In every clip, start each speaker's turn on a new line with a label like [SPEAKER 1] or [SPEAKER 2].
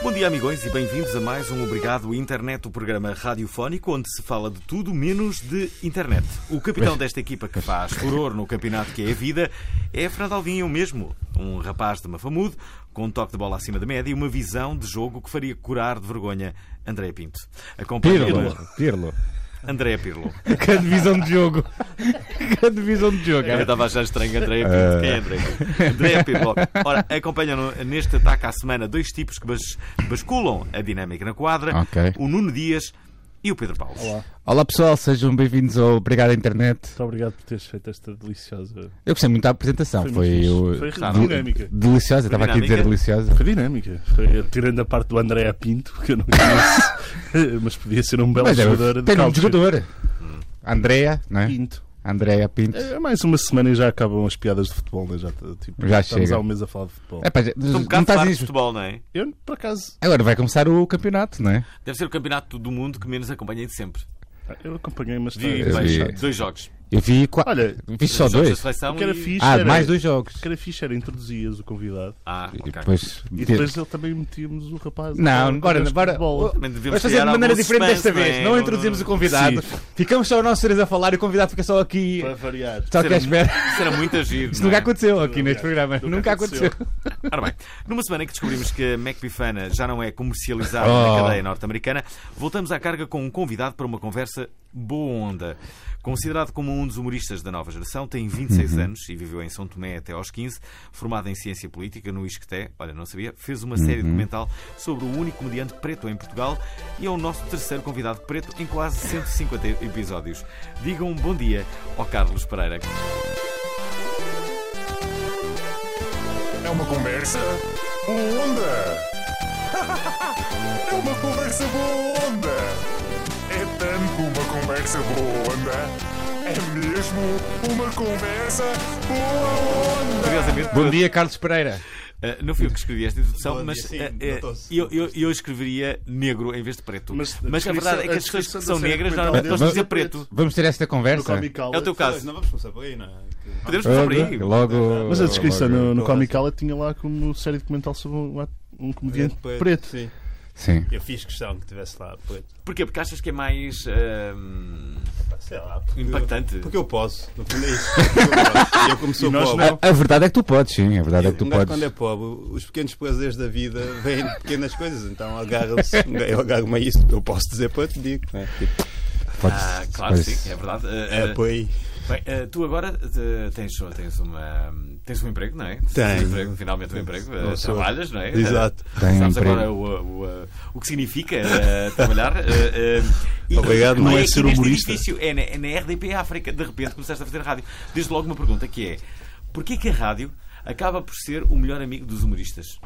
[SPEAKER 1] Bom dia, amigões, e bem-vindos a mais um Obrigado Internet, o programa radiofónico onde se fala de tudo menos de internet. O capitão desta equipa que faz furor no campeonato que é a vida é Fernando Alvim, o mesmo, um rapaz de Mafamudo, com um toque de bola acima da média e uma visão de jogo que faria curar de vergonha André Pinto.
[SPEAKER 2] Pirlo,
[SPEAKER 1] Acompanhe-lo,
[SPEAKER 2] Pirlo.
[SPEAKER 1] André Pirlo.
[SPEAKER 2] Que divisão de jogo. Que divisão de jogo.
[SPEAKER 1] Eu
[SPEAKER 2] é.
[SPEAKER 1] estava a achar estranho André
[SPEAKER 2] Eh.
[SPEAKER 1] Pirlo. Quem é André Pirlo? André Pirlo. Ora, acompanham neste ataque à semana dois tipos que bas- basculam a dinâmica na quadra:
[SPEAKER 2] Ok.
[SPEAKER 1] o Nuno Dias e o Pedro Paulo.
[SPEAKER 2] Olá pessoal, sejam bem-vindos ao Obrigado à Internet.
[SPEAKER 3] Muito obrigado por teres feito esta deliciosa.
[SPEAKER 2] Eu gostei muito da apresentação.
[SPEAKER 3] Foi
[SPEAKER 2] Foi,
[SPEAKER 3] muito
[SPEAKER 2] o-
[SPEAKER 3] fixe. Foi
[SPEAKER 2] de-
[SPEAKER 3] dinâmica.
[SPEAKER 2] Deliciosa, estava aqui a dizer
[SPEAKER 1] dinâmica.
[SPEAKER 2] deliciosa.
[SPEAKER 3] Foi dinâmica. Foi, tirando a parte do André Pinto, que eu não conheço, mas podia ser um belo
[SPEAKER 2] Mas é,
[SPEAKER 3] jogador de
[SPEAKER 2] tem um
[SPEAKER 3] country.
[SPEAKER 2] jogador. Andréa, não é?
[SPEAKER 3] Pinto.
[SPEAKER 2] Andréa Pinto.
[SPEAKER 3] É mais uma semana e já acabam as piadas de futebol, né? já, t- tipo,
[SPEAKER 2] Já
[SPEAKER 3] estamos
[SPEAKER 2] chega.
[SPEAKER 3] há um mês a falar de futebol.
[SPEAKER 2] É, pá, já-
[SPEAKER 1] Estou um
[SPEAKER 2] não
[SPEAKER 1] bocado
[SPEAKER 2] estás
[SPEAKER 1] farto de
[SPEAKER 2] nisso.
[SPEAKER 1] futebol, não é?
[SPEAKER 3] Eu, por acaso,
[SPEAKER 2] Agora vai começar o campeonato, não é?
[SPEAKER 1] Deve ser o campeonato do mundo que menos acompanhei de sempre.
[SPEAKER 3] eu acompanhei, mas
[SPEAKER 1] Vi
[SPEAKER 2] Eu
[SPEAKER 3] tá-
[SPEAKER 1] dois,
[SPEAKER 2] vi.
[SPEAKER 3] chato.
[SPEAKER 1] dois jogos.
[SPEAKER 2] Eu vi quatro.
[SPEAKER 3] Olha,
[SPEAKER 2] Vi só
[SPEAKER 1] Os jogos da
[SPEAKER 2] dois.
[SPEAKER 1] seleção
[SPEAKER 3] o que era
[SPEAKER 1] e-
[SPEAKER 3] fixe
[SPEAKER 2] Ah,
[SPEAKER 3] era,
[SPEAKER 2] mais dois jogos.
[SPEAKER 3] O que era fixe era introduzias o convidado
[SPEAKER 1] Ah,
[SPEAKER 2] E
[SPEAKER 1] ok.
[SPEAKER 2] depois.
[SPEAKER 3] e depois ele também metíamos o rapaz. a falar
[SPEAKER 2] Não, agora,
[SPEAKER 3] connosco de
[SPEAKER 2] agora
[SPEAKER 3] futebol.
[SPEAKER 1] Também devíamos
[SPEAKER 2] vamos fazer
[SPEAKER 1] criar
[SPEAKER 2] de maneira
[SPEAKER 1] algum
[SPEAKER 2] diferente desta
[SPEAKER 1] suspense,
[SPEAKER 2] vez.
[SPEAKER 1] não é?
[SPEAKER 2] Não introduzimos o convidado.
[SPEAKER 3] Sim.
[SPEAKER 2] Ficamos só nós três a falar e o convidado fica só aqui.
[SPEAKER 3] Para variar.
[SPEAKER 2] Só que à
[SPEAKER 1] Será
[SPEAKER 2] espera.
[SPEAKER 1] Isso era muito agido.
[SPEAKER 2] Isso
[SPEAKER 1] não é?
[SPEAKER 2] nunca aconteceu aqui
[SPEAKER 3] Nunca
[SPEAKER 2] neste programa. Nunca aconteceu.
[SPEAKER 1] Ora bem, numa semana em que descobrimos que a McBifana já não é comercializada na
[SPEAKER 2] Oh.
[SPEAKER 1] cadeia norte-americana, voltamos à carga com um convidado para uma conversa boa onda. Considerado como um dos humoristas da nova geração, tem 26 anos e viveu em São Tomé até aos 15, formado em Ciência Política no Isqueté, olha, não sabia, fez uma série documental sobre o único comediante preto em Portugal e é o nosso terceiro convidado preto em quase 150 episódios. Digam um bom dia ao Carlos Pereira.
[SPEAKER 4] É uma conversa boa onda. É uma conversa boa onda. É tanto uma conversa boa onda. É mesmo uma conversa boa onda.
[SPEAKER 1] Curiosamente,
[SPEAKER 2] Bom dia, Carlos Pereira.
[SPEAKER 1] Uh, não fui eu que escrevi esta introdução,
[SPEAKER 5] Bom dia,
[SPEAKER 1] mas
[SPEAKER 5] sim,
[SPEAKER 1] uh, uh,
[SPEAKER 5] notou-se,
[SPEAKER 1] eu, eu, eu escreveria negro em vez de preto. Mas,
[SPEAKER 3] Mas
[SPEAKER 1] a
[SPEAKER 3] a
[SPEAKER 1] verdade é que as
[SPEAKER 3] descrição- a
[SPEAKER 1] pessoas que são
[SPEAKER 3] descrição da série
[SPEAKER 1] negras
[SPEAKER 3] comentada
[SPEAKER 1] normalmente
[SPEAKER 2] é
[SPEAKER 1] gostam de dizer
[SPEAKER 5] preto.
[SPEAKER 1] preto.
[SPEAKER 2] Vamos ter esta
[SPEAKER 3] No
[SPEAKER 2] conversa.
[SPEAKER 3] Comic Outlet.
[SPEAKER 1] É o teu
[SPEAKER 5] Pois,
[SPEAKER 1] caso.
[SPEAKER 5] Não vamos começar por aí, não é? Que-
[SPEAKER 1] Podemos começar por aí.
[SPEAKER 2] Logo.
[SPEAKER 3] Mas a descrição
[SPEAKER 2] logo-
[SPEAKER 3] no, no
[SPEAKER 5] Toda
[SPEAKER 3] Comic
[SPEAKER 5] razão.
[SPEAKER 3] Outlet tinha lá como série documental sobre um, ato- um comediante preto.
[SPEAKER 5] Sim.
[SPEAKER 2] Sim.
[SPEAKER 5] Eu fiz questão que tivesse lá preto.
[SPEAKER 1] Porquê? Porque achas que é mais. uh,
[SPEAKER 5] Pá, Sei lá. Porque
[SPEAKER 1] Impactante.
[SPEAKER 5] porque eu posso. No fundo é isso. Porque eu posso. E Eu como sou
[SPEAKER 3] E nós
[SPEAKER 5] pobre.
[SPEAKER 3] não.
[SPEAKER 2] A, a verdade é que tu podes, sim. A verdade é que tu
[SPEAKER 5] um gajo,
[SPEAKER 2] podes.
[SPEAKER 5] quando é pobre, os pequenos prazeres da vida vêm de pequenas coisas, então agarra-se. Eu agarro-me a isso, eu posso dizer para te digo. não é? Tipo,
[SPEAKER 2] Podes-
[SPEAKER 1] Ah, claro,
[SPEAKER 2] podes-
[SPEAKER 1] sim, é verdade. Uh,
[SPEAKER 5] é
[SPEAKER 1] uh,
[SPEAKER 5] por aí.
[SPEAKER 1] bem, uh, tu agora uh, tens, tens, uma, tens um emprego, não é? Tens Um
[SPEAKER 5] Tenho.
[SPEAKER 1] emprego, finalmente um emprego. Uh,
[SPEAKER 5] Não sou-
[SPEAKER 1] trabalhas, não é?
[SPEAKER 5] Exato.
[SPEAKER 1] Uh,
[SPEAKER 2] Tenho
[SPEAKER 1] sabes
[SPEAKER 2] um emprego.
[SPEAKER 1] agora o, o, o- o que significa uh, trabalhar. uh, uh, e-
[SPEAKER 5] Obrigado,
[SPEAKER 1] e
[SPEAKER 5] não é
[SPEAKER 1] aqui
[SPEAKER 3] ser
[SPEAKER 1] neste
[SPEAKER 3] humorista.
[SPEAKER 1] edifício, é, na, é na RDP África, de repente começaste a fazer rádio. Desde logo uma pergunta que é: porquê que a rádio acaba por ser o melhor amigo dos humoristas?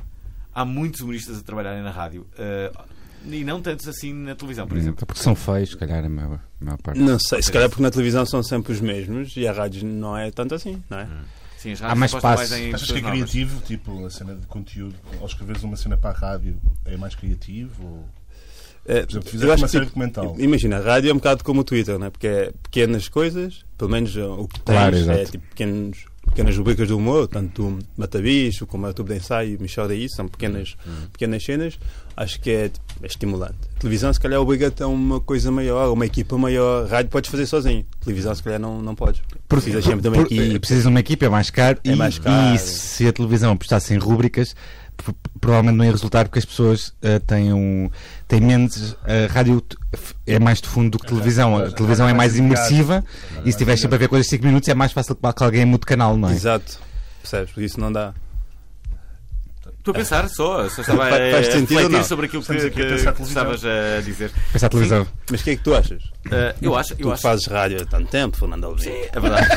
[SPEAKER 1] Há muitos humoristas a trabalharem na rádio. uh, e não tantos assim na televisão,
[SPEAKER 2] Hum.
[SPEAKER 1] por exemplo.
[SPEAKER 2] Porque são feios, se calhar, a maior, a maior parte.
[SPEAKER 5] Não sei, se calhar porque na televisão são sempre os mesmos e a rádio não é tanto assim, não é?
[SPEAKER 1] Sim, as
[SPEAKER 2] Há mais
[SPEAKER 1] rádios apostam
[SPEAKER 2] espaço.
[SPEAKER 1] em
[SPEAKER 3] Achas que é
[SPEAKER 1] pessoas novas.
[SPEAKER 3] criativo, tipo, a cena de conteúdo, ao escreveres uma cena para a rádio, é mais criativo? Ou...
[SPEAKER 5] É,
[SPEAKER 3] exemplo, fizeste
[SPEAKER 5] eu acho
[SPEAKER 3] uma
[SPEAKER 5] que,
[SPEAKER 3] série
[SPEAKER 5] tipo,
[SPEAKER 3] documental.
[SPEAKER 5] Imagina, a rádio é um bocado como o Twitter, né? porque é pequenas coisas, pelo menos uh, o que tens
[SPEAKER 2] Claro,
[SPEAKER 5] é
[SPEAKER 2] exato.
[SPEAKER 5] tipo pequenos, pequenas rubricas do humor, tanto o Matabicho como a Tubo de Ensaio, Michel daí, são pequenas,
[SPEAKER 2] Hum,
[SPEAKER 5] pequenas cenas. Acho que é, tipo, é estimulante. A televisão, se calhar, obriga-te a uma coisa maior, a uma equipa maior. A rádio podes fazer sozinho, a televisão, se calhar, não, não podes. Precisas sempre de uma
[SPEAKER 2] Por-
[SPEAKER 5] equipa.
[SPEAKER 2] Precisas de uma equipe, é mais caro.
[SPEAKER 5] É
[SPEAKER 2] e,
[SPEAKER 5] mais caro.
[SPEAKER 2] e se a televisão apostasse em rúbricas, p- provavelmente não ia resultar porque as pessoas ah, têm, um, têm menos. A rádio t- f- é mais de fundo do que televisão. A televisão é mais imersiva e se tiveres sempre a ver coisas de 5 minutos, é mais fácil que que alguém mude de canal, não é?
[SPEAKER 5] Exato, percebes? Por isso não dá.
[SPEAKER 1] Estou a pensar só, só estava a
[SPEAKER 5] Faz- faz sentido ou
[SPEAKER 1] refletir
[SPEAKER 5] não?
[SPEAKER 1] sobre aquilo que,
[SPEAKER 4] Estamos aqui a
[SPEAKER 1] que-
[SPEAKER 4] pensar
[SPEAKER 1] que
[SPEAKER 4] televisão.
[SPEAKER 1] estavas a dizer.
[SPEAKER 2] Pensar a televisão.
[SPEAKER 5] Mas o que é que tu achas?
[SPEAKER 1] Ah, eu acho,
[SPEAKER 5] tu
[SPEAKER 1] eu
[SPEAKER 5] que
[SPEAKER 1] acho.
[SPEAKER 5] fazes rádio há tanto tempo, Fernando Alves.
[SPEAKER 1] É verdade.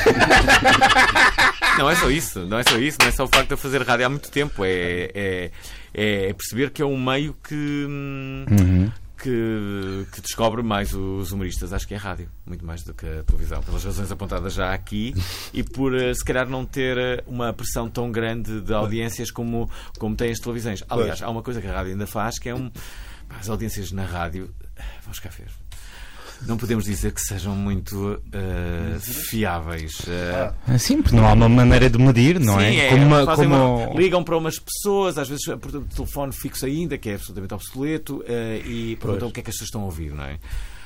[SPEAKER 1] não é só isso, não é só isso, não é só o facto de eu fazer rádio há muito tempo. É, é, é perceber que é um meio que, hum, que, que descobre mais os humoristas. Acho que é a rádio, muito mais do que a televisão, pelas razões apontadas já aqui e por eh, se calhar não ter eh, uma pressão tão grande de audiências como, como têm as televisões. Aliás, há uma coisa que a rádio ainda faz que é um. pá, As audiências na rádio. eh, Vamos cá ver. Não podemos dizer que sejam muito eh, fiáveis. eh,
[SPEAKER 2] Ah, Sim, porque não há uma maneira de medir, não
[SPEAKER 1] Sim,
[SPEAKER 2] é? Como uma-
[SPEAKER 1] fazem
[SPEAKER 2] como-
[SPEAKER 1] uma- ligam para umas pessoas, às vezes por telefone fixo ainda, que é absolutamente obsoleto, eh, e perguntam o que é que as pessoas estão a ouvir, não é?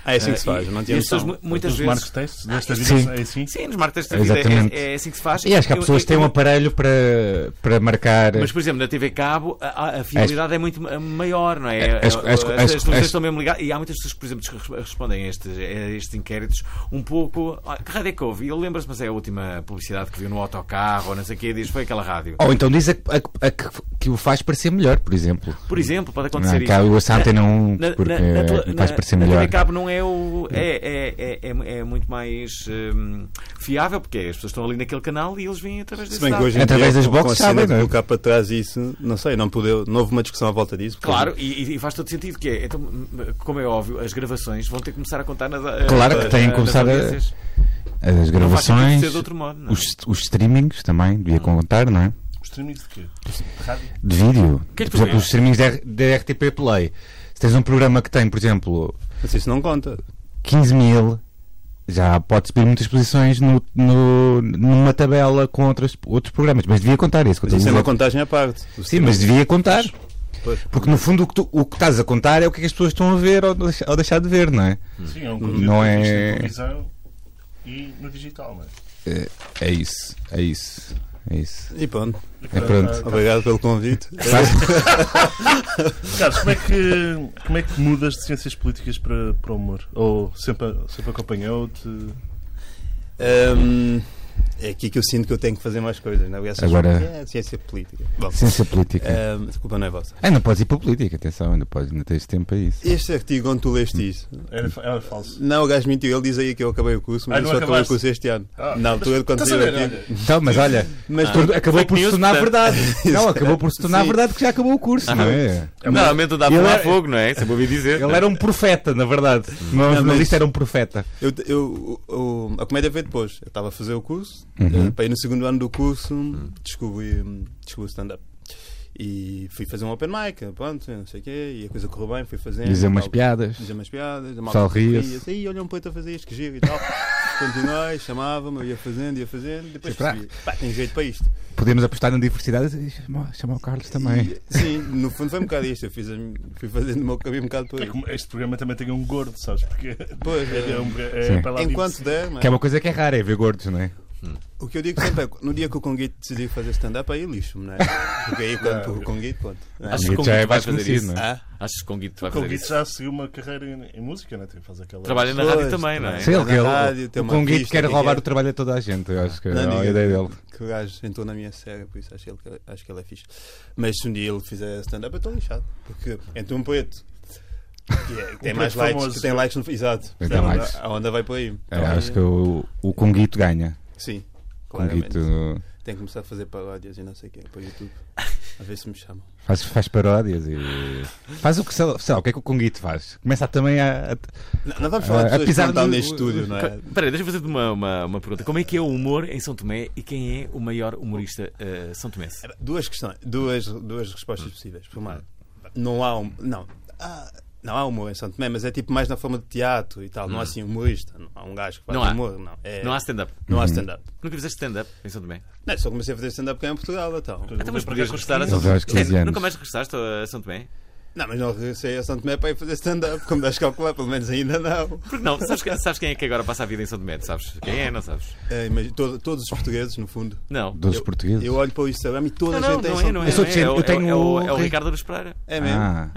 [SPEAKER 5] Ah, é assim
[SPEAKER 1] Eh,
[SPEAKER 5] que se faz,
[SPEAKER 1] e-
[SPEAKER 5] eu não
[SPEAKER 1] e
[SPEAKER 5] tinha
[SPEAKER 1] as pessoas
[SPEAKER 5] noção.
[SPEAKER 1] mu- muitas
[SPEAKER 3] Os
[SPEAKER 1] vezes.
[SPEAKER 3] marcos textos desta vida
[SPEAKER 2] Sim.
[SPEAKER 3] é assim.
[SPEAKER 1] Sim, nos marcos da vida
[SPEAKER 2] Exatamente.
[SPEAKER 1] é, é assim que se faz.
[SPEAKER 2] E acho que há
[SPEAKER 1] Eu-
[SPEAKER 2] pessoas
[SPEAKER 1] eu-
[SPEAKER 2] que têm um aparelho para, para marcar.
[SPEAKER 1] Mas, por exemplo, na TV Cabo a, a- a fidelidade é muito ma- maior, não é?
[SPEAKER 2] As- as-
[SPEAKER 1] as,
[SPEAKER 2] as-
[SPEAKER 1] as
[SPEAKER 2] as-
[SPEAKER 1] televisões
[SPEAKER 2] as-
[SPEAKER 1] estão mesmo ligadas. E há muitas pessoas que, por exemplo, des- respondem a estes, a estes inquéritos um pouco. "Ah, Que rádio é que houve? E ele lembra-se, mas é a última publicidade que viu no autocarro ou não sei o quê, diz foi aquela rádio.
[SPEAKER 2] Ou então diz a, a- a que, que o faz parecer melhor, por exemplo.
[SPEAKER 1] Por exemplo, pode
[SPEAKER 2] Não,
[SPEAKER 1] acontecer
[SPEAKER 2] cá
[SPEAKER 1] isso.
[SPEAKER 2] o Assante não, um, porque é
[SPEAKER 1] tele-
[SPEAKER 2] me faz parecer
[SPEAKER 1] na
[SPEAKER 2] melhor.
[SPEAKER 1] TV Cabo não é o. É, é, é, é, é muito mais hum, fiável, porque as pessoas estão ali naquele canal e eles vêm através
[SPEAKER 5] Se
[SPEAKER 1] desse
[SPEAKER 5] bem que
[SPEAKER 1] dado.
[SPEAKER 5] hoje em
[SPEAKER 2] Através
[SPEAKER 5] dia,
[SPEAKER 2] das
[SPEAKER 5] com- com
[SPEAKER 2] boxes,
[SPEAKER 5] a cena
[SPEAKER 2] sabem, não
[SPEAKER 5] de
[SPEAKER 2] é?
[SPEAKER 5] colocar para trás isso, não sei, não podeu, não houve uma discussão à volta disso. porque-
[SPEAKER 1] Claro, e, e faz todo sentido que é. Então, m- m- como é óbvio, as gravações vão ter que começar a contar nas.
[SPEAKER 2] Claro que têm que começar a- As
[SPEAKER 1] Não faz sentido
[SPEAKER 2] gravações,
[SPEAKER 1] ser de outro modo, não é? Uhum.
[SPEAKER 2] os, os streamings também, devia contar, não é?
[SPEAKER 3] Os streamings de quê? De rádio?
[SPEAKER 2] De vídeo.
[SPEAKER 1] Que é que tu
[SPEAKER 2] por exemplo,
[SPEAKER 1] vês?
[SPEAKER 2] os streamings da R- da RTP Play. Se tens um programa que tem, por exemplo,
[SPEAKER 5] Mas isso não conta.
[SPEAKER 2] 15 mil, já pode subir muitas posições no, no- numa tabela com outros, outros programas. Mas devia contar isso. que eu estou
[SPEAKER 5] Mas
[SPEAKER 2] a
[SPEAKER 5] isso é
[SPEAKER 2] dizer.
[SPEAKER 5] uma contagem à parte.
[SPEAKER 2] Sim, mas devia contar.
[SPEAKER 5] Pois.
[SPEAKER 2] Porque no fundo o que, tu- o que estás a contar é o que, é que as pessoas estão a ver ou, deixa- ou deixar de ver, não é?
[SPEAKER 3] Sim, é um
[SPEAKER 2] Não
[SPEAKER 3] conteúdo não
[SPEAKER 2] é-
[SPEAKER 3] é... na televisão e no digital, não é?
[SPEAKER 2] É isso, é isso, é isso.
[SPEAKER 5] E pronto.
[SPEAKER 2] É pronto.
[SPEAKER 5] Obrigado pelo convite.
[SPEAKER 3] Carlos, como é que, como é que mudas de ciências políticas para, para o humor? Ou sempre, sempre acompanhou-te?
[SPEAKER 5] Hum, é aqui que eu sinto que eu tenho que fazer mais coisas, não é? Essas-
[SPEAKER 2] Agora-
[SPEAKER 5] É, ciência política. Bom,
[SPEAKER 2] Ciência política.
[SPEAKER 5] hum, a culpa não é vossa.
[SPEAKER 2] Ainda podes ir para a política, atenção, ainda, podes, ainda tens tempo para isso.
[SPEAKER 5] Este artigo onde tu leste isso,
[SPEAKER 3] Era, fa- era falso.
[SPEAKER 5] não, o gajo mentiu, ele diz aí que eu acabei o curso, mas
[SPEAKER 3] Ah,
[SPEAKER 5] eu
[SPEAKER 3] não
[SPEAKER 5] só acabei o
[SPEAKER 3] acabaste?
[SPEAKER 5] curso este ano.
[SPEAKER 3] Ah,
[SPEAKER 5] na altura, quando
[SPEAKER 3] Estás a
[SPEAKER 5] saiu o
[SPEAKER 3] ver,
[SPEAKER 5] artigo.
[SPEAKER 3] olha.
[SPEAKER 2] Então, mas olha,
[SPEAKER 5] Mas é
[SPEAKER 2] por- acabou
[SPEAKER 1] fake
[SPEAKER 2] por se
[SPEAKER 1] news,
[SPEAKER 2] tornar
[SPEAKER 1] portanto.
[SPEAKER 2] verdade. Não, acabou por se tornar
[SPEAKER 5] Sim.
[SPEAKER 2] verdade que já acabou o curso, não é?
[SPEAKER 1] Normalmente dá
[SPEAKER 2] Ele
[SPEAKER 1] para
[SPEAKER 2] era-
[SPEAKER 1] fogo, não é? Sempre ouvi dizer.
[SPEAKER 2] Ele era um profeta, na verdade. Não é um
[SPEAKER 5] Não,
[SPEAKER 2] jornalista,
[SPEAKER 5] mas-
[SPEAKER 2] era um profeta.
[SPEAKER 5] Eu, eu, o- a comédia veio depois. Eu estava a fazer o curso.
[SPEAKER 2] Uhum.
[SPEAKER 5] eh, Para ir no segundo ano do curso, descobri, descobri o stand-up. E fui fazer um open mic, pronto, não sei o quê, e a coisa correu bem, fui fazendo.
[SPEAKER 2] Dizer umas
[SPEAKER 5] tal.
[SPEAKER 2] piadas.
[SPEAKER 5] Dizer umas piadas, a
[SPEAKER 2] Pessoal
[SPEAKER 5] malta
[SPEAKER 2] ria-se.
[SPEAKER 5] ria-se. Aí olha um poeta a fazer isto, que giro e tal. Continuei, chamava-me, eu ia fazendo, ia fazendo, depois
[SPEAKER 2] Sim, pá.
[SPEAKER 5] percebi, pá, tem jeito para isto.
[SPEAKER 2] Podemos apostar na diversidade e chamar, chamar o Carlos também.
[SPEAKER 5] E, sim, no fundo foi um bocado isto, eu fiz a mi- fui fazendo o meu caminho um bocado por
[SPEAKER 3] É
[SPEAKER 5] aí.
[SPEAKER 3] como Este programa também tem um gordo, sabes? Porque
[SPEAKER 5] Pois,
[SPEAKER 3] é, é, um,
[SPEAKER 2] Sim.
[SPEAKER 3] é para lá
[SPEAKER 5] Enquanto der, mas-
[SPEAKER 2] Que é uma coisa que é rara, é ver gordos, não é?
[SPEAKER 5] O que eu digo sempre é que no dia que o Conguito decidiu fazer stand-up, aí lixo-me, não é? Porque aí quando o Conguito, pronto. não é?
[SPEAKER 1] Acho
[SPEAKER 2] Já
[SPEAKER 1] que com Guito
[SPEAKER 2] é
[SPEAKER 1] vai
[SPEAKER 2] mais
[SPEAKER 1] fazer
[SPEAKER 2] conhecido,
[SPEAKER 1] isso.
[SPEAKER 2] não é?
[SPEAKER 5] Ah,
[SPEAKER 1] Achas que com Guito vai
[SPEAKER 3] Com
[SPEAKER 1] fazer
[SPEAKER 3] isso
[SPEAKER 1] isso?
[SPEAKER 3] já seguiu uma carreira em, em música, não é? Tem que fazer aquela.
[SPEAKER 1] Trabalha na
[SPEAKER 5] Pois,
[SPEAKER 1] rádio também, não é?
[SPEAKER 2] Sei lá,
[SPEAKER 5] Na
[SPEAKER 2] que ele-
[SPEAKER 5] rádio, tem
[SPEAKER 2] o
[SPEAKER 5] uma
[SPEAKER 2] Conguito
[SPEAKER 5] pista,
[SPEAKER 2] quer
[SPEAKER 5] o que é
[SPEAKER 2] roubar
[SPEAKER 5] que é?
[SPEAKER 2] o trabalho a toda a gente, eu acho que é
[SPEAKER 5] diga
[SPEAKER 2] a ideia dele.
[SPEAKER 5] Que o gajo entrou na minha série, por isso acho que ele, acho que ele é fixe. Mas se um dia ele fizer stand-up, eu estou lixado. Porque entre um poeta que, é- que tem
[SPEAKER 3] Um
[SPEAKER 5] mais
[SPEAKER 3] preto
[SPEAKER 5] likes,
[SPEAKER 3] famoso.
[SPEAKER 5] que tem likes no. Exato.
[SPEAKER 2] Tem
[SPEAKER 5] A onda-
[SPEAKER 2] likes. É,
[SPEAKER 5] A onda vai por aí.
[SPEAKER 2] Eu
[SPEAKER 5] Então,
[SPEAKER 2] acho que o, o Conguito ganha.
[SPEAKER 5] Sim, claramente.
[SPEAKER 2] Conguito
[SPEAKER 5] Tem que começar a fazer paródias e não sei o quê para o YouTube. A ver se me chamam.
[SPEAKER 2] faz, faz paródias e. Faz o que, sei lá, sei lá, o que é que o Conguito faz? Começa também a. a-
[SPEAKER 5] Não, não vamos falar de
[SPEAKER 2] Ah,
[SPEAKER 5] pessoas que
[SPEAKER 2] apesar
[SPEAKER 5] não estão
[SPEAKER 2] do-
[SPEAKER 5] neste estúdio, não é?
[SPEAKER 1] Espera aí, deixa-me fazer-te uma, uma, uma pergunta. Como é que é o humor em São Tomé e quem é o maior humorista eh, São Tomense?
[SPEAKER 5] Duas questões, duas, duas
[SPEAKER 1] Hum.
[SPEAKER 5] respostas possíveis. Por uma, não há um, não, há, não há humor em Santo Tomé, mas é tipo mais na forma de teatro e tal. Não há assim humorista, não há um gajo que faz
[SPEAKER 1] Hum. Não há.
[SPEAKER 5] humor, não. É,
[SPEAKER 1] Não há stand-up. Hum.
[SPEAKER 5] não há stand-up.
[SPEAKER 1] Nunca fizeste stand-up em São Tomé?
[SPEAKER 5] Não, só comecei a fazer stand-up cá em Portugal, então.
[SPEAKER 1] Até mas
[SPEAKER 3] para
[SPEAKER 1] podias
[SPEAKER 3] cá com os
[SPEAKER 1] regressar a
[SPEAKER 3] 15.
[SPEAKER 1] São
[SPEAKER 2] Ele vai aos 15
[SPEAKER 1] Tomé.
[SPEAKER 2] anos.
[SPEAKER 1] Nunca mais regressaste a São Tomé?
[SPEAKER 5] Não, mas não regressei a Santo Tomé para ir fazer stand-up, como das calcular, pelo menos ainda não.
[SPEAKER 1] Porque não, sabes, que- sabes quem é que agora passa a vida em São Tomé? Tu Sabes? Quem é? Não sabes?
[SPEAKER 5] É, mas todo- todos os portugueses, no fundo.
[SPEAKER 1] Não.
[SPEAKER 2] dos portugueses.
[SPEAKER 5] Eu olho para o Instagram e
[SPEAKER 1] Não,
[SPEAKER 5] toda a
[SPEAKER 1] não,
[SPEAKER 5] gente tem
[SPEAKER 1] não é,
[SPEAKER 5] Santo
[SPEAKER 1] não é.
[SPEAKER 5] Tomé.
[SPEAKER 2] Eu sou
[SPEAKER 1] não é.
[SPEAKER 2] de
[SPEAKER 1] é,
[SPEAKER 2] Sérgio,
[SPEAKER 1] o-
[SPEAKER 2] eu tenho um
[SPEAKER 1] é o,
[SPEAKER 2] o-
[SPEAKER 1] é o Ricardo Aros Pereira.
[SPEAKER 5] É mesmo,
[SPEAKER 2] Ah.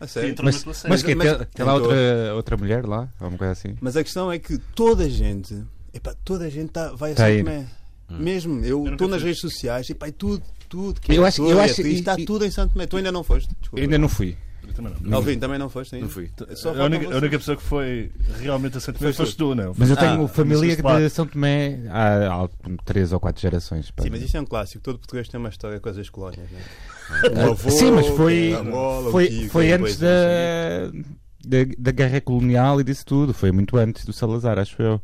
[SPEAKER 5] a sério.
[SPEAKER 3] Entrou na
[SPEAKER 2] Mas,
[SPEAKER 3] tua série.
[SPEAKER 2] mas que
[SPEAKER 5] Mas-
[SPEAKER 2] tem, tem lá
[SPEAKER 5] tentou.
[SPEAKER 2] outra, outra mulher lá? Alguma coisa assim?
[SPEAKER 5] Mas a questão é que toda a gente, epá, toda a gente tá- vai a
[SPEAKER 2] Tá Hum.
[SPEAKER 5] São
[SPEAKER 2] aí.
[SPEAKER 5] Tomé. Mesmo, eu
[SPEAKER 3] nunca
[SPEAKER 5] estou nas
[SPEAKER 3] fui.
[SPEAKER 5] redes sociais epá, e tudo. tudo, que é
[SPEAKER 2] Eu acho-
[SPEAKER 5] ator,
[SPEAKER 2] eu
[SPEAKER 5] é
[SPEAKER 2] acho-
[SPEAKER 5] atriz,
[SPEAKER 2] e-
[SPEAKER 5] está
[SPEAKER 2] e-
[SPEAKER 5] tudo em Santo Tomé. Tu ainda não foste? Desculpa.
[SPEAKER 2] Ainda não fui.
[SPEAKER 3] Eu também não.
[SPEAKER 5] Alvin, também não foste ainda?
[SPEAKER 1] Não fui.
[SPEAKER 5] É Só
[SPEAKER 3] a, única, a
[SPEAKER 5] faltam
[SPEAKER 3] única pessoa que foi realmente a Santo Tomé
[SPEAKER 5] Foi
[SPEAKER 3] foste tu, não? é?
[SPEAKER 2] Mas eu
[SPEAKER 5] Ah,
[SPEAKER 2] tenho família
[SPEAKER 3] isso claro.
[SPEAKER 2] de São Tomé há, há três ou quatro gerações. pá.
[SPEAKER 5] Sim, mas isto é um clássico. Todo português tem uma história com as colónias, não é? O avô,
[SPEAKER 2] Ah, Sim, mas foi,
[SPEAKER 5] a bola, o
[SPEAKER 2] foi, foi
[SPEAKER 5] tio, qualquer
[SPEAKER 2] antes
[SPEAKER 5] coisa, assim. não sei o quê.
[SPEAKER 2] da, da, da guerra colonial e disso tudo. Foi muito antes do Salazar, acho eu.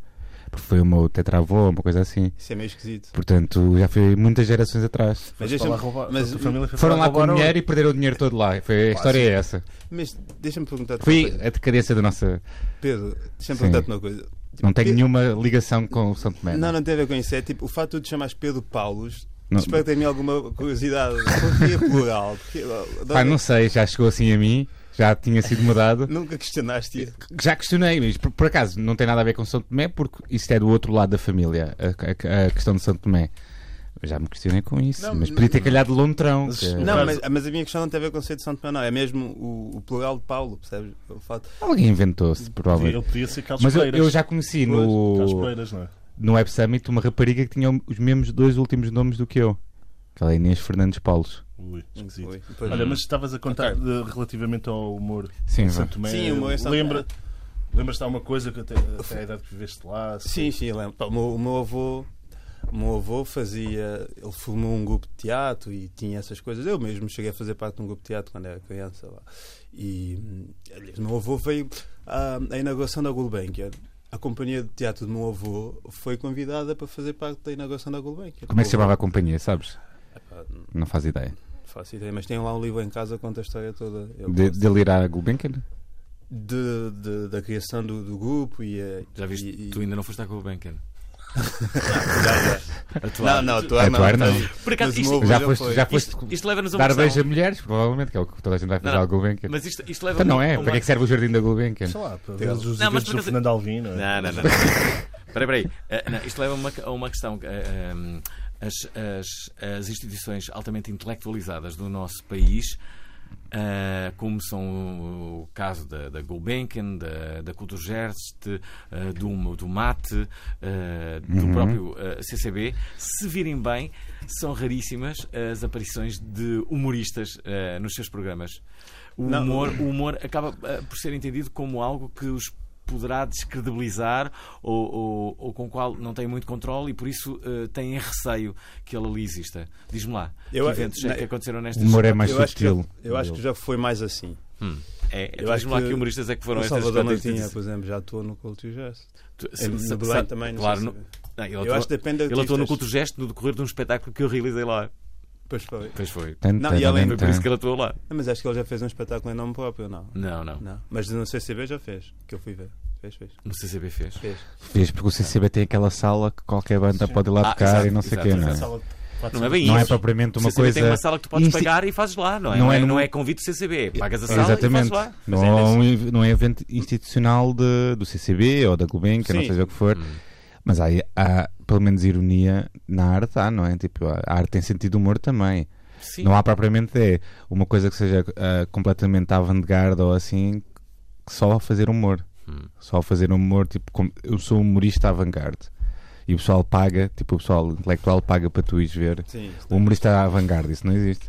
[SPEAKER 2] Porque foi o meu tetravô, uma coisa assim.
[SPEAKER 5] Isso é meio esquisito.
[SPEAKER 2] Portanto, já foi muitas gerações atrás.
[SPEAKER 5] Mas
[SPEAKER 3] Mas deixa-me.
[SPEAKER 5] deixa-me- mas-
[SPEAKER 2] Foram lá com o dinheiro e perderam o dinheiro todo lá. Foi, a história é essa.
[SPEAKER 5] Mas deixa-me perguntar
[SPEAKER 2] Foi a decadência da nossa.
[SPEAKER 5] Pedro,
[SPEAKER 2] Sim.
[SPEAKER 5] deixa-me perguntar-te uma coisa.
[SPEAKER 2] Não tem
[SPEAKER 5] Pe-
[SPEAKER 2] nenhuma ligação com o São Tomé.
[SPEAKER 5] Não, não tem a ver com isso. É tipo, o facto de te chamares Pedro Paulos,
[SPEAKER 2] Não.
[SPEAKER 5] espero que tenha é alguma curiosidade. Porquê plural? Porquê-
[SPEAKER 2] Pá, Ah, não sei, já chegou assim a mim, já tinha sido mudado.
[SPEAKER 5] Nunca questionaste isso.
[SPEAKER 2] Já questionei, mas por, por acaso não tem nada a ver com São Tomé, porque isso é do outro lado da família, a, a- a questão de São Tomé. Já me questionei com isso,
[SPEAKER 5] Não,
[SPEAKER 2] mas podia ter calhado de Lontrão.
[SPEAKER 3] Mas-
[SPEAKER 2] que- é-
[SPEAKER 5] Não,
[SPEAKER 3] Mas-
[SPEAKER 5] mas, mas a minha questão não tem a ver com o conceito de Santo Tomé, não. É mesmo o, o plural de Paulo, percebes? O fato.
[SPEAKER 2] Alguém inventou-se, provavelmente.
[SPEAKER 3] Ele podia ser Carlos
[SPEAKER 2] Mas eu,
[SPEAKER 3] Pereiras.
[SPEAKER 2] eu já conheci
[SPEAKER 3] Carlos
[SPEAKER 2] no,
[SPEAKER 3] Pereiras, não é?
[SPEAKER 2] no Web Summit uma rapariga que tinha os mesmos dois últimos nomes do que eu. Aquela Inês Fernandes Paulos.
[SPEAKER 3] Ui, esquisito.
[SPEAKER 5] Oi, pois.
[SPEAKER 3] Olha, mas estavas a contar de- relativamente ao humor
[SPEAKER 2] Sim,
[SPEAKER 3] em
[SPEAKER 2] vá.
[SPEAKER 3] Santo Tomé.
[SPEAKER 5] Sim, o humor em Santo Tomé.
[SPEAKER 3] Lembra, Lembras-te de alguma coisa que até, até a idade que viveste lá? se-
[SPEAKER 5] Sim, sim, eu lembro. Pá, O meu, o meu avô. O meu avô fazia. Ele formou um grupo de teatro e tinha essas coisas. Eu mesmo cheguei a fazer parte de um grupo de teatro quando era criança lá. E. hum, Aliás, o meu avô veio à, à inauguração da Gulbenkian. A companhia de teatro do meu avô foi convidada para fazer parte da inauguração da Gulbenkian.
[SPEAKER 2] Como é que se
[SPEAKER 5] O meu
[SPEAKER 2] chamava a companhia, sabes?
[SPEAKER 5] avô- Epá,
[SPEAKER 2] Não faz ideia.
[SPEAKER 5] Não faço ideia, mas tem lá um livro em casa que conta a história toda. Eu
[SPEAKER 2] De,
[SPEAKER 5] gosto.
[SPEAKER 2] dele ir à Gulbenkian?
[SPEAKER 5] De- de- da criação do, do grupo e a.
[SPEAKER 1] Já viste?
[SPEAKER 5] e- e-
[SPEAKER 1] Tu ainda não foste à Gulbenkian.
[SPEAKER 5] Não, não, é atuar não.
[SPEAKER 2] Atuar não.
[SPEAKER 1] Por acaso,
[SPEAKER 5] Mas o
[SPEAKER 1] isto-
[SPEAKER 5] meu avô
[SPEAKER 2] Já foste,
[SPEAKER 5] foi.
[SPEAKER 2] já foste
[SPEAKER 1] Isto, isto leva-nos a uma
[SPEAKER 2] dar beijo a
[SPEAKER 1] questão.
[SPEAKER 2] mulheres, provavelmente, que é o que toda a gente vai fazer
[SPEAKER 1] Não,
[SPEAKER 2] à Gulbenkian.
[SPEAKER 1] Mas isto, isto leva
[SPEAKER 2] Então não é.
[SPEAKER 1] a uma-
[SPEAKER 2] Para que é que serve o jardim da Gulbenkian?
[SPEAKER 3] Sei lá, para ver os
[SPEAKER 1] Não, mas
[SPEAKER 3] eventos
[SPEAKER 1] por
[SPEAKER 3] do
[SPEAKER 1] acaso-
[SPEAKER 3] Fernando Alvim, não é?
[SPEAKER 1] Não, não, não. Espera aí. Eh, isto leva me a uma questão. que, eh, um, as, as- as instituições altamente intelectualizadas do nosso país, eh, como são o caso da, da Gulbenkian, da, da Culturgest, eh, do, do MATE, eh, do próprio eh, CCB, se virem bem, são raríssimas as aparições de humoristas eh, nos seus programas. O
[SPEAKER 5] Não.
[SPEAKER 1] humor, o humor acaba eh, por ser entendido como algo que os poderá descredibilizar ou, ou- ou com o qual não tem muito controle e por isso eh, têm receio que ele ali exista. Diz-me lá,
[SPEAKER 5] Eu- eh,
[SPEAKER 1] que eventos é
[SPEAKER 5] na-
[SPEAKER 1] que aconteceram
[SPEAKER 2] O
[SPEAKER 1] nestas...
[SPEAKER 2] humor é mais
[SPEAKER 5] eu acho, que já,
[SPEAKER 2] sutil.
[SPEAKER 5] eu acho que já foi mais assim.
[SPEAKER 1] Hum, é,
[SPEAKER 5] Eu acho
[SPEAKER 1] Diz-me lá que,
[SPEAKER 5] que
[SPEAKER 1] humoristas é que foram
[SPEAKER 5] O
[SPEAKER 1] estas
[SPEAKER 5] Salvador
[SPEAKER 1] quantas-
[SPEAKER 5] Martinha, por exemplo, já atuou no Culto e Gesto.
[SPEAKER 1] Tu-
[SPEAKER 5] Em-
[SPEAKER 1] se- se-
[SPEAKER 5] No Belém
[SPEAKER 1] se-
[SPEAKER 5] também, não
[SPEAKER 1] Claro,
[SPEAKER 5] sei
[SPEAKER 1] no-
[SPEAKER 5] se-
[SPEAKER 1] não, ele
[SPEAKER 5] Eu
[SPEAKER 1] atuou-
[SPEAKER 5] acho que depende de
[SPEAKER 1] ele atuou no
[SPEAKER 5] artistas.
[SPEAKER 1] culto gesto no decorrer de um espetáculo que eu realizei lá.
[SPEAKER 5] Pois foi.
[SPEAKER 1] Pois foi.
[SPEAKER 5] Não, e além-
[SPEAKER 1] Foi por isso que ele atuou lá.
[SPEAKER 5] Ah, Mas acho que ele já fez um espetáculo em nome próprio, não?
[SPEAKER 1] Não, não.
[SPEAKER 5] Não. Mas no CCB já fez, que eu fui ver. Fez, fez.
[SPEAKER 1] No CCB fez.
[SPEAKER 5] Fez.
[SPEAKER 2] Vês, porque o CCB tem aquela sala que qualquer banda pode ir lá
[SPEAKER 1] Ah,
[SPEAKER 2] tocar
[SPEAKER 1] exato,
[SPEAKER 2] e não sei o
[SPEAKER 1] exato,
[SPEAKER 2] quê,
[SPEAKER 1] exato,
[SPEAKER 2] não é?
[SPEAKER 1] exato.
[SPEAKER 3] Sala de quatro-
[SPEAKER 1] Não é bem
[SPEAKER 2] Não é
[SPEAKER 1] isso.
[SPEAKER 2] propriamente uma
[SPEAKER 1] O CCB
[SPEAKER 2] coisa.
[SPEAKER 1] tem uma sala que tu podes
[SPEAKER 2] insti-
[SPEAKER 1] pagar e fazes lá, não é?
[SPEAKER 2] Não
[SPEAKER 1] Não
[SPEAKER 2] é
[SPEAKER 1] é, não
[SPEAKER 2] num-
[SPEAKER 1] é convite do CCB. Pagas a sala e fazes
[SPEAKER 2] Exatamente.
[SPEAKER 1] lá.
[SPEAKER 2] Não é, um, não é evento institucional de- do CCB ou da Gulbenkian, não
[SPEAKER 5] Sim.
[SPEAKER 2] seja o que for.
[SPEAKER 1] Hum.
[SPEAKER 2] Mas há, há, pelo menos, ironia na arte, há, não é? Tipo, a a arte tem sentido de humor também.
[SPEAKER 1] Sim.
[SPEAKER 2] Não há propriamente é uma coisa que seja ah, completamente avant-garde ou assim, que só a fazer humor.
[SPEAKER 1] Hum.
[SPEAKER 2] Só a fazer humor, tipo, como- eu sou humorista avant-garde. E o pessoal paga, tipo, o pessoal intelectual paga para tu ires ver.
[SPEAKER 5] Sim. isso
[SPEAKER 2] O
[SPEAKER 5] não.
[SPEAKER 2] humorista avant-garde, isso não existe.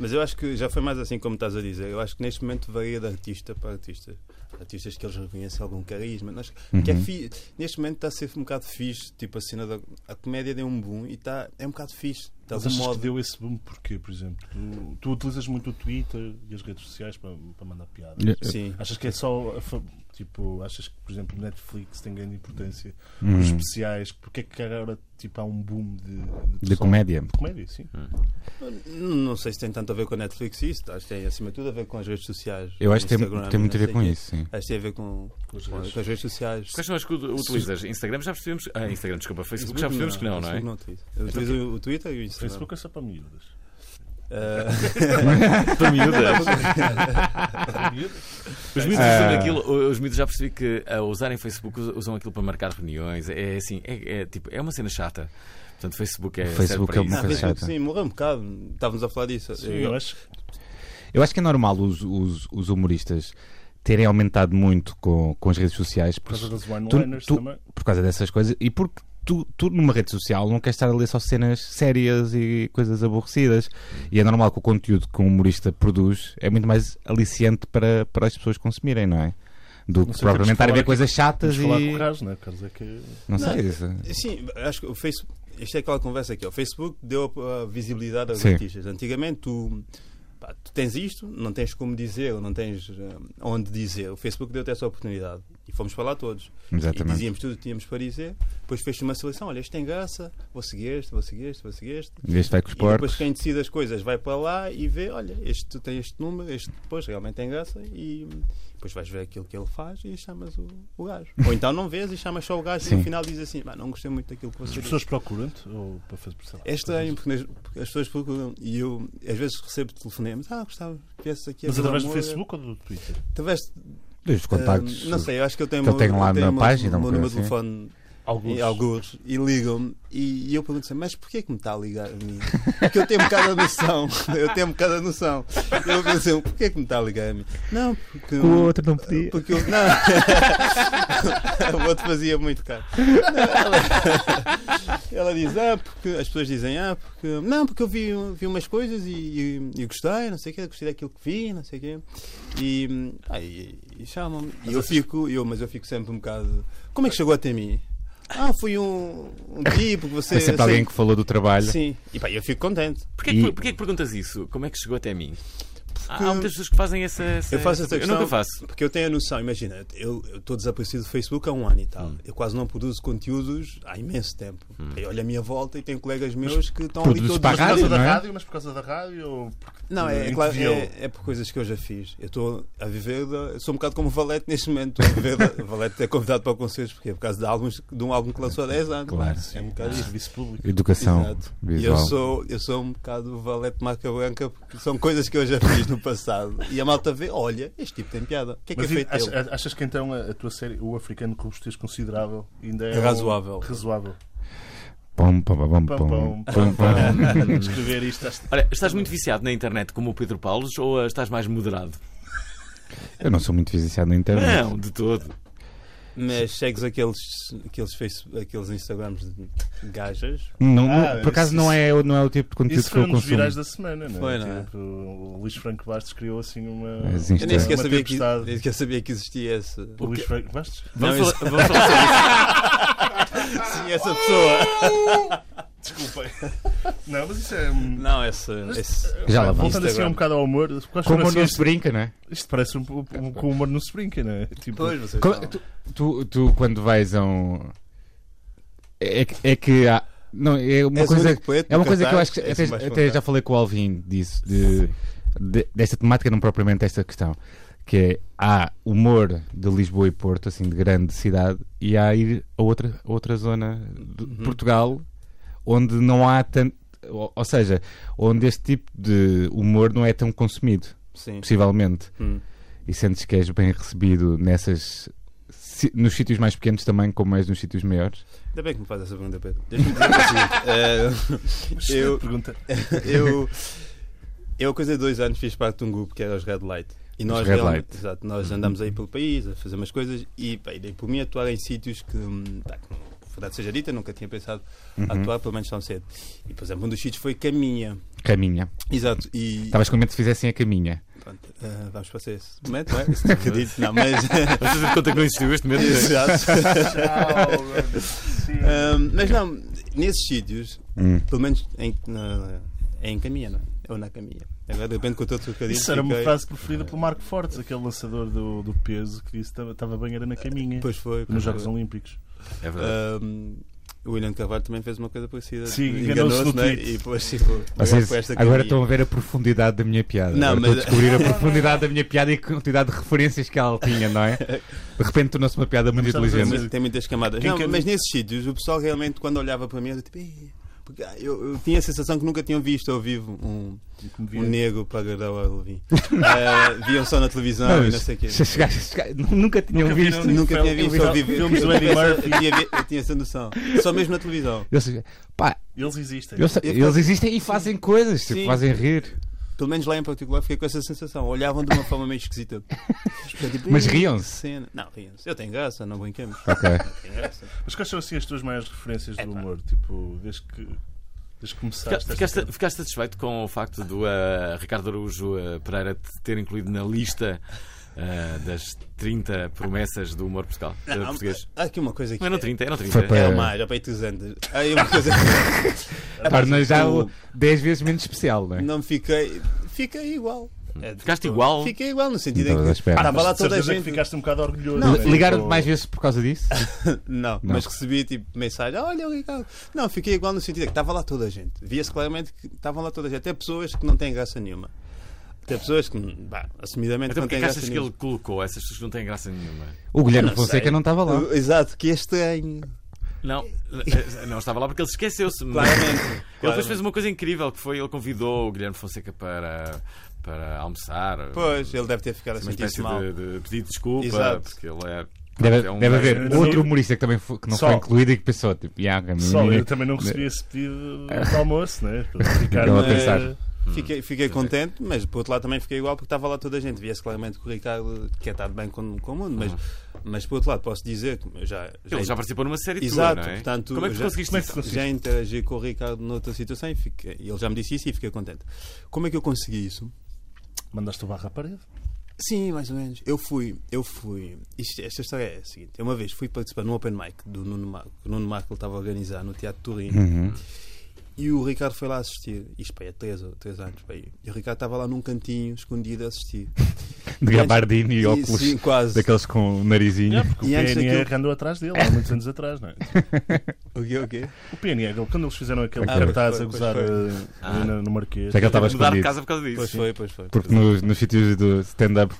[SPEAKER 5] Mas eu acho que já foi mais assim como estás a dizer. Eu acho que neste momento varia de artista para artista. Artistas que eles reconhecem algum carisma. Nós- que é
[SPEAKER 1] Uhum.
[SPEAKER 5] fi- Neste momento está a ser um bocado fixe. Tipo a cena da a comédia deu um boom e está, é um bocado fixe. De
[SPEAKER 3] Mas
[SPEAKER 5] algum
[SPEAKER 3] achas que
[SPEAKER 5] modo.
[SPEAKER 3] deu esse boom porquê, por exemplo? Tu, tu utilizas muito o Twitter e as redes sociais para, para mandar piadas.
[SPEAKER 5] Sim.
[SPEAKER 3] Achas que é só. a fa- Tipo, achas que, por exemplo, Netflix tem grande importância? Os especiais, porque é que agora tipo, há um boom de, de,
[SPEAKER 2] De
[SPEAKER 3] pessoal-
[SPEAKER 2] comédia.
[SPEAKER 3] de comédia, sim.
[SPEAKER 5] Não não sei se tem tanto a ver com a Netflix isso. Acho que tem acima de tudo a ver com as redes sociais.
[SPEAKER 2] Eu acho que tem,
[SPEAKER 5] Instagram,
[SPEAKER 2] tem muito a
[SPEAKER 5] não
[SPEAKER 2] ver
[SPEAKER 5] sei
[SPEAKER 2] com
[SPEAKER 5] quê.
[SPEAKER 2] isso, sim.
[SPEAKER 5] Acho que tem a ver com, com, as, redes. sociais.
[SPEAKER 1] Quais são as que utilizas? Instagram já percebemos. Ah, Instagram, desculpa, Facebook já percebemos que não, não é?
[SPEAKER 5] Facebook utilizo. Eu utilizo o Twitter e o Instagram.
[SPEAKER 3] Facebook é só para miúdas.
[SPEAKER 5] Ah,
[SPEAKER 1] Para miúdas.
[SPEAKER 3] Para miúdas?
[SPEAKER 1] Os miúdos usam
[SPEAKER 2] Ah.
[SPEAKER 1] aquilo, os miúdos já percebi que a usarem Facebook us- usam aquilo para marcar reuniões. É assim, é, é tipo, é uma cena chata. Portanto, Facebook é. serve
[SPEAKER 2] Facebook
[SPEAKER 1] para
[SPEAKER 2] é uma
[SPEAKER 1] isso.
[SPEAKER 5] ah,
[SPEAKER 2] coisa
[SPEAKER 5] Facebook,
[SPEAKER 2] chata.
[SPEAKER 5] sim, morreu um bocado. Estávamos a falar disso.
[SPEAKER 3] Sim, eu acho que
[SPEAKER 2] Eu acho que é normal os, os, os humoristas terem aumentado muito com, com as redes sociais
[SPEAKER 3] por causa
[SPEAKER 2] porque
[SPEAKER 3] dos one-liners
[SPEAKER 2] tu-
[SPEAKER 3] também.
[SPEAKER 2] por causa dessas coisas e porque tu, tu numa rede social não queres estar a ler só cenas sérias e coisas aborrecidas. E é normal que o conteúdo que um humorista produz é muito mais aliciante para, para as pessoas consumirem, não é? Do
[SPEAKER 3] Não
[SPEAKER 2] que
[SPEAKER 3] sei, temos de
[SPEAKER 2] propriamente estar a
[SPEAKER 3] falar
[SPEAKER 2] ver
[SPEAKER 3] aqui-
[SPEAKER 2] coisas chatas
[SPEAKER 3] Temos de falar com
[SPEAKER 2] e.
[SPEAKER 3] o Carlos, não é? O Carlos é que.
[SPEAKER 2] Não sei. isso.
[SPEAKER 5] Sim, acho que o Facebook. Isto é aquela conversa aqui. O Facebook deu a visibilidade aos
[SPEAKER 2] Sim.
[SPEAKER 5] artistas. Antigamente tu, pá, tu tens isto, não tens como dizer, ou não tens eh, onde dizer. O Facebook deu-te essa oportunidade. E fomos para lá todos. E
[SPEAKER 2] Exatamente.
[SPEAKER 5] dizíamos tudo o que tínhamos para dizer. Depois fez-te uma seleção. Olha, este tem graça, vou seguir este, vou seguir este, vou seguir este.
[SPEAKER 2] Este vai com os
[SPEAKER 5] E depois
[SPEAKER 2] porcos.
[SPEAKER 5] quem decide as coisas vai para lá e vê, olha, este tem este número, este depois realmente tem graça e depois vais ver aquilo que ele faz e chamas o, o gajo. Ou então não vês e chamas só o gajo e
[SPEAKER 2] Sim.
[SPEAKER 5] no final diz assim, "Bah, não gostei muito daquilo que
[SPEAKER 3] As
[SPEAKER 5] você disse.
[SPEAKER 3] pessoas procuram-te ou para fazer. Sei lá,
[SPEAKER 5] Esta é
[SPEAKER 3] coisas-
[SPEAKER 5] porque as pessoas procuram e eu às vezes recebo telefonemas, ah gostava, que esse aqui é
[SPEAKER 3] Mas
[SPEAKER 5] do
[SPEAKER 3] através do
[SPEAKER 5] amor."
[SPEAKER 3] Facebook ou do Twitter?
[SPEAKER 5] Através,
[SPEAKER 2] Os contactos.
[SPEAKER 5] ah, não sei, eu acho que eu tenho
[SPEAKER 2] que ele
[SPEAKER 5] uma-
[SPEAKER 2] tem lá
[SPEAKER 5] eu tenho
[SPEAKER 2] na
[SPEAKER 5] uma-
[SPEAKER 2] página,
[SPEAKER 5] o
[SPEAKER 2] uma
[SPEAKER 5] meu número de
[SPEAKER 2] coisa assim.
[SPEAKER 5] telefone
[SPEAKER 3] Alguns.
[SPEAKER 5] e alguns e ligam-me e, e eu pergunto assim, mas porquê que me está a ligar a mim? Porque eu tenho um bocado a noção, eu tenho um bocado a noção. Eu penso assim, porquê que me está a ligar a mim? Não, porque um
[SPEAKER 2] O outro não podia.
[SPEAKER 5] porque eu, não. o outro fazia muito caro. Não, ela, ela diz, ah, porque as pessoas dizem, ah, porque não, porque eu vi, vi umas coisas e, e, e gostei, não sei o quê, gostei daquilo que vi, não sei o quê. E, ah, e, e chamam-me. E eu fico, eu, mas eu fico sempre um bocado. Como é que chegou até mim? Ah, foi um, um tipo que você.
[SPEAKER 2] É sempre alguém que falou do trabalho.
[SPEAKER 5] Sim, e pá, eu fico contente.
[SPEAKER 1] Porquê que,
[SPEAKER 2] E-
[SPEAKER 1] porquê que perguntas isso? Como é que chegou até mim? Há
[SPEAKER 5] Porque-
[SPEAKER 1] há muitas pessoas que fazem essa. essa-
[SPEAKER 5] Eu faço essa
[SPEAKER 1] eu
[SPEAKER 5] questão
[SPEAKER 1] nunca faço.
[SPEAKER 5] porque eu tenho a noção, imagina, eu eu estou desaparecido do Facebook há um ano e tal.
[SPEAKER 2] Hum.
[SPEAKER 5] Eu quase não produzo conteúdos há imenso tempo. Eu olho à minha volta e tenho colegas meus que estão ali
[SPEAKER 2] produzes
[SPEAKER 5] todos
[SPEAKER 2] para a
[SPEAKER 5] os
[SPEAKER 3] Por
[SPEAKER 2] Rádio,
[SPEAKER 3] causa da
[SPEAKER 2] não é?
[SPEAKER 3] rádio, mas por causa da rádio ou porque
[SPEAKER 5] Não, é, é
[SPEAKER 3] eh,
[SPEAKER 5] claro,
[SPEAKER 3] entediou?
[SPEAKER 5] é, é por coisas que eu já fiz. Eu estou a viver, da- eu sou um bocado como o Valete neste momento. Estou a viver, da- o Valete é convidado para concertos porque é por causa de, álbuns, de um álbum que lançou há 10 anos.
[SPEAKER 2] Claro.
[SPEAKER 5] É um bocado isso.
[SPEAKER 3] Serviço público.
[SPEAKER 2] Educação
[SPEAKER 5] Exato. E eu
[SPEAKER 2] visual.
[SPEAKER 5] sou, eu sou um bocado o valete marca branca porque são coisas que eu já fiz no passado. E a malta vê, olha, este tipo tem piada. O que é que
[SPEAKER 3] Mas
[SPEAKER 5] é feito
[SPEAKER 3] achas,
[SPEAKER 5] dele?
[SPEAKER 3] achas que então a, a tua série, o africano com os teus considerável, ainda é,
[SPEAKER 5] É razoável.
[SPEAKER 3] um- razoável.
[SPEAKER 2] Pom, pom, pom, pom,
[SPEAKER 3] Pam,
[SPEAKER 2] pom, pom,
[SPEAKER 3] pam, pam,
[SPEAKER 2] pom.
[SPEAKER 3] pam. Escrever isto, acho-
[SPEAKER 1] Olha, estás muito viciado na internet como o Pedro Paulos ou ah, estás mais moderado?
[SPEAKER 2] Eu não sou muito viciado na internet.
[SPEAKER 1] Não, de todo.
[SPEAKER 5] Mas segues aqueles, aqueles, Facebook, aqueles Instagrams de gajas?
[SPEAKER 2] Não, não-
[SPEAKER 3] Ah,
[SPEAKER 2] por acaso
[SPEAKER 3] isso-
[SPEAKER 2] não é, não é o tipo de conteúdo
[SPEAKER 3] Isso
[SPEAKER 2] que
[SPEAKER 3] foi
[SPEAKER 2] eu
[SPEAKER 3] um dos
[SPEAKER 2] consumo.
[SPEAKER 3] virais da semana, não é?
[SPEAKER 5] Foi, não é?
[SPEAKER 3] Tipo, o Luís Franco Bastos criou assim uma.
[SPEAKER 2] Mas isto
[SPEAKER 5] Eu nem
[SPEAKER 2] é.
[SPEAKER 5] sequer,
[SPEAKER 3] uma
[SPEAKER 5] sabia que,
[SPEAKER 3] tempestade.
[SPEAKER 5] nem sequer sabia que existia essa,
[SPEAKER 3] O Luís Franco Bastos?
[SPEAKER 1] Vamos,
[SPEAKER 5] Não,
[SPEAKER 1] falar, vamos falar sobre isso.
[SPEAKER 5] sim, essa pessoa.
[SPEAKER 3] Desculpem. não, mas isso é. um-
[SPEAKER 5] Não, essa. esse-
[SPEAKER 2] Já lá vamos.
[SPEAKER 3] Voltando assim um bocado ao humor, quais foram
[SPEAKER 2] Como
[SPEAKER 3] assim
[SPEAKER 2] não
[SPEAKER 3] as-
[SPEAKER 2] se brinca, não é?
[SPEAKER 3] isto parece um, um, um, com o humor não se brinca, não é? Tipo,
[SPEAKER 5] Pois, vocês
[SPEAKER 2] Co-
[SPEAKER 5] não.
[SPEAKER 2] tu, tu, tu quando vais a um. É, que- é que há. Não, é uma
[SPEAKER 5] És o
[SPEAKER 2] coisa.
[SPEAKER 5] único poeta
[SPEAKER 2] É uma
[SPEAKER 5] do
[SPEAKER 2] coisa que eu
[SPEAKER 5] cartaz,
[SPEAKER 2] acho que
[SPEAKER 5] és
[SPEAKER 2] até,
[SPEAKER 5] o mais
[SPEAKER 2] até
[SPEAKER 5] contado.
[SPEAKER 2] já falei com o Alvin disso, de, de- desta temática, não propriamente esta questão, que é há humor de Lisboa e Porto, assim, de grande cidade, e há ir a outra, a outra zona de
[SPEAKER 5] Uhum.
[SPEAKER 2] Portugal onde não há tanto. Ou, ou seja, onde este tipo de humor não é tão consumido,
[SPEAKER 5] Sim.
[SPEAKER 2] possivelmente.
[SPEAKER 5] Hum.
[SPEAKER 2] E sentes que és bem recebido nessas. si- Nos sítios mais pequenos também, como és nos sítios maiores.
[SPEAKER 5] Ainda bem que me faz essa pergunta, Pedro. Deixa-me dizer assim.
[SPEAKER 3] mas
[SPEAKER 5] eu-
[SPEAKER 3] é pergunta.
[SPEAKER 5] eu, eu, há coisa de dois anos, fiz parte de um grupo que era os Red Light. E nós,
[SPEAKER 2] Red
[SPEAKER 5] realmente-
[SPEAKER 2] Light. Uhum.
[SPEAKER 5] Exato, nós andamos aí pelo país a fazer umas coisas e, pá, e dei por mim a atuar em sítios que, hum, pá, que, verdade seja dita, nunca tinha pensado
[SPEAKER 2] Uhum.
[SPEAKER 5] atuar, pelo menos tão cedo. E, por exemplo, um dos sítios foi Caminha.
[SPEAKER 2] Caminha.
[SPEAKER 5] Exato. E,
[SPEAKER 2] Estavas com medo de fizessem a caminha.
[SPEAKER 5] Pronto, eh, vamos passar esse momento, não é? Esse bocadinho. não, mas.
[SPEAKER 1] Vamos fazer de conta que não existiu este momento.
[SPEAKER 5] Exato.
[SPEAKER 3] Sim.
[SPEAKER 5] Ahm, mas não, nesses sítios,
[SPEAKER 2] Hum.
[SPEAKER 5] pelo menos em, na, é em caminha, não é? Ou na caminha. Agora, de repente, com todo o trocadilho.
[SPEAKER 3] Isso era uma
[SPEAKER 5] fiquei-
[SPEAKER 3] frase preferida pelo Marco Fortes, aquele lançador do, do peso que disse que estava- estava banheira na caminha
[SPEAKER 5] Depois foi.
[SPEAKER 3] nos
[SPEAKER 5] Ah, pois
[SPEAKER 3] Jogos
[SPEAKER 5] foi.
[SPEAKER 3] Olímpicos.
[SPEAKER 1] É verdade.
[SPEAKER 5] Ahm, o William Carvalho também fez uma coisa parecida.
[SPEAKER 3] Sim, enganou-se
[SPEAKER 5] enganou-se,
[SPEAKER 3] no
[SPEAKER 5] não é?
[SPEAKER 3] tweet.
[SPEAKER 5] E depois, tipo,
[SPEAKER 2] Vocês
[SPEAKER 5] foi esta
[SPEAKER 2] agora
[SPEAKER 5] caminha.
[SPEAKER 2] estão a ver a profundidade da minha piada.
[SPEAKER 5] Não,
[SPEAKER 2] agora
[SPEAKER 5] mas-
[SPEAKER 2] Estou a descobrir a profundidade da minha piada e a quantidade de referências que ela tinha, não é? De repente tornou-se uma piada muito
[SPEAKER 3] Estavas a
[SPEAKER 2] inteligente.
[SPEAKER 3] dizer-
[SPEAKER 5] Mas tem muitas camadas.
[SPEAKER 3] Quem
[SPEAKER 5] Não,
[SPEAKER 3] quer-
[SPEAKER 5] mas nesses sítios, o pessoal realmente, quando olhava para mim, era tipo. "Ih", Porque ah, eu, eu tinha a sensação que nunca tinham visto ao vivo um, um negro para agradar o Alvin. Ah, viam só na televisão
[SPEAKER 2] Não, é
[SPEAKER 5] e não
[SPEAKER 2] mas
[SPEAKER 5] sei o quê.
[SPEAKER 2] se chegaste- se chegaste- nunca tinham
[SPEAKER 3] viram
[SPEAKER 2] visto.
[SPEAKER 3] nenhum.
[SPEAKER 5] Nunca tinha
[SPEAKER 3] Filmes-
[SPEAKER 5] visto ao vivo.
[SPEAKER 3] filmes do Eddie
[SPEAKER 5] Eu tinha essa-
[SPEAKER 3] Murphy.
[SPEAKER 5] Eu tinha, vi- eu tinha essa noção. Só mesmo na televisão.
[SPEAKER 2] Eu sei- pá,
[SPEAKER 3] Eles existem.
[SPEAKER 2] eu sei-
[SPEAKER 5] Eu-
[SPEAKER 2] eles existem e fazem coisas, tipo,
[SPEAKER 5] Sim.
[SPEAKER 2] fazem rir.
[SPEAKER 5] pelo menos lá em particular, fiquei com essa sensação. Olhavam de uma forma meio esquisita. Fiquei tipo,
[SPEAKER 2] Mas
[SPEAKER 5] "Ih,
[SPEAKER 2] riam-se?"
[SPEAKER 5] que cena." Não, riam-se. Eu tenho graça, não brinquemos.
[SPEAKER 2] Ok.
[SPEAKER 5] Tenho graça.
[SPEAKER 3] Mas quais são assim as tuas maiores referências do
[SPEAKER 5] Epá.
[SPEAKER 3] humor? Tipo, desde que, desde que
[SPEAKER 1] Fica-
[SPEAKER 3] começaste. esta
[SPEAKER 1] Ficaste,
[SPEAKER 3] carreira?
[SPEAKER 1] ficaste satisfeito com o facto do ah, Ricardo Araújo ah, Pereira te ter incluído na lista ah, das 30 promessas do humor portugal, ah,
[SPEAKER 5] Não,
[SPEAKER 1] português?
[SPEAKER 5] Há aqui uma coisa que.
[SPEAKER 1] Não eram
[SPEAKER 5] é-
[SPEAKER 1] 30, eram 30.
[SPEAKER 2] Foi para-
[SPEAKER 5] É mais, já para aí 300. Há aí uma coisa
[SPEAKER 2] Torna já o
[SPEAKER 5] tipo,
[SPEAKER 2] 10 vezes menos especial, não é?
[SPEAKER 5] Não fiquei. Fiquei igual. É,
[SPEAKER 1] Ficaste igual?
[SPEAKER 5] Fiquei igual no
[SPEAKER 2] Não
[SPEAKER 5] sentido em
[SPEAKER 2] estava à
[SPEAKER 5] que.
[SPEAKER 2] espera.
[SPEAKER 5] Estava lá
[SPEAKER 3] De
[SPEAKER 5] toda a
[SPEAKER 3] certeza
[SPEAKER 5] gente.
[SPEAKER 3] que ficaste um bocado orgulhoso.
[SPEAKER 5] Não,
[SPEAKER 3] né?
[SPEAKER 2] Ligaram-te
[SPEAKER 3] Tipo,
[SPEAKER 2] mais vezes por causa disso?
[SPEAKER 5] Não, mas recebi tipo mensagem, olha o Ricardo. Não, fiquei igual no sentido é que estava lá toda a gente. Via-se claramente que estavam lá toda a gente. Até pessoas que não têm graça nenhuma. Até pessoas que, bah, assumidamente,
[SPEAKER 1] Então
[SPEAKER 5] não
[SPEAKER 1] porque é
[SPEAKER 5] têm
[SPEAKER 1] que
[SPEAKER 5] graça
[SPEAKER 1] achas que ele
[SPEAKER 5] nenhuma.
[SPEAKER 1] colocou essas pessoas que não têm graça nenhuma?
[SPEAKER 2] O Guilherme
[SPEAKER 5] Não
[SPEAKER 2] Fonseca
[SPEAKER 5] sei.
[SPEAKER 2] não estava lá.
[SPEAKER 5] Exato, que é estranho.
[SPEAKER 1] Não, eh, não estava lá porque ele esqueceu-se. mas-
[SPEAKER 5] Claramente.
[SPEAKER 1] Ele depois fez
[SPEAKER 5] claramente.
[SPEAKER 1] uma coisa incrível que foi ele convidou o Guilherme Fonseca para, para almoçar.
[SPEAKER 5] Pois, ele deve ter ficado a
[SPEAKER 1] uma
[SPEAKER 5] sentir-se
[SPEAKER 1] espécie
[SPEAKER 5] mal.
[SPEAKER 1] de, de pedido de desculpa,
[SPEAKER 5] Exato.
[SPEAKER 1] porque ele é.
[SPEAKER 2] Deve,
[SPEAKER 1] é um
[SPEAKER 2] deve
[SPEAKER 1] gajo-
[SPEAKER 2] haver outro humorista que, também foi- que não
[SPEAKER 3] Só.
[SPEAKER 2] foi incluído e que pensou, tipo, yeah,
[SPEAKER 3] Só, eu também não recebi esse pedido
[SPEAKER 5] É.
[SPEAKER 3] de almoço, né? Ficar
[SPEAKER 2] Estava a
[SPEAKER 5] Mas
[SPEAKER 2] pensar.
[SPEAKER 1] Hum,
[SPEAKER 5] Fiquei, fiquei contente, mas por outro lado também fiquei igual porque estava lá toda a gente. Via-se claramente que o Ricardo quer estar bem com, com o mundo, mas, mas por outro lado posso dizer que eu já,
[SPEAKER 1] Uhum. Ele já participou numa série
[SPEAKER 5] Exato,
[SPEAKER 1] tua, não é?
[SPEAKER 5] portanto,
[SPEAKER 1] Como é que tu
[SPEAKER 5] já-
[SPEAKER 1] conseguiste
[SPEAKER 3] como é que
[SPEAKER 1] isso?
[SPEAKER 3] se
[SPEAKER 5] já interagi com o Ricardo noutra situação e fiquei- e ele já me disse isso e fiquei contente. Como é que eu consegui isso?
[SPEAKER 3] Mandaste o barro à parede?
[SPEAKER 5] Sim, mais ou menos. Eu fui, eu fui. Isto- esta história é a seguinte: eu uma vez fui participar num open mic do Nuno Marco, que o Nuno Marco estava a organizar no Teatro de Turim.
[SPEAKER 1] Hum.
[SPEAKER 2] Uhum.
[SPEAKER 5] E o Ricardo foi lá assistir. Isto pá, é 3 ou 3 anos. Pá, aí. e o Ricardo estava lá num cantinho, escondido, a assistir.
[SPEAKER 2] De gabardino e
[SPEAKER 5] E-
[SPEAKER 2] óculos
[SPEAKER 5] Sim, quase.
[SPEAKER 2] daqueles com o narizinho.
[SPEAKER 3] É, porque o
[SPEAKER 5] E antes
[SPEAKER 3] PNR
[SPEAKER 5] daquilo-
[SPEAKER 3] andou atrás dele há muitos anos atrás, não é?
[SPEAKER 5] O quê, o quê?
[SPEAKER 3] O PNR, quando eles fizeram aquele
[SPEAKER 5] Ah,
[SPEAKER 3] cartaz a
[SPEAKER 5] pois foi,
[SPEAKER 3] gozar
[SPEAKER 5] pois Ah.
[SPEAKER 3] eh,
[SPEAKER 5] foi.
[SPEAKER 3] ali no, no Marquês. tipo,
[SPEAKER 2] Já que ele
[SPEAKER 1] mudar
[SPEAKER 2] estava
[SPEAKER 1] de
[SPEAKER 2] escondido.
[SPEAKER 1] casa por causa disso?
[SPEAKER 5] Pois foi, pois foi.
[SPEAKER 2] Porque nos, nos sítios do stand-up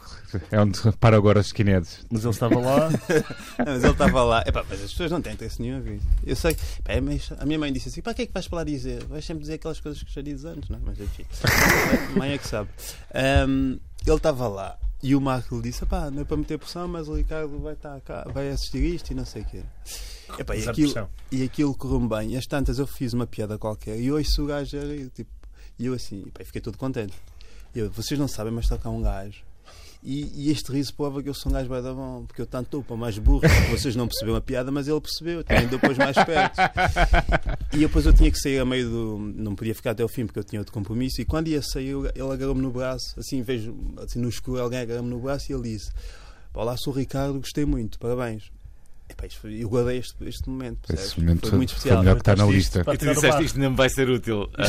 [SPEAKER 2] é onde para agora os skinheads.
[SPEAKER 3] Mas ele estava lá.
[SPEAKER 5] Não, mas ele estava lá. Epá, mas as pessoas não têm interesse nenhum a ver. isso. Eu sei. Pá, é meio chato. a minha mãe disse assim: para que é que vais para lá dizer? Vais sempre dizer aquelas coisas que já dizes antes, não é? Mas enfim. mãe é que sabe. Ahm, ele estava lá e o Marco lhe disse: pá, não é para meter pressão, mas o Ricardo vai estar cá, vai assistir isto e não sei o quê. Epá, e
[SPEAKER 3] Zero
[SPEAKER 5] aquilo,
[SPEAKER 3] pressão.
[SPEAKER 5] e aquilo correu-me bem. E Às tantas eu fiz uma piada qualquer e hoje o gajo a rir, tipo, e eu assim, pá, fiquei todo contente. E Eu, vocês não sabem, mas está cá um gajo. E, e este riso prova que eu sou um gajo bué da bom, porque eu tanto estou para mais burro, porque vocês não perceberam a piada, mas ele percebeu, também depois mais perto. E depois eu tinha que sair a meio do. Não podia ficar até o fim porque eu tinha outro compromisso. E quando ia sair, eu- ele agarrou-me no braço, assim, vejo, assim, no escuro, alguém agarrou-me no braço e ele disse: "Pá, Olá, sou o Ricardo, gostei muito, parabéns. Epá, isto foi- eu guardei este, este momento, percebes?
[SPEAKER 2] Esse momento
[SPEAKER 5] foi muito
[SPEAKER 2] foi o
[SPEAKER 5] especial.
[SPEAKER 2] melhor que está na
[SPEAKER 3] Isto
[SPEAKER 2] lista.
[SPEAKER 3] para
[SPEAKER 1] E tu
[SPEAKER 3] tirar o
[SPEAKER 1] disseste
[SPEAKER 3] barro.
[SPEAKER 1] isto não me vai ser útil. Ah,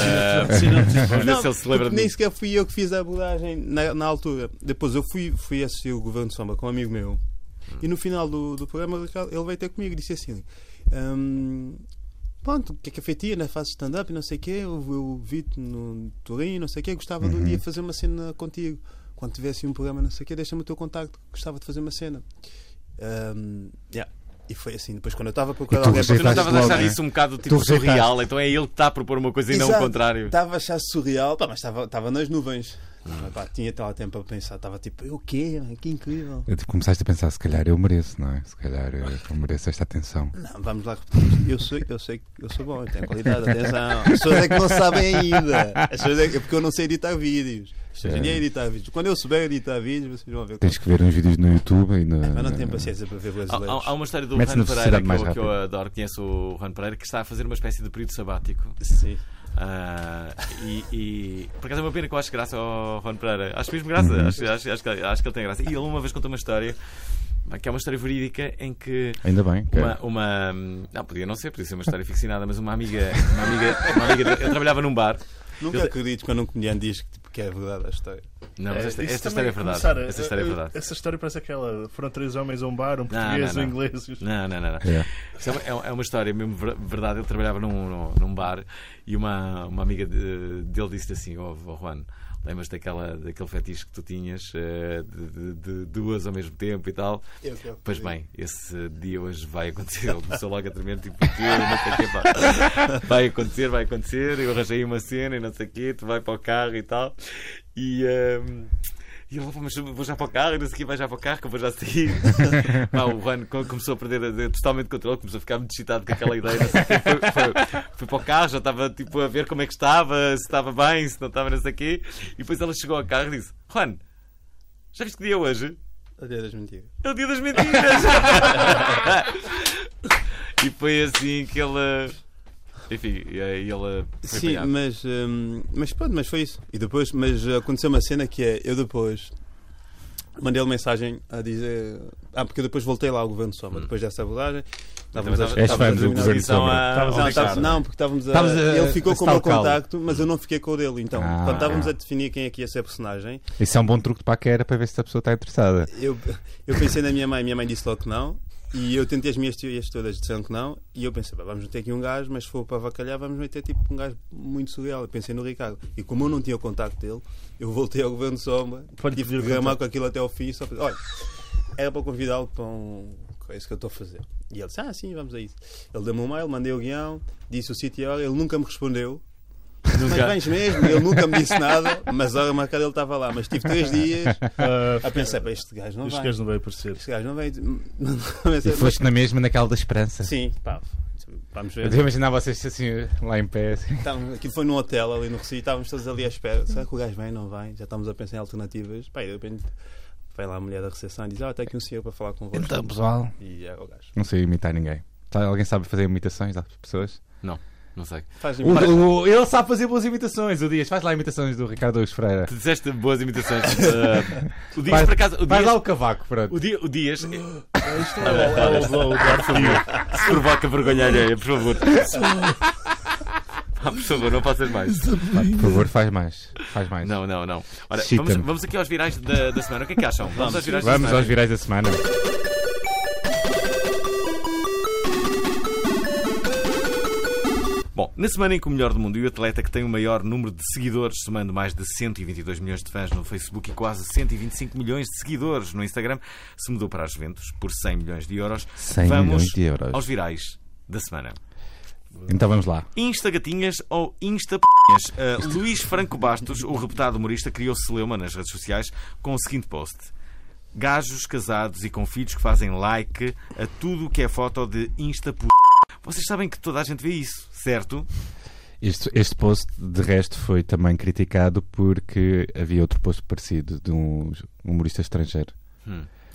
[SPEAKER 3] Sim,
[SPEAKER 1] vamos ver
[SPEAKER 5] Não,
[SPEAKER 1] se ele se lembra de
[SPEAKER 5] porque nem
[SPEAKER 1] mim.
[SPEAKER 5] sequer fui eu que fiz a abordagem na, na altura. Depois eu fui, fui assistir o Governo de Sombra com um amigo meu. E no final do, do programa, o Ricardo- ele veio ter comigo e disse assim: "Hum, Pronto, o que é que afetia, né? Faço stand-up e não sei o quê. Eu, eu vi-te no Turim, não sei o quê. Gostava
[SPEAKER 1] Uhum.
[SPEAKER 5] de um dia fazer uma cena contigo. Quando tivesse um programa, não sei o quê, deixa-me o teu contacto. Gostava de fazer uma cena. Hum, yeah. E foi assim. Depois, quando eu estava a procurar
[SPEAKER 2] E tu
[SPEAKER 5] alguém para
[SPEAKER 1] Tu não estavas a achar
[SPEAKER 2] Logo,
[SPEAKER 1] isso um bocado tipo
[SPEAKER 2] Tu rejeitaste.
[SPEAKER 1] surreal, então é ele que está a propor uma coisa e não o contrário.
[SPEAKER 5] Estava a achar surreal, pá, mas estava- estava nas nuvens. Mas, pá, tinha até lá tempo para pensar, estava tipo, eu o quê? mano? Que incrível.
[SPEAKER 2] Eu, tipo, começaste a pensar, se calhar eu mereço, não é? Se calhar eu eu mereço esta atenção.
[SPEAKER 5] Não, vamos lá repetir. Eu sei, eu sei que eu sou bom, eu tenho qualidade, atenção. As pessoas é que não sabem ainda. As pessoas é que, é porque eu não sei editar vídeos. As
[SPEAKER 1] É.
[SPEAKER 5] pessoas nem editar vídeos. Quando eu souber editar vídeos, vocês vão ver.
[SPEAKER 2] Tens que ver uns vídeos no YouTube e no,
[SPEAKER 5] Mas não tenho paciência para ver
[SPEAKER 1] Há, há-
[SPEAKER 5] brasileiros.
[SPEAKER 1] há uma história do
[SPEAKER 2] Mete-se
[SPEAKER 1] Juan
[SPEAKER 2] na
[SPEAKER 1] Pereira
[SPEAKER 2] sociedade
[SPEAKER 1] que
[SPEAKER 2] mais
[SPEAKER 1] eu, que eu
[SPEAKER 2] rápida.
[SPEAKER 1] adoro, conheço o Juan Pereira, que está a fazer uma espécie de período sabático.
[SPEAKER 5] Sim.
[SPEAKER 1] Ah, e, e- por acaso é uma pena que eu acho graça ao Juan Pereira. Acho mesmo graça,
[SPEAKER 2] Uhum.
[SPEAKER 1] acho, acho, acho que, acho que ele tem graça. E ele uma vez contou uma história, que é uma história verídica, em que
[SPEAKER 2] Ainda bem. que-
[SPEAKER 1] Uma, uma- Não, podia não ser, podia ser uma história ficcionada, mas uma amiga. Uma amiga, uma amiga de- eu trabalhava num bar.
[SPEAKER 5] Nunca
[SPEAKER 1] Eu-
[SPEAKER 5] acredito quando um comediante diz que, tipo, que é verdade a história.
[SPEAKER 1] Não, mas esta,
[SPEAKER 3] Isso
[SPEAKER 1] esta história
[SPEAKER 3] também
[SPEAKER 1] é verdade.
[SPEAKER 3] começar a-
[SPEAKER 1] esta história é
[SPEAKER 3] a-
[SPEAKER 1] verdade.
[SPEAKER 3] Essa história parece aquela. Foram três homens a um bar, um português,
[SPEAKER 1] não,
[SPEAKER 3] um
[SPEAKER 1] não.
[SPEAKER 3] inglês. e os-
[SPEAKER 1] Não, não, não. não.
[SPEAKER 2] É.
[SPEAKER 1] Isso é uma- é, uma, é uma história mesmo ver- verdade. Ele trabalhava num, num, num bar e uma, uma amiga de- dele disse assim: Ó oh, Juan, lembras daquela, daquele fetiche que tu tinhas eh, de, de- de duas ao mesmo tempo e tal?
[SPEAKER 5] Eu que eu
[SPEAKER 1] Pois bem, esse dia hoje vai acontecer. Ele começou logo a tremer, tipo, "Tu, não sei o quê, pá. vai acontecer, vai acontecer. Eu arranjei uma cena e não sei o quê, tu vai para o carro e tal. E. ehm, E ele, "Pá, mas vou já para o carro, não sei o quê, vai já para o carro, que eu vou já sair. Pá, o Juan co- começou a perder eh, totalmente o controle, começou a ficar muito excitado com aquela ideia. não sei o quê. Foi, foi- foi para o carro, já estava tipo, a ver como é que estava, se estava bem, se não estava, não sei o quê. E depois ela chegou ao carro e disse: Juan, já viste que dia é hoje?
[SPEAKER 5] Adeus, das mentiras.
[SPEAKER 1] É o dia das mentiras! e foi assim que ele. Enfim, e aí ele. Foi
[SPEAKER 5] Sim,
[SPEAKER 1] apanhado.
[SPEAKER 5] mas, hum, mas pronto, mas foi isso. E depois, mas aconteceu uma cena que é, eu depois mandei-lhe mensagem a dizer. Ah, porque eu depois voltei lá ao Governo de Soma, depois dessa abordagem. estávamos a-
[SPEAKER 1] Então,
[SPEAKER 2] És fã
[SPEAKER 5] estávamos a
[SPEAKER 2] do
[SPEAKER 5] terminar
[SPEAKER 2] Governo de
[SPEAKER 1] Missão
[SPEAKER 2] Sombra.
[SPEAKER 1] a-
[SPEAKER 3] Estavas
[SPEAKER 1] ao
[SPEAKER 3] Onde é
[SPEAKER 5] Não,
[SPEAKER 3] que
[SPEAKER 1] Ricardo.
[SPEAKER 5] estávamos- não, porque estávamos a,
[SPEAKER 2] Estavas a-
[SPEAKER 5] Ele ficou com o meu
[SPEAKER 2] stalká-lo.
[SPEAKER 5] contacto, mas eu não fiquei com o dele. Então,
[SPEAKER 2] Ah.
[SPEAKER 5] quando estávamos a definir quem é que ia ser a personagem,
[SPEAKER 2] Isso é um bom truque de paquera para ver se a pessoa está interessada.
[SPEAKER 5] eu, eu pensei na minha mãe, minha mãe disse logo que não. E eu tentei as minhas teorias todas, disseram que não. E eu pensei, "Pá, vamos meter aqui um gajo, mas se for para avacalhar, vamos meter tipo um gajo muito surreal. Eu pensei no Ricardo. E como eu não tinha o contacto dele, eu voltei ao Governo de Sombra,
[SPEAKER 3] Pode
[SPEAKER 5] tive
[SPEAKER 3] pedir
[SPEAKER 5] de
[SPEAKER 3] o
[SPEAKER 5] programar com aquilo até ao fim. Só para... Olha, era para convidá-lo para um. É isso que eu estou a fazer. E ele disse, ah, sim, vamos a isso. Ele deu-me um mail, mandei o guião, disse o sítio e a hora, ele nunca me respondeu. Mas vens mesmo, ele nunca me disse nada, mas a hora marcada ele estava lá. Mas tive três dias
[SPEAKER 3] Ah,
[SPEAKER 5] a pensar, "Pá, este gajo não
[SPEAKER 3] este
[SPEAKER 5] vai.
[SPEAKER 3] gajo não vai aparecer.
[SPEAKER 5] Este gajo não vai. é
[SPEAKER 2] E foste na mesma naquela da esperança.
[SPEAKER 5] Sim, pá, vamos
[SPEAKER 2] Eu devo
[SPEAKER 5] ver.
[SPEAKER 2] imaginar vocês assim, lá em pé. assim.
[SPEAKER 5] Estávamos, aquilo foi num hotel ali no Recife, estávamos todos ali à espera. Será que o gajo vem? Não vai? Já estávamos a pensar em alternativas. Pá, e de repente vai lá a mulher da recepção e diz: Ah, está aqui um senhor para falar convosco.
[SPEAKER 2] Então, pessoal.
[SPEAKER 5] E é o gajo.
[SPEAKER 2] Não sei imitar ninguém. Sabe- Alguém sabe fazer imitações das pessoas?
[SPEAKER 1] Não sei.
[SPEAKER 5] Faz
[SPEAKER 2] O- o- ele sabe fazer boas imitações, o Dias. Faz lá imitações do Ricardo Augusto Freira.
[SPEAKER 1] Tu disseste boas imitações. Ah, o Dias,
[SPEAKER 2] Vai-
[SPEAKER 1] por acaso. O
[SPEAKER 2] Faz
[SPEAKER 1] Dias-
[SPEAKER 2] lá o cavaco, pronto.
[SPEAKER 1] O, Dia- o Dias Tá
[SPEAKER 3] Isto é o- é o- é o Eduardo Faria.
[SPEAKER 1] se provoca vergonha alheia, por favor. Pá, por favor, não faças mais.
[SPEAKER 2] Pá, por favor, faz mais. Faz mais.
[SPEAKER 1] Não, não, não. Ora, vamos,
[SPEAKER 2] Excita-me.
[SPEAKER 1] vamos aqui aos virais da, da semana. O que é que acham? Vamos aos virais
[SPEAKER 2] Vamos
[SPEAKER 1] da
[SPEAKER 2] aos
[SPEAKER 1] semana.
[SPEAKER 2] virais da semana.
[SPEAKER 1] Bom, na semana em que o melhor do mundo e o atleta que tem o maior número de seguidores, somando mais de 122 milhões de fãs no Facebook e quase 125 milhões de seguidores no Instagram, se mudou para as Juventus por 100 milhões de euros.
[SPEAKER 2] 100
[SPEAKER 1] vamos
[SPEAKER 2] milhões de euros.
[SPEAKER 1] aos virais da semana.
[SPEAKER 2] Então vamos lá.
[SPEAKER 1] Instagatinhas ou Insta p***nhas. Ah, Luís Franco Bastos, o reputado humorista, criou celeuma nas redes sociais com o seguinte post. Gajos casados e com filhos que fazem like a tudo o que é foto de Insta p***. Vocês sabem que toda a gente vê isso, certo?
[SPEAKER 2] Este, este post, de resto, foi também criticado porque havia outro post parecido de um humorista estrangeiro.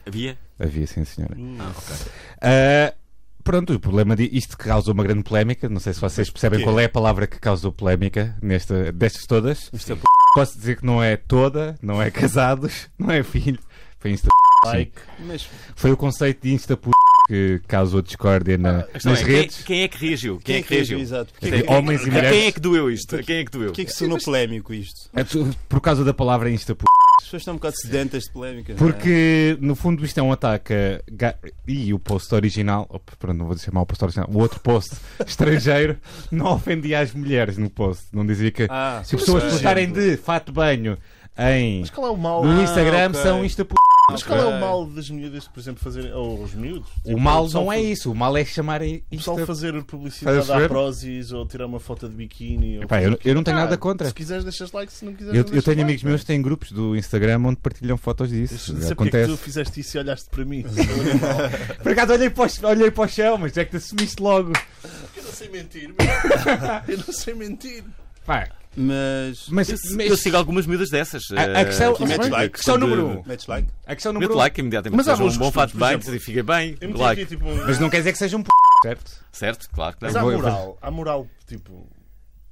[SPEAKER 1] Havia?
[SPEAKER 2] Havia, sim, senhora.
[SPEAKER 1] Ah, ok.
[SPEAKER 2] Ah, pronto, o problema de isto causou uma grande polémica. Não sei se vocês percebem qual é a palavra que causou polémica nesta, destas todas.
[SPEAKER 5] Insta p***.
[SPEAKER 2] Posso dizer que não é toda, não é casados, não é filho. Foi insta p***, sim.
[SPEAKER 3] Like.
[SPEAKER 5] Mas
[SPEAKER 2] Foi o conceito de insta p*** que causou discórdia na-
[SPEAKER 5] Ah,
[SPEAKER 1] Não,
[SPEAKER 2] nas
[SPEAKER 1] é,
[SPEAKER 2] redes.
[SPEAKER 1] Quem, quem é que reagiu? Quem, é que
[SPEAKER 5] reagiu?
[SPEAKER 1] reagiu?
[SPEAKER 5] Exato. Porquê
[SPEAKER 2] Sim.
[SPEAKER 5] que-
[SPEAKER 2] Homens e
[SPEAKER 1] A quem é
[SPEAKER 2] mulheres.
[SPEAKER 1] que doeu isto? A quem é que doeu?
[SPEAKER 5] porquê que se tornou polémico isto?
[SPEAKER 2] É tu- Por causa da palavra insta p***.
[SPEAKER 5] As pessoas estão um bocado sedentas de polémicas. não é?
[SPEAKER 2] Porque, no fundo, isto é um ataque. a ga- E o post original. op, pronto, não vou chamar o post original. O outro post estrangeiro não ofendia as mulheres no post. Não dizia que.
[SPEAKER 5] Ah,
[SPEAKER 2] Se pessoas
[SPEAKER 5] sim.
[SPEAKER 2] postarem de fato de banho em.
[SPEAKER 3] é Mas qual é o mal?
[SPEAKER 2] No Instagram
[SPEAKER 5] ok.
[SPEAKER 2] são insta p...
[SPEAKER 3] Mas qual é o mal das miúdas, por exemplo, fazerem. Ou os miúdos?
[SPEAKER 2] O
[SPEAKER 3] Tipo,
[SPEAKER 2] mal
[SPEAKER 3] pessoal
[SPEAKER 2] não é
[SPEAKER 3] faz-
[SPEAKER 2] isso, o mal é chamar i-
[SPEAKER 3] O pessoal
[SPEAKER 2] insta
[SPEAKER 3] fazer publicidade
[SPEAKER 2] Estás a
[SPEAKER 3] à
[SPEAKER 2] ver?
[SPEAKER 3] Prozis ou tirar uma foto de biquíni. ou
[SPEAKER 2] Epá, eu, eu não tenho
[SPEAKER 3] Ah,
[SPEAKER 2] nada contra.
[SPEAKER 3] Se quiseres, deixas like. Se não quiseres,
[SPEAKER 2] Eu,
[SPEAKER 3] não
[SPEAKER 2] eu
[SPEAKER 3] deixas
[SPEAKER 2] tenho
[SPEAKER 3] like,
[SPEAKER 2] amigos
[SPEAKER 3] não é?
[SPEAKER 2] meus que têm grupos do Instagram onde partilham fotos disso.
[SPEAKER 3] Eu Sei porque é que tu
[SPEAKER 2] Acontece.
[SPEAKER 3] fizeste isso e olhaste para mim.
[SPEAKER 2] Por acaso olhei para, os- olhei para o chão, mas é que te assumiste logo.
[SPEAKER 3] eu não sei mentir, meu. Eu não sei mentir.
[SPEAKER 2] Pá,
[SPEAKER 5] Mas.
[SPEAKER 2] mas,
[SPEAKER 1] Eu,
[SPEAKER 2] mas-
[SPEAKER 1] eu sigo algumas miúdas dessas.
[SPEAKER 2] a, a questão,
[SPEAKER 5] Aqui metes like,
[SPEAKER 2] questão
[SPEAKER 1] quando-
[SPEAKER 2] número 1. Um.
[SPEAKER 5] Metes like.
[SPEAKER 2] A questão número
[SPEAKER 1] Mete
[SPEAKER 2] um.
[SPEAKER 1] like imediatamente.
[SPEAKER 3] Mas há
[SPEAKER 1] Mas um
[SPEAKER 3] bons
[SPEAKER 1] bom fato de
[SPEAKER 3] costumes, por
[SPEAKER 1] banho,
[SPEAKER 3] exemplo.
[SPEAKER 1] e fica bem.
[SPEAKER 3] Eu meti
[SPEAKER 1] Like.
[SPEAKER 3] aqui, tipo.
[SPEAKER 2] Mas não quer dizer que seja um p, certo?
[SPEAKER 1] Certo? Claro que
[SPEAKER 3] Mas
[SPEAKER 1] não.
[SPEAKER 3] há
[SPEAKER 2] vou- eu vou-
[SPEAKER 3] moral. Há moral, tipo.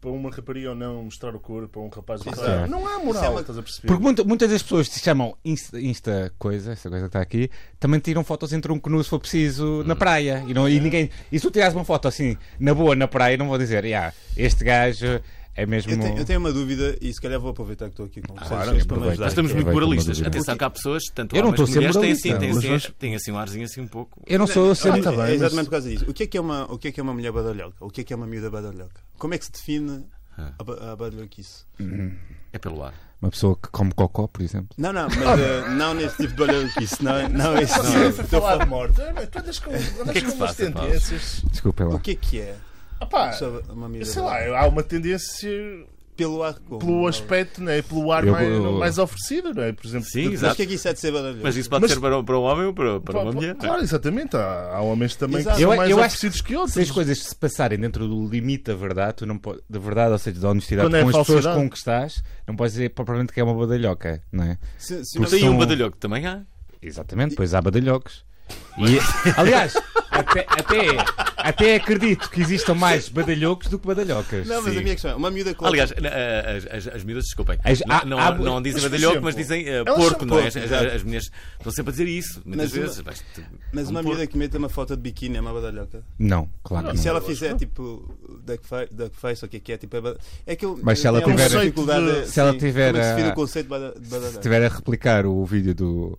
[SPEAKER 3] Para uma rapariga ou não mostrar o corpo, para um rapaz mostrar.
[SPEAKER 2] é.
[SPEAKER 3] Não há
[SPEAKER 5] Isso é
[SPEAKER 3] moral,
[SPEAKER 5] uma-
[SPEAKER 3] estás a perceber?
[SPEAKER 2] Porque muita- muitas das pessoas que se chamam insta, insta coisa, essa coisa que está aqui, também tiram fotos em tronco nu se for preciso na praia. E, não, e ninguém. E se tu tiras uma foto assim, na boa, na praia, não vou dizer, "Ya, este gajo é mesmo.
[SPEAKER 5] Eu tenho, eu tenho uma dúvida e se calhar vou aproveitar que estou aqui com vocês
[SPEAKER 2] claro,
[SPEAKER 5] dois para me
[SPEAKER 2] aproveita.
[SPEAKER 5] ajudar.
[SPEAKER 1] Nós estamos
[SPEAKER 2] É,
[SPEAKER 1] muito
[SPEAKER 2] vai,
[SPEAKER 1] moralistas.
[SPEAKER 2] como eu digo.
[SPEAKER 1] Atenção que há pessoas, tanto
[SPEAKER 2] Eu não
[SPEAKER 1] homens
[SPEAKER 2] estou a
[SPEAKER 1] como
[SPEAKER 2] ser
[SPEAKER 1] mulheres, têm assim,
[SPEAKER 2] moralista,
[SPEAKER 1] têm,
[SPEAKER 2] mas
[SPEAKER 1] assim,
[SPEAKER 2] nós-
[SPEAKER 1] têm assim um arzinho assim um pouco.
[SPEAKER 2] Eu não sou. Eu sou
[SPEAKER 5] Ah,
[SPEAKER 3] tá bem,
[SPEAKER 5] é exatamente
[SPEAKER 3] mas-
[SPEAKER 5] por causa disso. O que é que é uma, o que é que é uma mulher badalhoca? O que é que é uma miúda badalhoca? Como é que se define
[SPEAKER 1] Ah.
[SPEAKER 5] a, ba- a badalhoquice?
[SPEAKER 1] É pelo ar.
[SPEAKER 2] Uma pessoa que come cocó, por exemplo.
[SPEAKER 5] Não, não, mas eh, não nesse tipo de badalhoquice. Não, é- não é isso. Não
[SPEAKER 3] Ah. Não,
[SPEAKER 5] é.
[SPEAKER 3] foi falar de morte. Olha, Tu andas com, andas
[SPEAKER 1] que é que
[SPEAKER 3] com
[SPEAKER 1] se
[SPEAKER 3] umas
[SPEAKER 1] passa, pá?
[SPEAKER 3] tendências.
[SPEAKER 2] Desculpa
[SPEAKER 5] O
[SPEAKER 2] lá.
[SPEAKER 5] que é que é?
[SPEAKER 3] Ah, pá,
[SPEAKER 5] Uma pessoa- uma miúda
[SPEAKER 3] sei
[SPEAKER 5] badalhoca?
[SPEAKER 3] lá, há uma tendência
[SPEAKER 5] pelo ar como.
[SPEAKER 3] pelo aspecto, né? pelo ar
[SPEAKER 2] Eu-
[SPEAKER 3] mais,
[SPEAKER 2] eu-
[SPEAKER 3] mais oferecido, não é? Por exemplo,
[SPEAKER 1] Sim,
[SPEAKER 3] tu-
[SPEAKER 5] Mas
[SPEAKER 1] exato.
[SPEAKER 5] o que é que isso é de ser baralhoso?
[SPEAKER 1] Mas isso pode
[SPEAKER 3] Mas-
[SPEAKER 1] ser para, para um homem ou para, para
[SPEAKER 3] Pá,
[SPEAKER 1] uma
[SPEAKER 3] pá,
[SPEAKER 1] mulher.
[SPEAKER 3] Claro, exatamente. Há, há homens também
[SPEAKER 5] Exato.
[SPEAKER 3] que são
[SPEAKER 2] Eu-
[SPEAKER 3] mais
[SPEAKER 2] eu acho
[SPEAKER 3] oferecidos que outros.
[SPEAKER 2] Se as coisas se passarem dentro do limite da verdade, tu não po- da verdade, ou seja, da honestidade
[SPEAKER 3] Quando é
[SPEAKER 2] com as pessoas
[SPEAKER 3] falsidade.
[SPEAKER 2] com que estás, não podes dizer propriamente que é uma badalhoca, não é?
[SPEAKER 5] Se, se
[SPEAKER 1] Mas
[SPEAKER 5] não-
[SPEAKER 2] Porque
[SPEAKER 1] tem um
[SPEAKER 2] são-
[SPEAKER 1] badalhoco também há.
[SPEAKER 2] Exatamente, pois há badalhocos. E, aliás, até, até, até acredito que existam mais badalhocos do que badalhocas.
[SPEAKER 5] Não, mas a
[SPEAKER 2] Sim.
[SPEAKER 5] minha questão é: uma miúda com.
[SPEAKER 1] Aliás, na- a- as, as, as miúdas, desculpem,
[SPEAKER 2] As-
[SPEAKER 1] não,
[SPEAKER 2] há-
[SPEAKER 1] não,
[SPEAKER 2] há-
[SPEAKER 1] não dizem
[SPEAKER 3] mas, por
[SPEAKER 1] badalhoco,
[SPEAKER 3] exemplo,
[SPEAKER 1] mas dizem eh,
[SPEAKER 3] elas
[SPEAKER 1] porco,
[SPEAKER 3] são
[SPEAKER 1] não é? As,
[SPEAKER 5] porco,
[SPEAKER 1] as,
[SPEAKER 5] exato.
[SPEAKER 1] as meninas estão sempre a dizer isso, muitas
[SPEAKER 5] Mas uma-
[SPEAKER 1] vezes. Mas, tu-
[SPEAKER 5] mas uma
[SPEAKER 1] um
[SPEAKER 5] miúda
[SPEAKER 1] porco.
[SPEAKER 5] que mete uma foto de biquíni é uma badalhoca.
[SPEAKER 2] Não, claro que
[SPEAKER 5] E se
[SPEAKER 2] não.
[SPEAKER 5] ela fizer tipo duckface, duckface ou o que é que é, tipo, é, bada- é que eu,
[SPEAKER 2] Mas se ela
[SPEAKER 5] eu tenho
[SPEAKER 2] tiver-
[SPEAKER 5] alguma dificuldade
[SPEAKER 3] Se eh,
[SPEAKER 5] a-
[SPEAKER 2] ela
[SPEAKER 5] sim,
[SPEAKER 2] tiver
[SPEAKER 5] como é que se define
[SPEAKER 2] a-
[SPEAKER 5] o conceito de bada- de
[SPEAKER 2] Se
[SPEAKER 5] badalhoca?
[SPEAKER 2] estiver a replicar o vídeo do,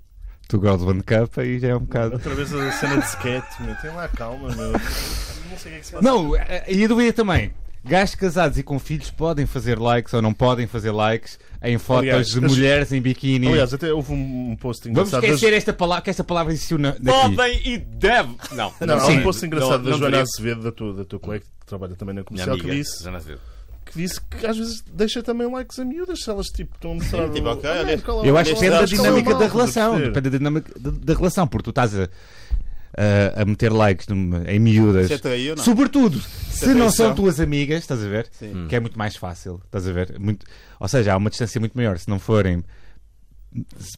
[SPEAKER 2] do Godwin Cup, aí já é um bocado.
[SPEAKER 3] Outra vez a cena de skate, meu. Tem lá calma, meu. Não sei o que é que se passa.
[SPEAKER 2] Não, eh, e a doía também. Gajos casados e com filhos podem fazer likes ou não podem fazer likes em fotos
[SPEAKER 3] Aliás,
[SPEAKER 2] de
[SPEAKER 3] as-
[SPEAKER 2] mulheres em biquíni.
[SPEAKER 3] Aliás, até houve um um post
[SPEAKER 2] Vamos
[SPEAKER 3] engraçado.
[SPEAKER 2] esquecer
[SPEAKER 3] da-
[SPEAKER 2] esta palavra, que esta palavra existiu na, daqui.
[SPEAKER 1] Podem e devem. Não,
[SPEAKER 3] Não, há
[SPEAKER 2] Sim.
[SPEAKER 3] um post engraçado
[SPEAKER 1] Não-
[SPEAKER 3] da
[SPEAKER 1] não
[SPEAKER 3] Joana
[SPEAKER 1] deveria-
[SPEAKER 3] Azevedo, da tua, da tua colega, que trabalha também na
[SPEAKER 1] Minha
[SPEAKER 3] comercial,
[SPEAKER 1] amiga,
[SPEAKER 3] que disse,
[SPEAKER 1] Joana Azevedo.
[SPEAKER 3] que disse que às vezes deixa também likes a miúdas se elas tipo, estão a mostrar.
[SPEAKER 5] tipo,
[SPEAKER 3] o-
[SPEAKER 5] ok,
[SPEAKER 3] Ah,
[SPEAKER 5] olha,
[SPEAKER 3] qual é o-
[SPEAKER 2] Eu acho que
[SPEAKER 3] qual
[SPEAKER 2] depende da
[SPEAKER 3] é o-
[SPEAKER 5] Neste caso,
[SPEAKER 3] qual é o
[SPEAKER 2] dinâmica da
[SPEAKER 3] mal,
[SPEAKER 2] relação.
[SPEAKER 3] estás a perceber?
[SPEAKER 2] Depende da dinâmica da, da relação, porque tu estás a, a, a meter likes numa- em miúdas.
[SPEAKER 5] Se é trair ou não?
[SPEAKER 2] Sobretudo, se não são
[SPEAKER 5] traição.
[SPEAKER 2] tuas amigas, estás a ver?
[SPEAKER 5] Sim.
[SPEAKER 2] Que é muito mais fácil, estás a ver? Muito, ou seja, há uma distância muito maior se não forem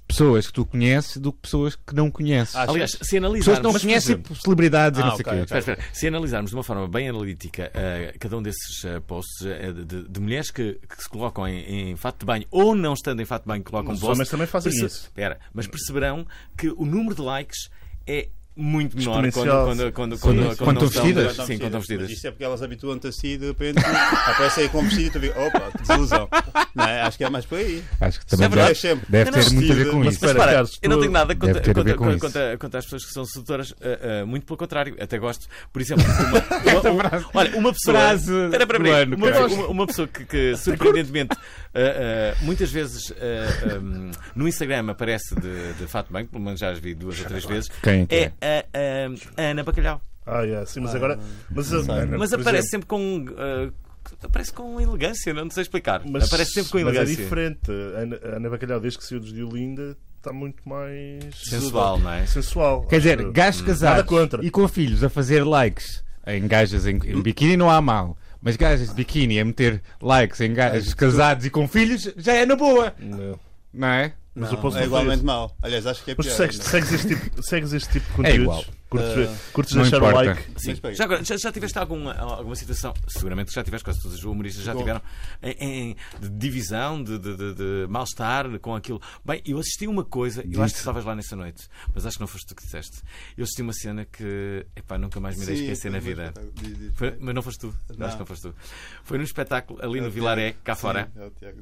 [SPEAKER 2] pessoas que tu conheces do que pessoas que não conheces.
[SPEAKER 5] Acho-
[SPEAKER 1] Aliás, se
[SPEAKER 2] pessoas que não
[SPEAKER 1] analisarmos.
[SPEAKER 2] conheces
[SPEAKER 1] por exemplo-
[SPEAKER 2] e celebridades e
[SPEAKER 1] Ah,
[SPEAKER 2] não sei o
[SPEAKER 5] ok,
[SPEAKER 2] quê.
[SPEAKER 1] Espera, espera. Se analisarmos de uma forma bem analítica eh, cada um desses eh, posts eh, de, de- de mulheres que, que se colocam em, em fato de banho ou não estando em fato de banho colocam
[SPEAKER 3] Os
[SPEAKER 1] post,
[SPEAKER 3] homens também fazem isso.
[SPEAKER 1] Espera, mas perceberão que o número de likes é muito menor quando,
[SPEAKER 3] Exponencial.
[SPEAKER 1] quando, quando, quando,
[SPEAKER 2] Sim. Quando
[SPEAKER 1] não
[SPEAKER 2] estão vestidas.
[SPEAKER 1] Então, Estão, sim, quando estão
[SPEAKER 5] Mas
[SPEAKER 1] vestidas.
[SPEAKER 5] isto é porque elas habituam-te assim de repente aparece aí com um vestido e tu vê, opa, que desilusão. Não é? Acho que é mais por aí.
[SPEAKER 2] Acho que também
[SPEAKER 1] é verdade,
[SPEAKER 2] deve,
[SPEAKER 5] sempre.
[SPEAKER 2] deve
[SPEAKER 5] Não,
[SPEAKER 2] ter
[SPEAKER 5] não,
[SPEAKER 2] muito a ver com
[SPEAKER 5] mas
[SPEAKER 2] isso.
[SPEAKER 3] Mas
[SPEAKER 1] Repara,
[SPEAKER 3] espera, Carlos,
[SPEAKER 1] eu não
[SPEAKER 3] tu-
[SPEAKER 1] tenho nada contra,
[SPEAKER 2] Deve ter a ver
[SPEAKER 1] contra,
[SPEAKER 2] com isso.
[SPEAKER 1] contra- contra as pessoas que são sedutoras, ah, ah, muito pelo contrário, até gosto. Por exemplo, uma, uma- uma-
[SPEAKER 2] frase-
[SPEAKER 1] olha, uma pessoa.
[SPEAKER 2] frase
[SPEAKER 1] Espera, espera,
[SPEAKER 2] do
[SPEAKER 1] espera.
[SPEAKER 2] ano,
[SPEAKER 1] uma,
[SPEAKER 2] caralho.
[SPEAKER 1] pessoa- uma- uma pessoa que, que, surpreendentemente, ah, ah, muitas vezes ah, um, no Instagram aparece de, de fato bem, pelo menos já as vi duas ou três vezes,
[SPEAKER 2] Quem é
[SPEAKER 1] é a, a- a Ana Bacalhau.
[SPEAKER 3] Ah, yeah, sim, mas agora. Mas, a-
[SPEAKER 1] Mas
[SPEAKER 3] por
[SPEAKER 1] aparece sempre
[SPEAKER 3] exemplo,
[SPEAKER 1] com. ah, aparece com elegância, não sei explicar.
[SPEAKER 3] mas-
[SPEAKER 1] aparece sempre com
[SPEAKER 3] Mas é
[SPEAKER 1] elegância.
[SPEAKER 3] diferente. A Ana, a Ana Bacalhau, desde que saiu dos de Olinda, está muito mais.
[SPEAKER 1] Sensual, não é?
[SPEAKER 3] Sensual.
[SPEAKER 2] Quer
[SPEAKER 3] acho
[SPEAKER 2] dizer,
[SPEAKER 3] eu.
[SPEAKER 2] gajos casados
[SPEAKER 3] contra.
[SPEAKER 2] e com filhos a fazer likes em gajas em, em biquíni não há mal. Mas gajas de biquíni a meter likes em gajos casados e com filhos já é na boa,
[SPEAKER 3] Não.
[SPEAKER 2] não é?
[SPEAKER 3] Mas
[SPEAKER 5] Não,
[SPEAKER 3] eu posso
[SPEAKER 5] é
[SPEAKER 3] fazer
[SPEAKER 5] igualmente
[SPEAKER 3] isso.
[SPEAKER 5] mau. Aliás, acho que é
[SPEAKER 3] Mas
[SPEAKER 5] pior.
[SPEAKER 3] tu segues, segues, este tipo, segues este tipo de
[SPEAKER 2] É
[SPEAKER 3] conteúdos?
[SPEAKER 2] igual.
[SPEAKER 3] Curtes, curtes
[SPEAKER 2] não
[SPEAKER 3] deixar
[SPEAKER 2] importa.
[SPEAKER 3] o like?
[SPEAKER 1] Sim.
[SPEAKER 5] Mas, peraí.
[SPEAKER 1] Já, agora, já, já tiveste alguma, alguma situação, seguramente que já tiveste, quase todos os humoristas já
[SPEAKER 5] Bom.
[SPEAKER 1] tiveram, em, em- de divisão, de, de, de- de mal-estar com aquilo. Bem, eu assisti uma coisa, eu acho que estavas lá nessa noite, mas acho que não foste tu que disseste. Eu assisti uma cena que, epá, nunca mais me irei
[SPEAKER 5] Sim,
[SPEAKER 1] esquecer na
[SPEAKER 5] foi
[SPEAKER 1] vida.
[SPEAKER 5] muito espetáculo. Diz, diz.
[SPEAKER 1] Foi- mas não foste tu,
[SPEAKER 5] Não.
[SPEAKER 1] acho que não foste tu. Foi num espetáculo ali
[SPEAKER 5] É
[SPEAKER 1] no
[SPEAKER 5] o
[SPEAKER 1] Vilaré,
[SPEAKER 5] Tiago.
[SPEAKER 1] cá fora.
[SPEAKER 5] Sim, é o Tiago.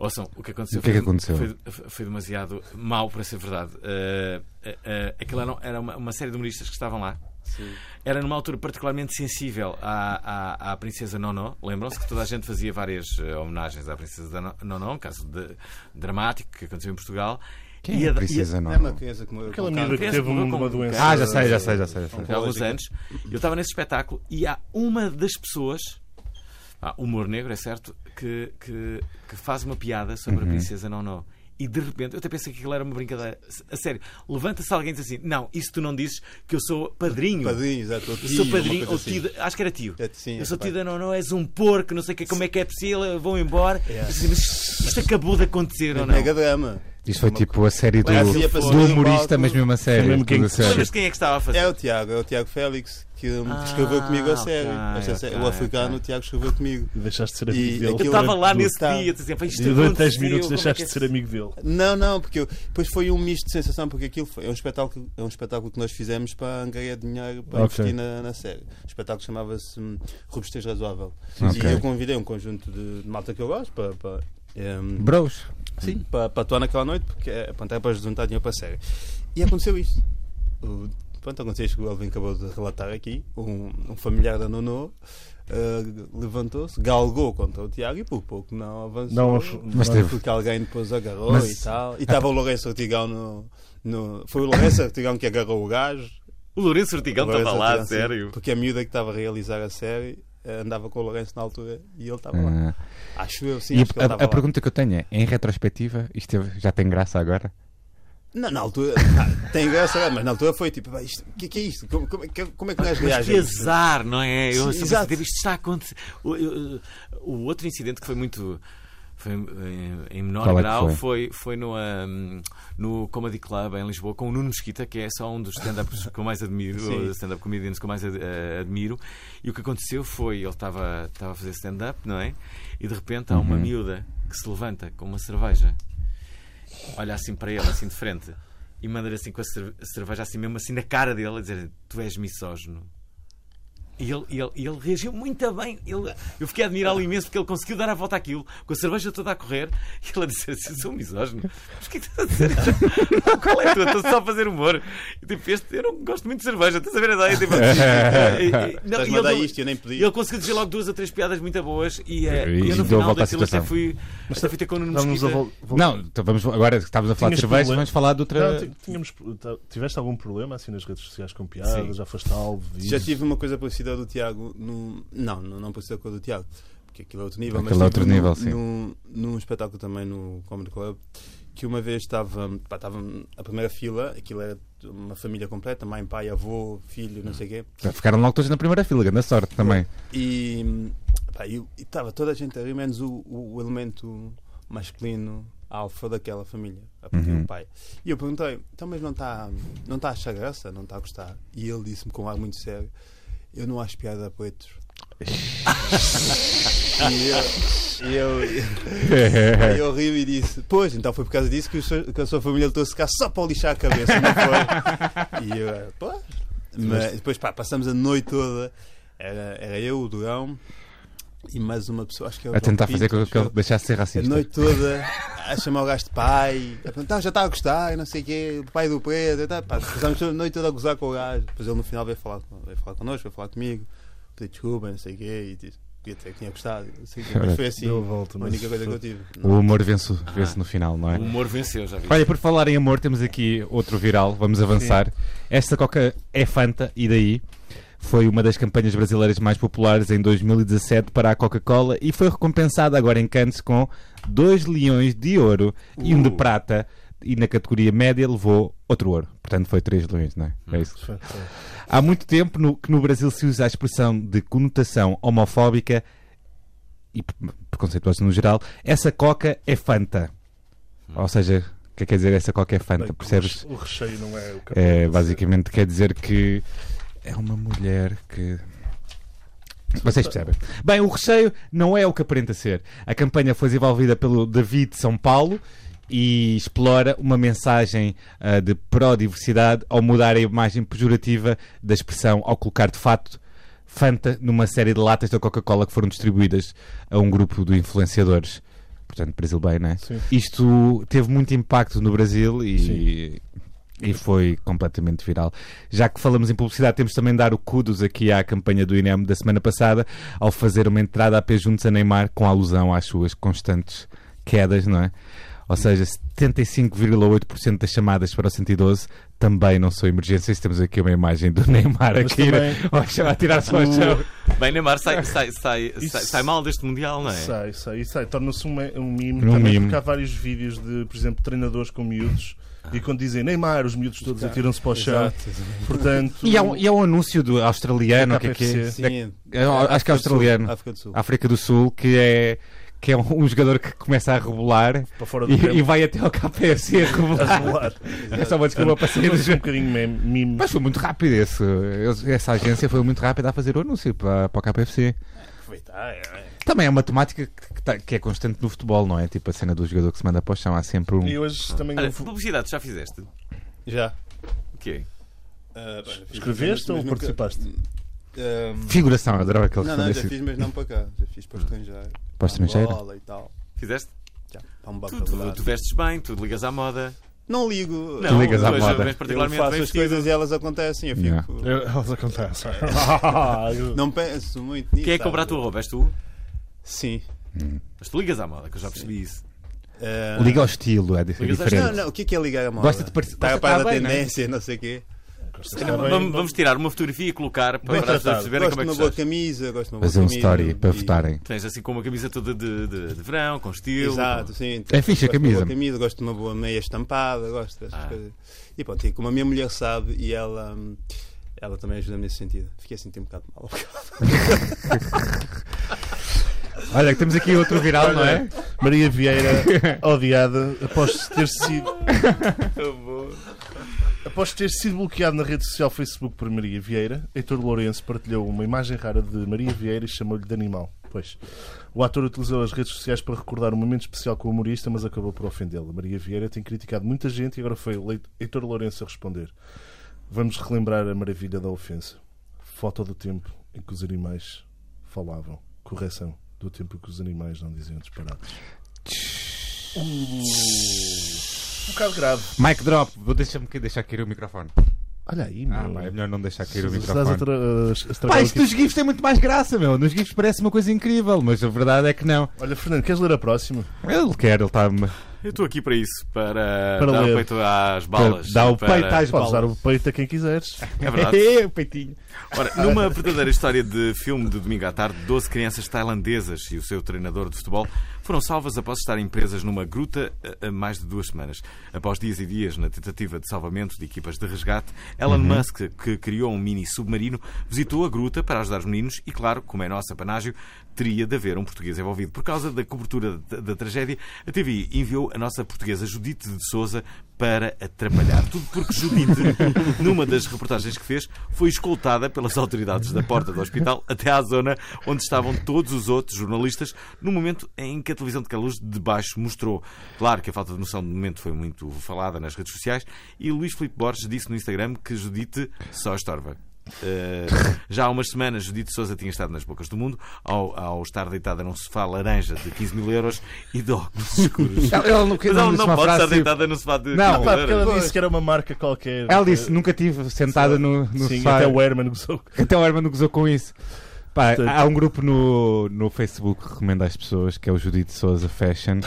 [SPEAKER 1] Ouçam, o que aconteceu,
[SPEAKER 2] O que é que
[SPEAKER 1] foi-
[SPEAKER 2] aconteceu?
[SPEAKER 1] Foi, foi demasiado mau para ser verdade. Eh, eh, eh, aquilo era, era uma, uma série de humoristas que estavam lá.
[SPEAKER 5] Sim.
[SPEAKER 1] Era numa altura particularmente sensível à, à, à Princesa Nono. Lembram-se que toda a gente fazia várias eh, homenagens à Princesa da No- Nono, um caso de- dramático que aconteceu em Portugal.
[SPEAKER 2] Quem
[SPEAKER 1] E
[SPEAKER 2] é a
[SPEAKER 1] da-
[SPEAKER 2] princesa
[SPEAKER 5] É uma
[SPEAKER 2] não?
[SPEAKER 5] criança como eu.
[SPEAKER 3] Aquela
[SPEAKER 5] com
[SPEAKER 3] miúda que
[SPEAKER 1] criança
[SPEAKER 3] teve
[SPEAKER 1] com-
[SPEAKER 3] uma
[SPEAKER 1] com-
[SPEAKER 3] doença.
[SPEAKER 2] Ah, já sei, já sei, já sei. Já sei.
[SPEAKER 1] há alguns anos. Eu estava nesse espetáculo e há uma das pessoas, ah, humor negro, é certo, que, que, que faz uma piada sobre a princesa Nono. E de repente, eu até pensei que aquilo era uma brincadeira. A sério, levanta-se alguém e diz assim: Não, isso tu não dizes que eu sou padrinho.
[SPEAKER 5] Padrinho, exato.
[SPEAKER 1] Eu sou é padrinho,
[SPEAKER 5] assim.
[SPEAKER 1] ou tio, de- acho que era tio.
[SPEAKER 5] É, sim, é
[SPEAKER 1] eu sou tio
[SPEAKER 5] capaz.
[SPEAKER 1] da Nono, és um porco, não sei o que, como é que é possível, vão embora. Eu disse, Mas isto acabou de acontecer ou não?
[SPEAKER 5] Mega drama.
[SPEAKER 2] Isto foi tipo a série do,
[SPEAKER 5] Mas assim, ia passar
[SPEAKER 2] do
[SPEAKER 5] no
[SPEAKER 2] humorista,
[SPEAKER 5] palco.
[SPEAKER 2] mas mesmo a série.
[SPEAKER 3] Mesmo quem-
[SPEAKER 2] tudo a série.
[SPEAKER 1] Lembras quem é que estava a fazer?
[SPEAKER 5] É o Tiago, é o Tiago Félix que hum, escreveu comigo
[SPEAKER 1] Ah, ok,
[SPEAKER 5] a
[SPEAKER 1] Ah,
[SPEAKER 5] série. Esta série-
[SPEAKER 1] ok,
[SPEAKER 5] é O africano,
[SPEAKER 1] ok.
[SPEAKER 5] o Tiago escreveu comigo.
[SPEAKER 3] E Deixaste de ser
[SPEAKER 5] E
[SPEAKER 3] amigo dele.
[SPEAKER 5] aquilo
[SPEAKER 1] Eu estava lá
[SPEAKER 5] do-
[SPEAKER 1] nesse
[SPEAKER 5] tá.
[SPEAKER 1] dia, dizia, "Pá, isto
[SPEAKER 3] E durante 10
[SPEAKER 1] aconteceu,
[SPEAKER 3] minutos
[SPEAKER 1] como é que
[SPEAKER 3] deixaste
[SPEAKER 1] é
[SPEAKER 3] de ser amigo dele.
[SPEAKER 5] Não, não, porque eu, depois foi um misto de sensação, porque aquilo foi é um espetáculo, é um espetáculo que nós fizemos para angariar dinheiro para
[SPEAKER 3] Ok.
[SPEAKER 5] investir na, na série. O espetáculo chamava-se hum, Robustez Razoável.
[SPEAKER 2] Ok.
[SPEAKER 5] E eu convidei um conjunto de, de malta que eu gosto para, para, hum,
[SPEAKER 2] Bros.
[SPEAKER 5] sim, para, para atuar naquela noite, porque é, pronto, era para juntar dinheiro para a série. E aconteceu isto. O, pronto, aconteceu isto que o Alvin acabou de relatar aqui. Um, um familiar da Nono. eh, levantou-se, galgou contra o Tiago e por pouco não avançou.
[SPEAKER 3] Não,
[SPEAKER 2] Mas teve.
[SPEAKER 5] Porque alguém depois agarrou
[SPEAKER 2] Mas-
[SPEAKER 5] e tal. E estava o Lourenço Ortigão no, no- Foi o Lourenço Ortigão que agarrou o gajo.
[SPEAKER 1] O Lourenço Ortigão
[SPEAKER 5] O Lourenço
[SPEAKER 1] estava lá,
[SPEAKER 5] Ortigão, sim.
[SPEAKER 1] sério.
[SPEAKER 5] Porque a miúda que estava a realizar a série eh, andava com o Lourenço na altura e ele estava lá.
[SPEAKER 2] Ah.
[SPEAKER 5] Acho eu, sim.
[SPEAKER 2] E
[SPEAKER 5] acho que ele
[SPEAKER 2] a,
[SPEAKER 5] estava
[SPEAKER 2] a
[SPEAKER 5] lá.
[SPEAKER 2] pergunta que eu tenho é, em retrospectiva, isto teve- já tem graça agora?
[SPEAKER 5] Não, na altura. ah, tem graça, mas na altura foi tipo, "Pá, isto- o que, que é isto? Como, como, é que- como é que nós
[SPEAKER 1] Mas que
[SPEAKER 5] reagimos?
[SPEAKER 1] azar, não é? Eu
[SPEAKER 5] Sim,
[SPEAKER 1] sou
[SPEAKER 5] exato.
[SPEAKER 1] perceber, isto está a acontecer. O, eu- o outro incidente que foi muito. Foi eh, em menor
[SPEAKER 2] Qual é que
[SPEAKER 1] grau foi, foi no, ahm, no Comedy Club em Lisboa com o Nuno Mesquita, que é só um dos stand-ups que eu mais admiro,
[SPEAKER 5] Sim.
[SPEAKER 1] stand-up comedians que eu mais ad- eh, admiro. E o que aconteceu foi, ele estava estava a fazer stand-up, não é? E de repente há uma
[SPEAKER 5] Uhum.
[SPEAKER 1] miúda que se levanta com uma cerveja, olha assim para ele, assim de frente, e manda-lhe assim com a cer- a cerveja, assim mesmo assim na cara dele, a dizer: Tu és misógino. E ele, e ele- e ele reagiu muito bem. Ele- eu fiquei a admirá-lo imenso porque ele conseguiu dar a volta àquilo, com a cerveja toda a correr, e ele a dizer assim: sou misógino. Mas o que é que estás a dizer? Qual é a tua? Estou só a fazer humor. E, tipo, este, eu não gosto muito de cerveja, estás a ver a ideia? Tipo, e- e- e- não,
[SPEAKER 5] Estás-me
[SPEAKER 1] e
[SPEAKER 5] a dar
[SPEAKER 1] ele-
[SPEAKER 5] isto, eu nem pedi.
[SPEAKER 1] E ele conseguiu dizer logo duas ou três piadas muito boas, e, eh,
[SPEAKER 2] E
[SPEAKER 1] eu no
[SPEAKER 2] deu a
[SPEAKER 1] final
[SPEAKER 2] volta à
[SPEAKER 1] daquilo até
[SPEAKER 2] situação.
[SPEAKER 1] fui. Mas até fui ter com o Nuno
[SPEAKER 3] Vamos a
[SPEAKER 1] Mesquita.
[SPEAKER 3] vol- vol-
[SPEAKER 2] Não, então vamos, agora que estávamos a falar
[SPEAKER 3] Tinhas
[SPEAKER 2] de cerveja,
[SPEAKER 3] problema?
[SPEAKER 2] vamos falar de outra...
[SPEAKER 3] Não, ti- tínhamos, tá- tiveste algum problema assim nas redes sociais com piadas?
[SPEAKER 1] Sim.
[SPEAKER 3] Já foste alvo? disso?
[SPEAKER 5] Já tive uma coisa parecida do Tiago. num- Não, não, não parecida com a do Tiago. Porque aquilo é outro nível.
[SPEAKER 2] Aquilo é outro
[SPEAKER 5] tive num-
[SPEAKER 2] nível, sim.
[SPEAKER 5] Num, num espetáculo também no Comedy Club. Que uma vez estava, pá, estava a primeira fila, aquilo era uma família completa, mãe, pai, avô, filho,
[SPEAKER 2] Hum.
[SPEAKER 5] não sei o quê.
[SPEAKER 2] Ficaram logo todos na primeira fila, na sorte também.
[SPEAKER 5] E pá, e- e estava toda a gente a rir, menos o, o- o elemento masculino alfa daquela família, a partir
[SPEAKER 2] Uhum.
[SPEAKER 5] do pai. E eu perguntei, então, mas não está não tá a achar graça? Não está a gostar? E ele disse-me com um ar muito sério: Eu não acho piada a poetos. e eu, e eu,
[SPEAKER 2] É,
[SPEAKER 5] e eu rio e disse: Pois, então foi por causa disso que, o seu- que a sua família lutou-se cá só para o lixar a cabeça, não foi? E eu, eh, pois. Mas depois, pá, passamos a noite toda. Era, era eu, o Durão e mais uma pessoa, acho que era o
[SPEAKER 2] a tentar
[SPEAKER 5] João
[SPEAKER 2] fazer com
[SPEAKER 5] Pinto,
[SPEAKER 2] que ele
[SPEAKER 5] acho
[SPEAKER 2] deixasse de ser
[SPEAKER 5] eu. A
[SPEAKER 2] racista.
[SPEAKER 5] noite toda a chamar o gajo de pai, a perguntar, "Então, já está a gostar, não sei o quê, o pai do preto, tá, pá, passamos toda a noite toda a gozar com o gajo. Depois ele no final veio falar, con- veio falar connosco, veio falar comigo, pedir desculpa, não sei o quê, e disse, podia ter que tinha gostado, não sei o quê. Mas foi assim,
[SPEAKER 3] Deu a volta,
[SPEAKER 5] a única
[SPEAKER 3] mas
[SPEAKER 5] coisa que eu
[SPEAKER 3] foi-
[SPEAKER 5] tive.
[SPEAKER 2] O humor vence, vence no final, não
[SPEAKER 1] O
[SPEAKER 2] é?
[SPEAKER 1] humor venceu, já vi.
[SPEAKER 2] Olha, por falar em amor, temos aqui outro viral, vamos avançar. Esta Coca é Fanta, e daí? Foi uma das campanhas brasileiras mais populares em 2017 para a Coca-Cola e foi recompensada agora em Cannes com 2 leões de ouro e
[SPEAKER 5] Uh.
[SPEAKER 2] um de prata. E na categoria média levou outro ouro. Portanto, foi 3 leões, não é? É isso.
[SPEAKER 3] Foi- foi.
[SPEAKER 2] Há muito tempo no- que no Brasil se usa a expressão de conotação homofóbica e pre- preconceituosa no geral. Essa coca é Fanta. Ou seja, o que é que quer dizer essa coca é Fanta?
[SPEAKER 3] Bem,
[SPEAKER 2] Percebes?
[SPEAKER 3] O recheio não é o que
[SPEAKER 2] É,
[SPEAKER 3] aparece.
[SPEAKER 2] basicamente quer dizer que é uma mulher que. Vocês percebem. Bem, o recheio não é o que aparenta ser. A campanha foi desenvolvida pelo David de São Paulo e explora uma mensagem ah, de pró-diversidade ao mudar a imagem pejorativa da expressão ao colocar de fato Fanta numa série de latas da Coca-Cola que foram distribuídas a um grupo de influenciadores. Portanto, Brasil bem, não é?
[SPEAKER 3] Sim.
[SPEAKER 2] Isto teve muito impacto no Brasil e, e foi completamente viral. Já que falamos em publicidade, temos também de dar o kudos aqui à campanha do INEM da semana passada, ao fazer uma entrada a pé juntos a Neymar, com alusão às suas constantes quedas, não é? Ou seja, 75,8% das chamadas para o 112 também não são emergências. Temos aqui uma imagem do Neymar a
[SPEAKER 3] Mas
[SPEAKER 2] cair,
[SPEAKER 3] também-
[SPEAKER 2] ao chão, a tirar-se ao chão.
[SPEAKER 1] Bem, Neymar sai, sai, sai,
[SPEAKER 3] Isso-
[SPEAKER 1] sai, sai mal deste Mundial, não é?
[SPEAKER 3] Sai, sai, sai. Torna-se um, me- um meme
[SPEAKER 2] Um
[SPEAKER 3] também,
[SPEAKER 2] meme.
[SPEAKER 3] porque há vários vídeos de, por exemplo, treinadores com miúdos e quando dizem Neymar, os miúdos todos atiram-se para o chão.
[SPEAKER 5] Exato.
[SPEAKER 3] Portanto,
[SPEAKER 2] E há um, e há um anúncio do australiano, o que é que é?
[SPEAKER 3] KFC.
[SPEAKER 5] Sim,
[SPEAKER 2] Eu acho que é
[SPEAKER 5] África do Sul,
[SPEAKER 2] australiano. Ah.
[SPEAKER 5] África do Sul.
[SPEAKER 2] África do Sul, que é, que é um, um jogador que começa a rebolar
[SPEAKER 3] para fora do
[SPEAKER 2] e, e
[SPEAKER 3] tempo,
[SPEAKER 2] vai até ao KFC a
[SPEAKER 3] a
[SPEAKER 2] rebolar.
[SPEAKER 3] rolar.
[SPEAKER 2] É só uma desculpa para sair do
[SPEAKER 3] Tornou-se um
[SPEAKER 2] jogo.
[SPEAKER 3] bocadinho meme. meme.
[SPEAKER 2] Mas foi muito rápido esse. eles- Essa agência foi muito rápida a fazer o anúncio para, para o KPFC.
[SPEAKER 5] Aproveitar, é, é.
[SPEAKER 2] Também é uma temática que, que tá- que é constante no futebol, não é? Tipo a cena do jogador que se manda para o chão. Há sempre um.
[SPEAKER 3] E hoje também
[SPEAKER 1] Olha,
[SPEAKER 3] houve-
[SPEAKER 1] publicidade, já fizeste?
[SPEAKER 5] Já.
[SPEAKER 1] O quê?
[SPEAKER 5] Ah, pá, já fiz-
[SPEAKER 3] escreveste ou
[SPEAKER 5] mas nunca-
[SPEAKER 3] participaste?
[SPEAKER 5] Ah,
[SPEAKER 2] Figuração, eu adorava aquele
[SPEAKER 5] Não, não, já
[SPEAKER 2] desse-
[SPEAKER 5] fiz, mas não para cá. Já fiz para o estrangeiro.
[SPEAKER 2] Ah. Para o estrangeiro?
[SPEAKER 5] Angola e tal.
[SPEAKER 1] Fizeste?
[SPEAKER 5] Já, para um
[SPEAKER 1] Tu, tu, tu vestes bem, tu ligas à moda.
[SPEAKER 5] Não ligo.
[SPEAKER 1] Não,
[SPEAKER 2] ligas à
[SPEAKER 1] tu és-
[SPEAKER 2] moda.
[SPEAKER 1] és
[SPEAKER 5] Eu
[SPEAKER 1] particularmente bem
[SPEAKER 5] faço as
[SPEAKER 1] vestido.
[SPEAKER 5] coisas e elas acontecem. Eu fico.
[SPEAKER 2] Yeah.
[SPEAKER 3] Elas acontecem. Ah,
[SPEAKER 5] Não penso muito nisso.
[SPEAKER 1] Quem é que
[SPEAKER 5] sabe?
[SPEAKER 1] compra a tua roupa? És tu?
[SPEAKER 5] Sim.
[SPEAKER 1] Mas tu ligas à moda, que eu já percebi isso.
[SPEAKER 5] Ah,
[SPEAKER 2] Liga ao estilo, é di-
[SPEAKER 1] Ligas ao
[SPEAKER 2] diferente.
[SPEAKER 5] Não, não, o que é que é ligar a moda?
[SPEAKER 2] Gosta de parecer-
[SPEAKER 5] Está
[SPEAKER 2] gosta
[SPEAKER 5] a
[SPEAKER 2] de
[SPEAKER 5] par da
[SPEAKER 2] estar bem, não é?
[SPEAKER 5] tendência, não sei o quê.
[SPEAKER 3] Costa
[SPEAKER 1] Vamos-
[SPEAKER 3] está bem.
[SPEAKER 1] Vamos, vamos tirar uma fotografia e colocar para
[SPEAKER 3] Bem
[SPEAKER 1] as pessoas
[SPEAKER 3] tratado.
[SPEAKER 1] perceberem
[SPEAKER 5] Gosto de
[SPEAKER 1] como é
[SPEAKER 5] uma
[SPEAKER 1] que
[SPEAKER 5] boa
[SPEAKER 1] estás.
[SPEAKER 5] camisa, gosto de uma boa
[SPEAKER 2] Fazer um
[SPEAKER 5] camisa.
[SPEAKER 2] story para
[SPEAKER 5] e-
[SPEAKER 2] votarem.
[SPEAKER 1] Tens assim com uma camisa toda de, de- de verão, com estilo.
[SPEAKER 5] Exato, sim.
[SPEAKER 2] É fixe a
[SPEAKER 5] Gosto de uma
[SPEAKER 2] camisa.
[SPEAKER 5] boa camisa, gosto de uma boa meia estampada, gosto dessas
[SPEAKER 1] Ah.
[SPEAKER 5] coisas. E pronto, e como a minha mulher sabe, e ela, hum, ela também ajuda-me nesse sentido. Fiquei assim, um bocado mal.
[SPEAKER 2] Olha, que temos aqui outro viral, não é?
[SPEAKER 3] Maria Vieira odiada após ter sido após ter sido bloqueado na rede social Facebook por Maria Vieira, Heitor Lourenço partilhou uma imagem rara de Maria Vieira e chamou-lhe de animal. Pois. O ator utilizou as redes sociais para recordar um momento especial com o humorista, mas acabou por ofendê-lo. Maria Vieira tem criticado muita gente e agora foi o Leit- Heitor Lourenço a responder. Vamos relembrar a maravilha da ofensa. Foto do tempo em que os animais falavam. Correção do tempo em que os animais não diziam disparados. Um bocado grave.
[SPEAKER 2] Mic drop. Vou deixar-me aqui- deixar cair o microfone.
[SPEAKER 3] Olha aí,
[SPEAKER 2] Ah,
[SPEAKER 3] meu.
[SPEAKER 2] pá, é melhor não deixar cair o
[SPEAKER 3] Hum. Se estás a
[SPEAKER 2] microfone.
[SPEAKER 3] tra- a estragar
[SPEAKER 2] Pá,
[SPEAKER 3] o
[SPEAKER 2] isto
[SPEAKER 3] que-
[SPEAKER 2] dos GIFs tem muito mais graça, meu. Nos GIFs parece uma coisa incrível, mas a verdade é que não.
[SPEAKER 3] Olha, Fernando, queres ler a próxima?
[SPEAKER 2] Ele quer, ele tá está-me.
[SPEAKER 1] Eu estou aqui para isso, para,
[SPEAKER 3] Para
[SPEAKER 1] dar
[SPEAKER 3] ler.
[SPEAKER 1] o peito às balas.
[SPEAKER 2] Dá o
[SPEAKER 1] para-
[SPEAKER 2] peito às
[SPEAKER 3] Podes dar
[SPEAKER 2] balas.
[SPEAKER 3] o peito a quem quiseres.
[SPEAKER 1] É verdade.
[SPEAKER 2] o peitinho.
[SPEAKER 1] Ora, numa verdadeira história de filme de domingo à tarde, 12 crianças tailandesas e o seu treinador de futebol foram salvas após estarem presas numa gruta a- a mais de duas semanas. Após dias e dias na tentativa de salvamento de equipas de resgate, Elon Musk, que criou um mini submarino, visitou a gruta para ajudar os meninos e, claro, como é nosso apanágio, teria de haver um português envolvido. Por causa da cobertura da, da tragédia, a TV enviou a nossa portuguesa Judite de Souza para atrapalhar. Tudo porque Judite, numa das reportagens que fez, foi escoltada pelas autoridades da porta do hospital até à zona onde estavam todos os outros jornalistas, no momento em que a televisão de Caluz de baixo mostrou. Claro que a falta de noção do momento foi muito falada nas redes sociais e Luís Filipe Borges disse no Instagram que Judite só estorva. Uh, já há umas semanas, Judite Souza tinha estado nas bocas do mundo ao, ao estar deitada num sofá laranja de 15 mil euros e de óculos escuros.
[SPEAKER 2] Ela, ela não,
[SPEAKER 1] Mas ela não
[SPEAKER 2] disse uma
[SPEAKER 1] pode estar
[SPEAKER 2] frase, tipo,
[SPEAKER 1] deitada num sofá de 15
[SPEAKER 2] Não, pá,
[SPEAKER 1] mil
[SPEAKER 3] Pá, porque
[SPEAKER 1] euros.
[SPEAKER 3] ela disse que era uma marca qualquer. Eh,
[SPEAKER 2] Ela disse, nunca tive sentada no, no
[SPEAKER 3] Sim,
[SPEAKER 2] sofá.
[SPEAKER 3] até o Herman gozou.
[SPEAKER 2] Até o Herman gozou com isso. Pá,
[SPEAKER 3] Portanto-
[SPEAKER 2] há um grupo no, no Facebook que recomendo às pessoas, que é o Judite Souza Fashion,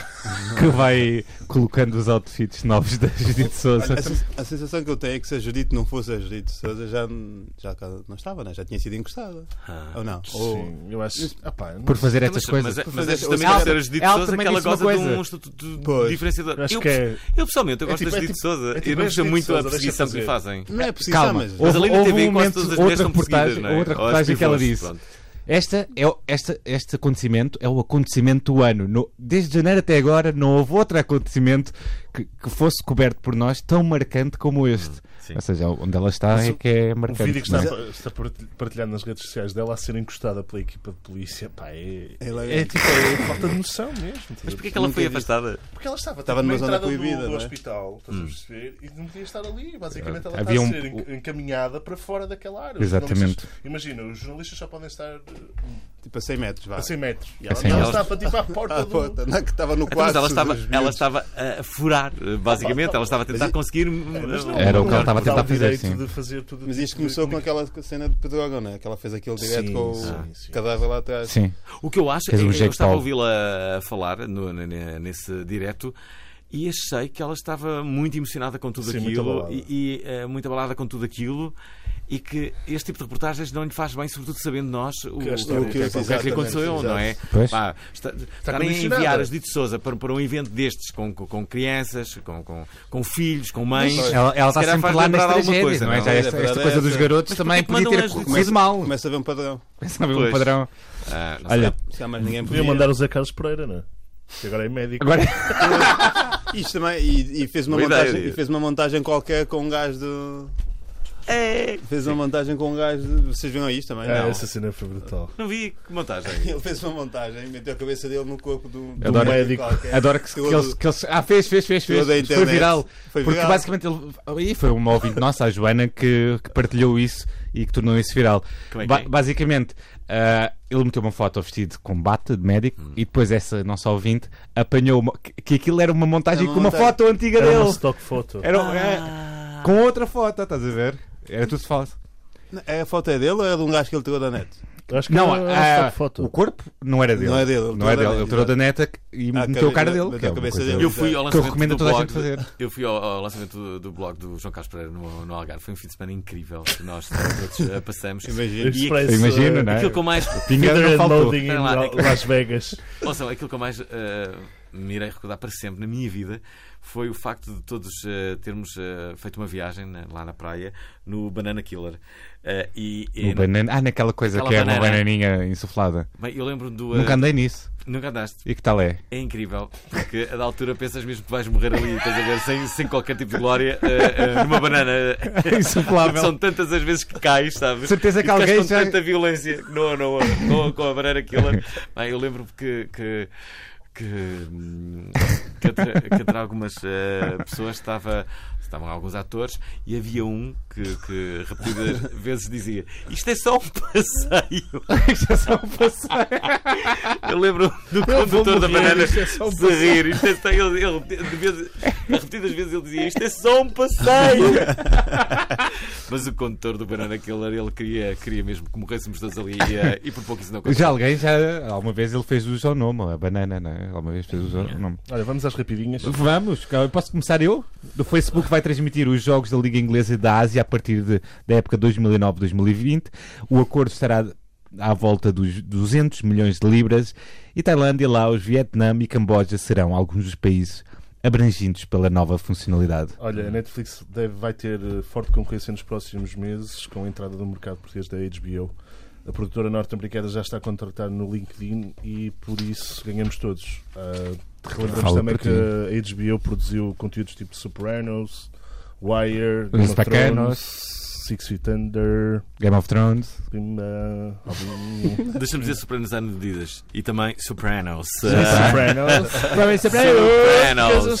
[SPEAKER 2] que vai colocando os outfits novos da Judite Souza.
[SPEAKER 5] A sen- A sensação que eu tenho é que se a Judite não fosse a Judite Souza, já, já cá não estava, né? já tinha sido encostada. Ou não?
[SPEAKER 2] Oh.
[SPEAKER 5] Ou,
[SPEAKER 3] Sim, eu acho. Ah, pá, não
[SPEAKER 2] Por
[SPEAKER 3] sei.
[SPEAKER 2] fazer
[SPEAKER 1] Mas- é-
[SPEAKER 2] estas
[SPEAKER 1] mas,
[SPEAKER 2] coisas.
[SPEAKER 1] Mas, mas
[SPEAKER 5] Fazer-
[SPEAKER 1] antes também
[SPEAKER 2] Ela-
[SPEAKER 1] de ser a Judite
[SPEAKER 2] ela
[SPEAKER 1] Souza,
[SPEAKER 2] também
[SPEAKER 1] que ela
[SPEAKER 2] disse uma
[SPEAKER 1] goza de
[SPEAKER 2] coisa.
[SPEAKER 1] um estatuto
[SPEAKER 5] Pois.
[SPEAKER 1] diferenciador.
[SPEAKER 3] Acho
[SPEAKER 1] eu,
[SPEAKER 3] que é-
[SPEAKER 1] eu, pessoalmente, eu
[SPEAKER 3] é
[SPEAKER 1] gosto
[SPEAKER 3] tipo-
[SPEAKER 1] da
[SPEAKER 3] é
[SPEAKER 1] Judite
[SPEAKER 3] tipo-
[SPEAKER 1] Souza.
[SPEAKER 3] é tipo
[SPEAKER 1] eu não
[SPEAKER 3] a
[SPEAKER 1] gosto
[SPEAKER 3] Judite
[SPEAKER 1] muito da
[SPEAKER 3] Souza, deixa
[SPEAKER 1] perseguição que lhe
[SPEAKER 3] fazer.
[SPEAKER 1] fazem.
[SPEAKER 5] não é preciso,
[SPEAKER 2] Calma,
[SPEAKER 5] mas.
[SPEAKER 1] Mas
[SPEAKER 2] houve,
[SPEAKER 1] ali na
[SPEAKER 2] houve
[SPEAKER 1] TV
[SPEAKER 2] um
[SPEAKER 1] quase
[SPEAKER 2] momento,
[SPEAKER 1] todas as mulheres
[SPEAKER 2] outra
[SPEAKER 1] estão perseguidas,
[SPEAKER 2] reportagem,
[SPEAKER 1] não é?
[SPEAKER 2] outra
[SPEAKER 1] Ou as
[SPEAKER 2] reportagem que ela
[SPEAKER 1] pivôs,
[SPEAKER 2] disse.
[SPEAKER 1] pronto.
[SPEAKER 2] Esta é, o- esta, este acontecimento é o acontecimento do ano. No- desde janeiro até agora não houve outro acontecimento que, que fosse coberto por nós tão marcante como este.
[SPEAKER 1] sim.
[SPEAKER 2] Ou seja, onde ela está
[SPEAKER 3] Mas
[SPEAKER 2] é
[SPEAKER 3] o-
[SPEAKER 2] que é
[SPEAKER 3] O
[SPEAKER 2] marcante.
[SPEAKER 3] um vídeo que está,
[SPEAKER 2] não é?
[SPEAKER 3] está partil- partilhado nas redes sociais dela a ser encostada pela equipa de polícia, pá, é,
[SPEAKER 5] Ela
[SPEAKER 3] é,
[SPEAKER 5] é-
[SPEAKER 3] tipo é falta de noção mesmo. tá estás a
[SPEAKER 1] Mas porquê
[SPEAKER 3] perceber?
[SPEAKER 1] que ela
[SPEAKER 5] Nunca
[SPEAKER 1] foi
[SPEAKER 5] vi.
[SPEAKER 1] afastada?
[SPEAKER 3] Porque ela estava,
[SPEAKER 5] Estava
[SPEAKER 3] tipo,
[SPEAKER 5] numa
[SPEAKER 3] na
[SPEAKER 5] zona
[SPEAKER 3] entrada
[SPEAKER 5] coibida,
[SPEAKER 3] do, do
[SPEAKER 5] não é?
[SPEAKER 3] hospital, estás a perceber? E não podia estar ali. Basicamente, ela
[SPEAKER 2] Hum. Havia
[SPEAKER 3] está
[SPEAKER 2] um-
[SPEAKER 3] a ser en- encaminhada para fora daquela área. Os
[SPEAKER 2] Exatamente.
[SPEAKER 3] jornalistas- Imagina, os jornalistas só podem estar eh,
[SPEAKER 5] tipo a 100 metros, vá.
[SPEAKER 3] a 100 metros. E
[SPEAKER 2] A
[SPEAKER 3] ela,
[SPEAKER 2] 100
[SPEAKER 3] ela
[SPEAKER 1] metros.
[SPEAKER 3] estava tipo à porta
[SPEAKER 5] Ah,
[SPEAKER 3] do.
[SPEAKER 5] puta, não, que estava no
[SPEAKER 1] Então, mas
[SPEAKER 5] quarto.
[SPEAKER 1] ela estava,
[SPEAKER 5] dos
[SPEAKER 1] ela
[SPEAKER 5] miúdos.
[SPEAKER 1] estava a furar, basicamente. Ela estava a tentar conseguir. um
[SPEAKER 3] Mas não,
[SPEAKER 2] Era o que
[SPEAKER 3] não
[SPEAKER 2] ela estava a
[SPEAKER 3] dá
[SPEAKER 2] tentar
[SPEAKER 3] o
[SPEAKER 2] fazer,
[SPEAKER 3] direito
[SPEAKER 2] sim.
[SPEAKER 3] de fazer tudo
[SPEAKER 5] Mas isto
[SPEAKER 3] tipo
[SPEAKER 5] começou
[SPEAKER 3] de-
[SPEAKER 5] com aquela cena de Pedrógão, né? Que ela fez aquele direto
[SPEAKER 3] Sim,
[SPEAKER 5] com o
[SPEAKER 3] sim, sim.
[SPEAKER 5] cadáver lá atrás.
[SPEAKER 2] Sim.
[SPEAKER 1] O que eu acho é
[SPEAKER 2] Queres
[SPEAKER 1] que
[SPEAKER 2] um
[SPEAKER 1] eu
[SPEAKER 2] Jack
[SPEAKER 1] estava a
[SPEAKER 2] Paul?
[SPEAKER 1] ouvi-la a falar no- n- n- nesse direto e achei que ela estava muito emocionada com tudo
[SPEAKER 3] Sim, muito
[SPEAKER 1] aquilo
[SPEAKER 3] abalada.
[SPEAKER 1] e, e, eh, muito abalada com tudo aquilo e que este tipo de reportagens não lhe faz bem, sobretudo sabendo nós o,
[SPEAKER 3] Que a
[SPEAKER 1] o-
[SPEAKER 3] história-
[SPEAKER 1] o que,
[SPEAKER 5] que-
[SPEAKER 1] o que é que lhe aconteceu,
[SPEAKER 5] exatamente,
[SPEAKER 1] não é?
[SPEAKER 2] Pois.
[SPEAKER 1] Pá, esta- estarem a
[SPEAKER 3] condicionada.
[SPEAKER 1] enviar as de Souza para, para um evento destes com, com, com crianças, com, com, com filhos, com mães.
[SPEAKER 2] Ela, ela
[SPEAKER 1] se
[SPEAKER 2] está
[SPEAKER 1] calhar
[SPEAKER 2] sempre
[SPEAKER 1] faz
[SPEAKER 2] lá nas
[SPEAKER 1] lembrar alguma
[SPEAKER 2] tragédias,
[SPEAKER 1] coisa,
[SPEAKER 2] não é?
[SPEAKER 1] não
[SPEAKER 2] Já
[SPEAKER 1] é?
[SPEAKER 2] esta,
[SPEAKER 5] Era
[SPEAKER 2] esta
[SPEAKER 5] para
[SPEAKER 2] coisa
[SPEAKER 5] essa.
[SPEAKER 2] dos garotos
[SPEAKER 1] Mas
[SPEAKER 2] também
[SPEAKER 1] porquê que
[SPEAKER 2] podia ter
[SPEAKER 1] mandam as
[SPEAKER 2] corrido mal.
[SPEAKER 5] Começa a ver um padrão.
[SPEAKER 2] Pensava um
[SPEAKER 1] Pois.
[SPEAKER 2] padrão.
[SPEAKER 1] Ah, não sei.
[SPEAKER 2] Olha,
[SPEAKER 5] Se há mais ninguém
[SPEAKER 3] Podia
[SPEAKER 5] podia.
[SPEAKER 3] mandar o Zé Carlos Pereira, não é? Que agora é médico.
[SPEAKER 2] agora
[SPEAKER 5] Isto também, e, e fez uma
[SPEAKER 1] Boa ideia,
[SPEAKER 5] montagem, e
[SPEAKER 1] Dias.
[SPEAKER 5] fez uma montagem qualquer com um gajo do.
[SPEAKER 1] É,
[SPEAKER 5] Fez uma montagem com um gajo. De... Vocês viram isto também?
[SPEAKER 3] Ah,
[SPEAKER 5] não.
[SPEAKER 3] essa cena foi brutal.
[SPEAKER 1] não vi que montagem.
[SPEAKER 5] Ele fez uma montagem, meteu a cabeça dele no corpo do, do
[SPEAKER 2] Adoro.
[SPEAKER 5] médico qualquer.
[SPEAKER 2] adoro que, que
[SPEAKER 5] Todo-
[SPEAKER 2] eles, que eles- Ah, fez, fez, fez, fez.
[SPEAKER 5] Toda a
[SPEAKER 2] Foi
[SPEAKER 5] internet.
[SPEAKER 2] viral.
[SPEAKER 5] Foi
[SPEAKER 2] porque
[SPEAKER 5] viral.
[SPEAKER 2] basicamente ele. E foi uma ouvinte nossa, a Joana, que, que partilhou isso e que tornou isso viral.
[SPEAKER 1] Como é que
[SPEAKER 2] Ba-
[SPEAKER 1] é?
[SPEAKER 2] basicamente, ah, ele meteu uma foto vestido de combate de médico
[SPEAKER 1] Hum.
[SPEAKER 2] e depois essa nossa ouvinte apanhou uma- que, que aquilo era uma montagem
[SPEAKER 5] Era uma
[SPEAKER 2] com uma
[SPEAKER 5] montagem.
[SPEAKER 2] foto antiga
[SPEAKER 3] Era uma
[SPEAKER 2] dele. um- é,
[SPEAKER 3] stock photo.
[SPEAKER 1] Ah.
[SPEAKER 2] Era, é, com outra foto, estás a ver? Era tudo falso.
[SPEAKER 5] É, a foto é dele ou é de um gajo que ele tirou da net?
[SPEAKER 3] Acho que
[SPEAKER 2] Não,
[SPEAKER 3] é
[SPEAKER 2] a-
[SPEAKER 5] ah,
[SPEAKER 3] essa
[SPEAKER 2] a-
[SPEAKER 3] foto.
[SPEAKER 2] o corpo não era dele.
[SPEAKER 5] Não é dele, ele
[SPEAKER 2] Não é
[SPEAKER 5] tirou da
[SPEAKER 2] dele. Ele
[SPEAKER 5] net,
[SPEAKER 2] tirou da
[SPEAKER 5] exato.
[SPEAKER 2] neta e
[SPEAKER 5] Ah,
[SPEAKER 2] meteu a cara
[SPEAKER 5] da-
[SPEAKER 2] dele.
[SPEAKER 5] da
[SPEAKER 2] que é uma
[SPEAKER 5] cabeça
[SPEAKER 2] coisa-
[SPEAKER 5] dele.
[SPEAKER 2] Eu
[SPEAKER 1] Eu fui ao
[SPEAKER 2] Que eu
[SPEAKER 1] lançamento
[SPEAKER 2] recomendo
[SPEAKER 1] do
[SPEAKER 2] a toda a
[SPEAKER 1] blog.
[SPEAKER 2] gente fazer.
[SPEAKER 1] Eu fui ao, ao lançamento do, do blog do João Carlos Pereira no, no Algarve. Foi um fim de semana incrível que nós todos eh, passamos.
[SPEAKER 5] Imagina.
[SPEAKER 1] E
[SPEAKER 3] Express,
[SPEAKER 2] Eu imagino,
[SPEAKER 3] uh,
[SPEAKER 2] não é?
[SPEAKER 1] aquilo que eu mais
[SPEAKER 2] Pinga
[SPEAKER 3] Feather
[SPEAKER 2] não
[SPEAKER 3] and
[SPEAKER 2] faltou.
[SPEAKER 3] Loading em
[SPEAKER 1] Sei lá.
[SPEAKER 3] Las Vegas.
[SPEAKER 1] Ouçam, aquilo que eu mais eh, me irei recordar para sempre na minha vida foi o facto de todos eh, termos eh, feito uma viagem na- lá na praia no Banana Killer. Eh, e, e-
[SPEAKER 2] O banana- Ah, naquela coisa
[SPEAKER 1] Aquela
[SPEAKER 2] que é uma
[SPEAKER 1] banana.
[SPEAKER 2] bananinha insuflada.
[SPEAKER 1] Bem, eu lembro do. eh,
[SPEAKER 2] Nunca andei nisso.
[SPEAKER 1] nunca andaste.
[SPEAKER 2] E que tal é?
[SPEAKER 1] É incrível, porque a da altura pensas mesmo que vais morrer ali, estás a ver, sem, sem qualquer tipo de glória, eh, eh, numa banana. Porque
[SPEAKER 2] Insuflável.
[SPEAKER 1] Tipo, São tantas as vezes que cais, sabes?
[SPEAKER 2] Certeza
[SPEAKER 1] E
[SPEAKER 2] que alguém
[SPEAKER 1] ficas com
[SPEAKER 2] já-
[SPEAKER 1] tanta violência que não, não, não com a banana killer. Bem, eu lembro-me que. que... Que, hum, que, entre, que entre algumas eh, pessoas estava, estavam alguns atores e havia um que, que repetidas vezes dizia isto é só um passeio.
[SPEAKER 2] Isto é só um passeio.
[SPEAKER 1] Eu lembro do condutor da banana se rir. Isto é só, ele, ele, de vezes, a repetidas vezes ele dizia isto é só um passeio. Mas o condutor do Banana Killer ele queria, queria mesmo que morrêssemos todos ali e, eh, e por pouco isso não aconteceu.
[SPEAKER 2] Já alguém, já. Alguma vez ele fez uso ao nome, a banana, não é? Alguma vez fez uso ao nome.
[SPEAKER 3] Olha, vamos às rapidinhas.
[SPEAKER 2] Vamos, eu posso começar eu? O Facebook vai transmitir os jogos da Liga Inglesa e da Ásia a partir de- da época 2009-2020. O acordo estará à volta dos 200 milhões de libras e Tailândia, Laos, Vietnã e Camboja serão alguns dos países abrangidos pela nova funcionalidade.
[SPEAKER 3] Olha, a Netflix deve, vai ter eh, forte concorrência nos próximos meses com a entrada do mercado português da HBO. A produtora norte-americana já está contratada no LinkedIn e por isso ganhamos todos. Ah, relembramos
[SPEAKER 2] Fala
[SPEAKER 3] também
[SPEAKER 2] por
[SPEAKER 3] que a HBO produziu conteúdos tipo Sopranos, Wire, Game of
[SPEAKER 2] Bacanos.
[SPEAKER 3] Thrones, Six Feet Under,
[SPEAKER 2] Game of Thrones.
[SPEAKER 3] pim, ah, algum-
[SPEAKER 1] Deixa-me dizer Sopranos à medidas e também Sopranos.
[SPEAKER 3] Sopranos,
[SPEAKER 1] Sopranos.
[SPEAKER 3] Sopranos,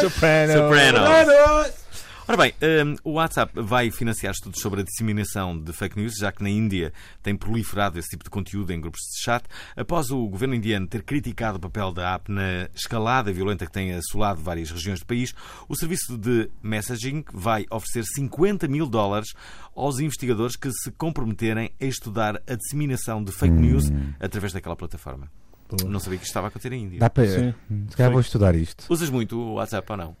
[SPEAKER 3] Sopranos.
[SPEAKER 1] Sopranos. Ora bem, hum, o WhatsApp vai financiar estudos sobre a disseminação de fake news, já que na Índia tem proliferado esse tipo de conteúdo em grupos de chat. Após o governo indiano ter criticado o papel da app na escalada violenta que tem assolado várias regiões do país, o serviço de messaging vai oferecer 50 mil dólares aos investigadores que se comprometerem a estudar a disseminação de fake news através daquela plataforma. Não sabia que isto estava a acontecer na Índia.
[SPEAKER 2] Dá para. Hum.
[SPEAKER 3] Sim.
[SPEAKER 2] Se calhar vou estudar isto. É.
[SPEAKER 1] Usas muito o WhatsApp ou não?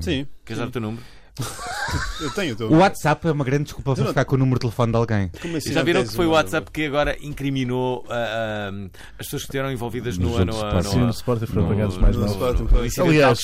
[SPEAKER 5] Sim,
[SPEAKER 1] Queres dar o teu número?
[SPEAKER 5] eu tenho. Tô...
[SPEAKER 2] O WhatsApp é uma grande desculpa para
[SPEAKER 5] não-
[SPEAKER 2] ficar com o número de telefone de alguém.
[SPEAKER 5] Como assim
[SPEAKER 1] Já
[SPEAKER 5] não
[SPEAKER 1] viram
[SPEAKER 5] tens
[SPEAKER 1] que foi o
[SPEAKER 5] um
[SPEAKER 1] WhatsApp que agora incriminou ah, ah, as pessoas que estiveram envolvidas no
[SPEAKER 2] Nos
[SPEAKER 1] ano.
[SPEAKER 2] outros
[SPEAKER 3] Sim, no Sporting foram pagados mais
[SPEAKER 5] no
[SPEAKER 3] mal.
[SPEAKER 5] Sporting.
[SPEAKER 1] é
[SPEAKER 3] Aliás,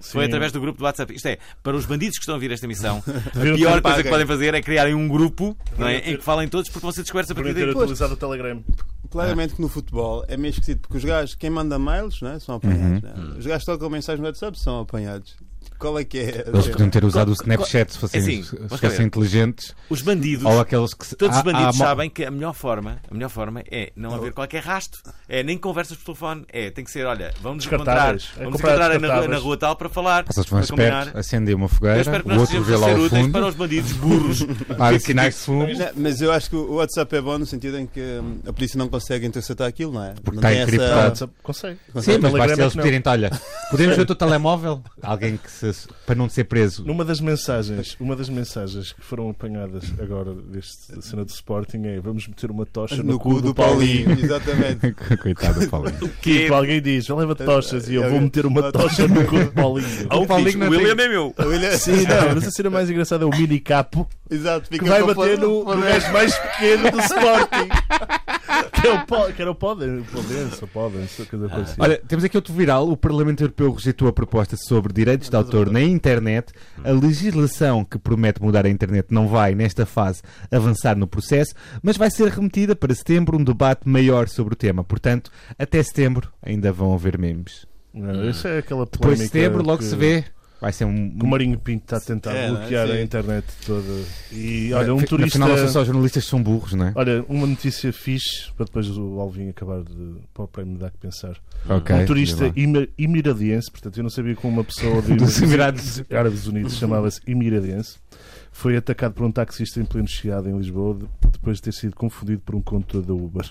[SPEAKER 1] Foi
[SPEAKER 3] sim.
[SPEAKER 1] através do grupo do WhatsApp. Isto é, para os bandidos que estão a ouvir esta emissão, a
[SPEAKER 3] Deveriam
[SPEAKER 1] pior
[SPEAKER 5] ter
[SPEAKER 1] coisa que
[SPEAKER 5] pago.
[SPEAKER 1] podem fazer é criarem um grupo não é,
[SPEAKER 3] Deveriam
[SPEAKER 1] em
[SPEAKER 3] ter-
[SPEAKER 1] que falem todos porque vão ser descobertos a partir
[SPEAKER 3] Poderiam ter
[SPEAKER 1] daí.
[SPEAKER 3] utilizado o Telegram.
[SPEAKER 5] Claramente que no futebol é meio esquisito, porque os gajos, quem manda mails, né, são apanhados. né? Os gajos que tocam mensagens no WhatsApp, são apanhados. Qual é que é? a
[SPEAKER 2] Eles
[SPEAKER 5] cena?
[SPEAKER 2] podiam ter usado o
[SPEAKER 1] Co- co-
[SPEAKER 2] Snapchat se fossem,
[SPEAKER 1] É assim,
[SPEAKER 2] se
[SPEAKER 1] vamos
[SPEAKER 2] fossem
[SPEAKER 1] ver.
[SPEAKER 2] inteligentes
[SPEAKER 1] Os bandidos.
[SPEAKER 2] ou aqueles que se- Ah,
[SPEAKER 1] Todos
[SPEAKER 2] há-
[SPEAKER 1] os
[SPEAKER 2] há
[SPEAKER 1] bandidos
[SPEAKER 2] mo-
[SPEAKER 1] sabem que a melhor forma, a melhor forma é não haver qualquer rasto, é nem conversas por telefone, é tem que ser, olha, vamos nos encontrar,
[SPEAKER 3] Descartáveis. É
[SPEAKER 1] vamos
[SPEAKER 3] comprar
[SPEAKER 1] encontrar na, rua-
[SPEAKER 3] descartáveis.
[SPEAKER 1] na rua tal para falar,
[SPEAKER 2] Vocês vão
[SPEAKER 1] para combinar.
[SPEAKER 2] espertos, acendem uma
[SPEAKER 1] Eu
[SPEAKER 2] fogueira,
[SPEAKER 1] espero que
[SPEAKER 2] o
[SPEAKER 1] nós
[SPEAKER 2] outro
[SPEAKER 1] estejamos
[SPEAKER 2] vê
[SPEAKER 1] a
[SPEAKER 2] lá
[SPEAKER 1] ser
[SPEAKER 2] ao
[SPEAKER 1] úteis para
[SPEAKER 2] fundo,
[SPEAKER 1] os bandidos burros.
[SPEAKER 2] há sinais de fumo,
[SPEAKER 5] Não, Mas eu acho que o WhatsApp é bom no sentido em que hum, a polícia não consegue interceptar aquilo, não é?
[SPEAKER 2] Porque
[SPEAKER 5] não
[SPEAKER 2] está
[SPEAKER 5] tem essa-
[SPEAKER 3] Ah,
[SPEAKER 2] encriptado.
[SPEAKER 3] WhatsApp, consegue.
[SPEAKER 2] Sim, mas
[SPEAKER 3] Telegram é
[SPEAKER 2] basta eles
[SPEAKER 3] que não.
[SPEAKER 2] pedirem-te, olha, podemos ver o teu telemóvel? Alguém que se- para não ser preso.
[SPEAKER 3] Numa das mensagens, uma das mensagens que foram apanhadas agora deste da cena do Sporting é vamos meter uma tocha no,
[SPEAKER 5] No cu do Paulinho, exatamente.
[SPEAKER 2] Coitado do Paulinho.
[SPEAKER 1] Que
[SPEAKER 3] Tipo, alguém diz, leva tochas e eu
[SPEAKER 5] Eu-
[SPEAKER 3] vou meter uma
[SPEAKER 5] eu-
[SPEAKER 3] tocha no cu do Paulinho.
[SPEAKER 1] Há um que
[SPEAKER 2] Paulinho
[SPEAKER 1] diz,
[SPEAKER 2] não
[SPEAKER 1] o
[SPEAKER 2] tem-
[SPEAKER 1] William é meu.
[SPEAKER 5] Olha,
[SPEAKER 3] Sim, não, mas a cena mais engraçada é o mini capo
[SPEAKER 5] Exato, fica
[SPEAKER 3] que vai
[SPEAKER 5] com a
[SPEAKER 3] bater
[SPEAKER 5] foto-
[SPEAKER 3] no, no gajo mais pequeno do Sporting. Que, é o, Po- que era o Podem, o Podense, o Podense, coisa parecida.
[SPEAKER 2] Olha, temos aqui outro viral. O Parlamento Europeu rejeitou a proposta sobre direitos de autor na internet. A legislação que promete mudar a internet não vai, nesta fase, avançar no processo, mas vai ser remetida para setembro um debate maior sobre o tema. Portanto, até setembro ainda vão haver memes.
[SPEAKER 3] Não, isso é aquela
[SPEAKER 2] Depois de
[SPEAKER 3] polémica.
[SPEAKER 2] setembro, logo
[SPEAKER 3] que-
[SPEAKER 2] se vê. Vai ser um.
[SPEAKER 3] que O Marinho Pinto está a tentar
[SPEAKER 5] É, não é?
[SPEAKER 3] bloquear
[SPEAKER 5] Sim.
[SPEAKER 3] a internet toda. E olha, um turista.
[SPEAKER 2] é Afinal, não são só jornalistas, são burros, não é?
[SPEAKER 3] Olha, uma notícia fixe para depois o Alvin acabar de. para o prémio dar que pensar.
[SPEAKER 2] Ok,
[SPEAKER 3] um turista
[SPEAKER 2] diz lá.
[SPEAKER 3] ima- emiradiense, portanto eu não sabia que uma pessoa de
[SPEAKER 2] Dos Emirados.
[SPEAKER 3] Árabes Unidos chamava-se emiradiense, foi atacado por um taxista em pleno chiado em Lisboa de- depois de ter sido confundido por um condutor da Uber.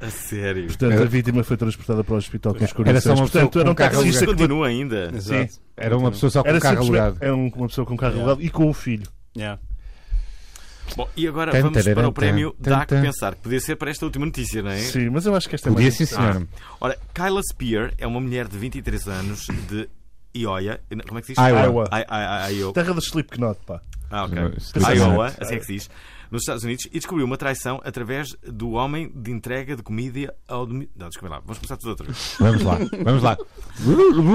[SPEAKER 1] A sério.
[SPEAKER 3] Portanto, a
[SPEAKER 2] Era-
[SPEAKER 3] vítima foi transportada para o hospital com os
[SPEAKER 2] Era só uma pessoa
[SPEAKER 3] Portanto,
[SPEAKER 2] com
[SPEAKER 3] era um
[SPEAKER 2] um carro
[SPEAKER 3] taxista que
[SPEAKER 1] continua ainda.
[SPEAKER 5] Exato.
[SPEAKER 2] Era uma pessoa só com
[SPEAKER 3] era é
[SPEAKER 2] um carro
[SPEAKER 3] simplesmente-
[SPEAKER 2] alugado.
[SPEAKER 3] Era um- uma pessoa com um carro
[SPEAKER 5] Yeah.
[SPEAKER 3] alugado e com um filho.
[SPEAKER 5] Yeah.
[SPEAKER 1] Bom, e agora
[SPEAKER 2] Tan,
[SPEAKER 1] vamos para
[SPEAKER 2] tararam,
[SPEAKER 1] o prémio
[SPEAKER 2] tan,
[SPEAKER 1] Dá que
[SPEAKER 2] tan.
[SPEAKER 1] pensar, que podia ser para esta última notícia, não é?
[SPEAKER 3] Sim, mas eu acho que esta é
[SPEAKER 2] Podia
[SPEAKER 3] mais
[SPEAKER 2] sim,
[SPEAKER 3] interessante.
[SPEAKER 2] senhor.
[SPEAKER 1] Ora, Kyla Spear é uma mulher de 23 anos de Iowa. Como é que se diz?
[SPEAKER 2] Iowa.
[SPEAKER 3] Iowa.
[SPEAKER 1] I- I- I- Iowa.
[SPEAKER 3] Terra do Slipknot, pá.
[SPEAKER 1] Ah, ok.
[SPEAKER 2] Sim.
[SPEAKER 1] Iowa, assim é que se diz. Nos Estados Unidos e descobriu uma traição através do homem de entrega de comida ao. domi- Não, desculpa lá, vamos começar tudo outra vez.
[SPEAKER 2] Vamos lá, vamos lá.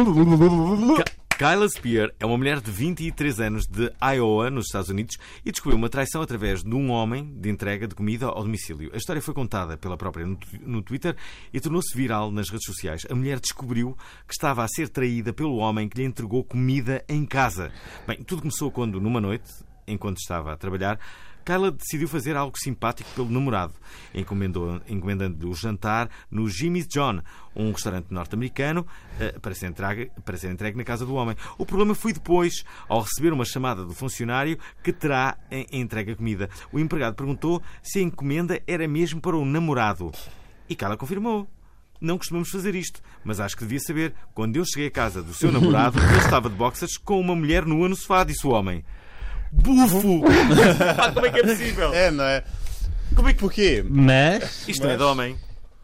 [SPEAKER 1] Ki- Kyla Spear é uma mulher de 23 anos de Iowa, nos Estados Unidos, e descobriu uma traição através de um homem de entrega de comida ao domicílio. A história foi contada pela própria no, tu- no Twitter e tornou-se viral nas redes sociais. A mulher descobriu que estava a ser traída pelo homem que lhe entregou comida em casa. Bem, tudo começou quando, numa noite, enquanto estava a trabalhar, Kyla decidiu fazer algo simpático pelo namorado, encomendou- encomendando-lhe o jantar no Jimmy's John, um restaurante norte-americano, eh, para ser, entregue, para ser entregue na casa do homem. O problema foi depois, ao receber uma chamada do funcionário que terá en- entregue a comida. O empregado perguntou se a encomenda era mesmo para o namorado. E Kyla confirmou. Não costumamos fazer isto, mas acho que devia saber. Quando eu cheguei à casa do seu namorado, ele estava de boxers com uma mulher nua no sofá, disse o homem. Bufo! Pá, como é que é possível?
[SPEAKER 5] É, não é? Como é que porquê?
[SPEAKER 2] Mas.
[SPEAKER 1] Isto não é de homem.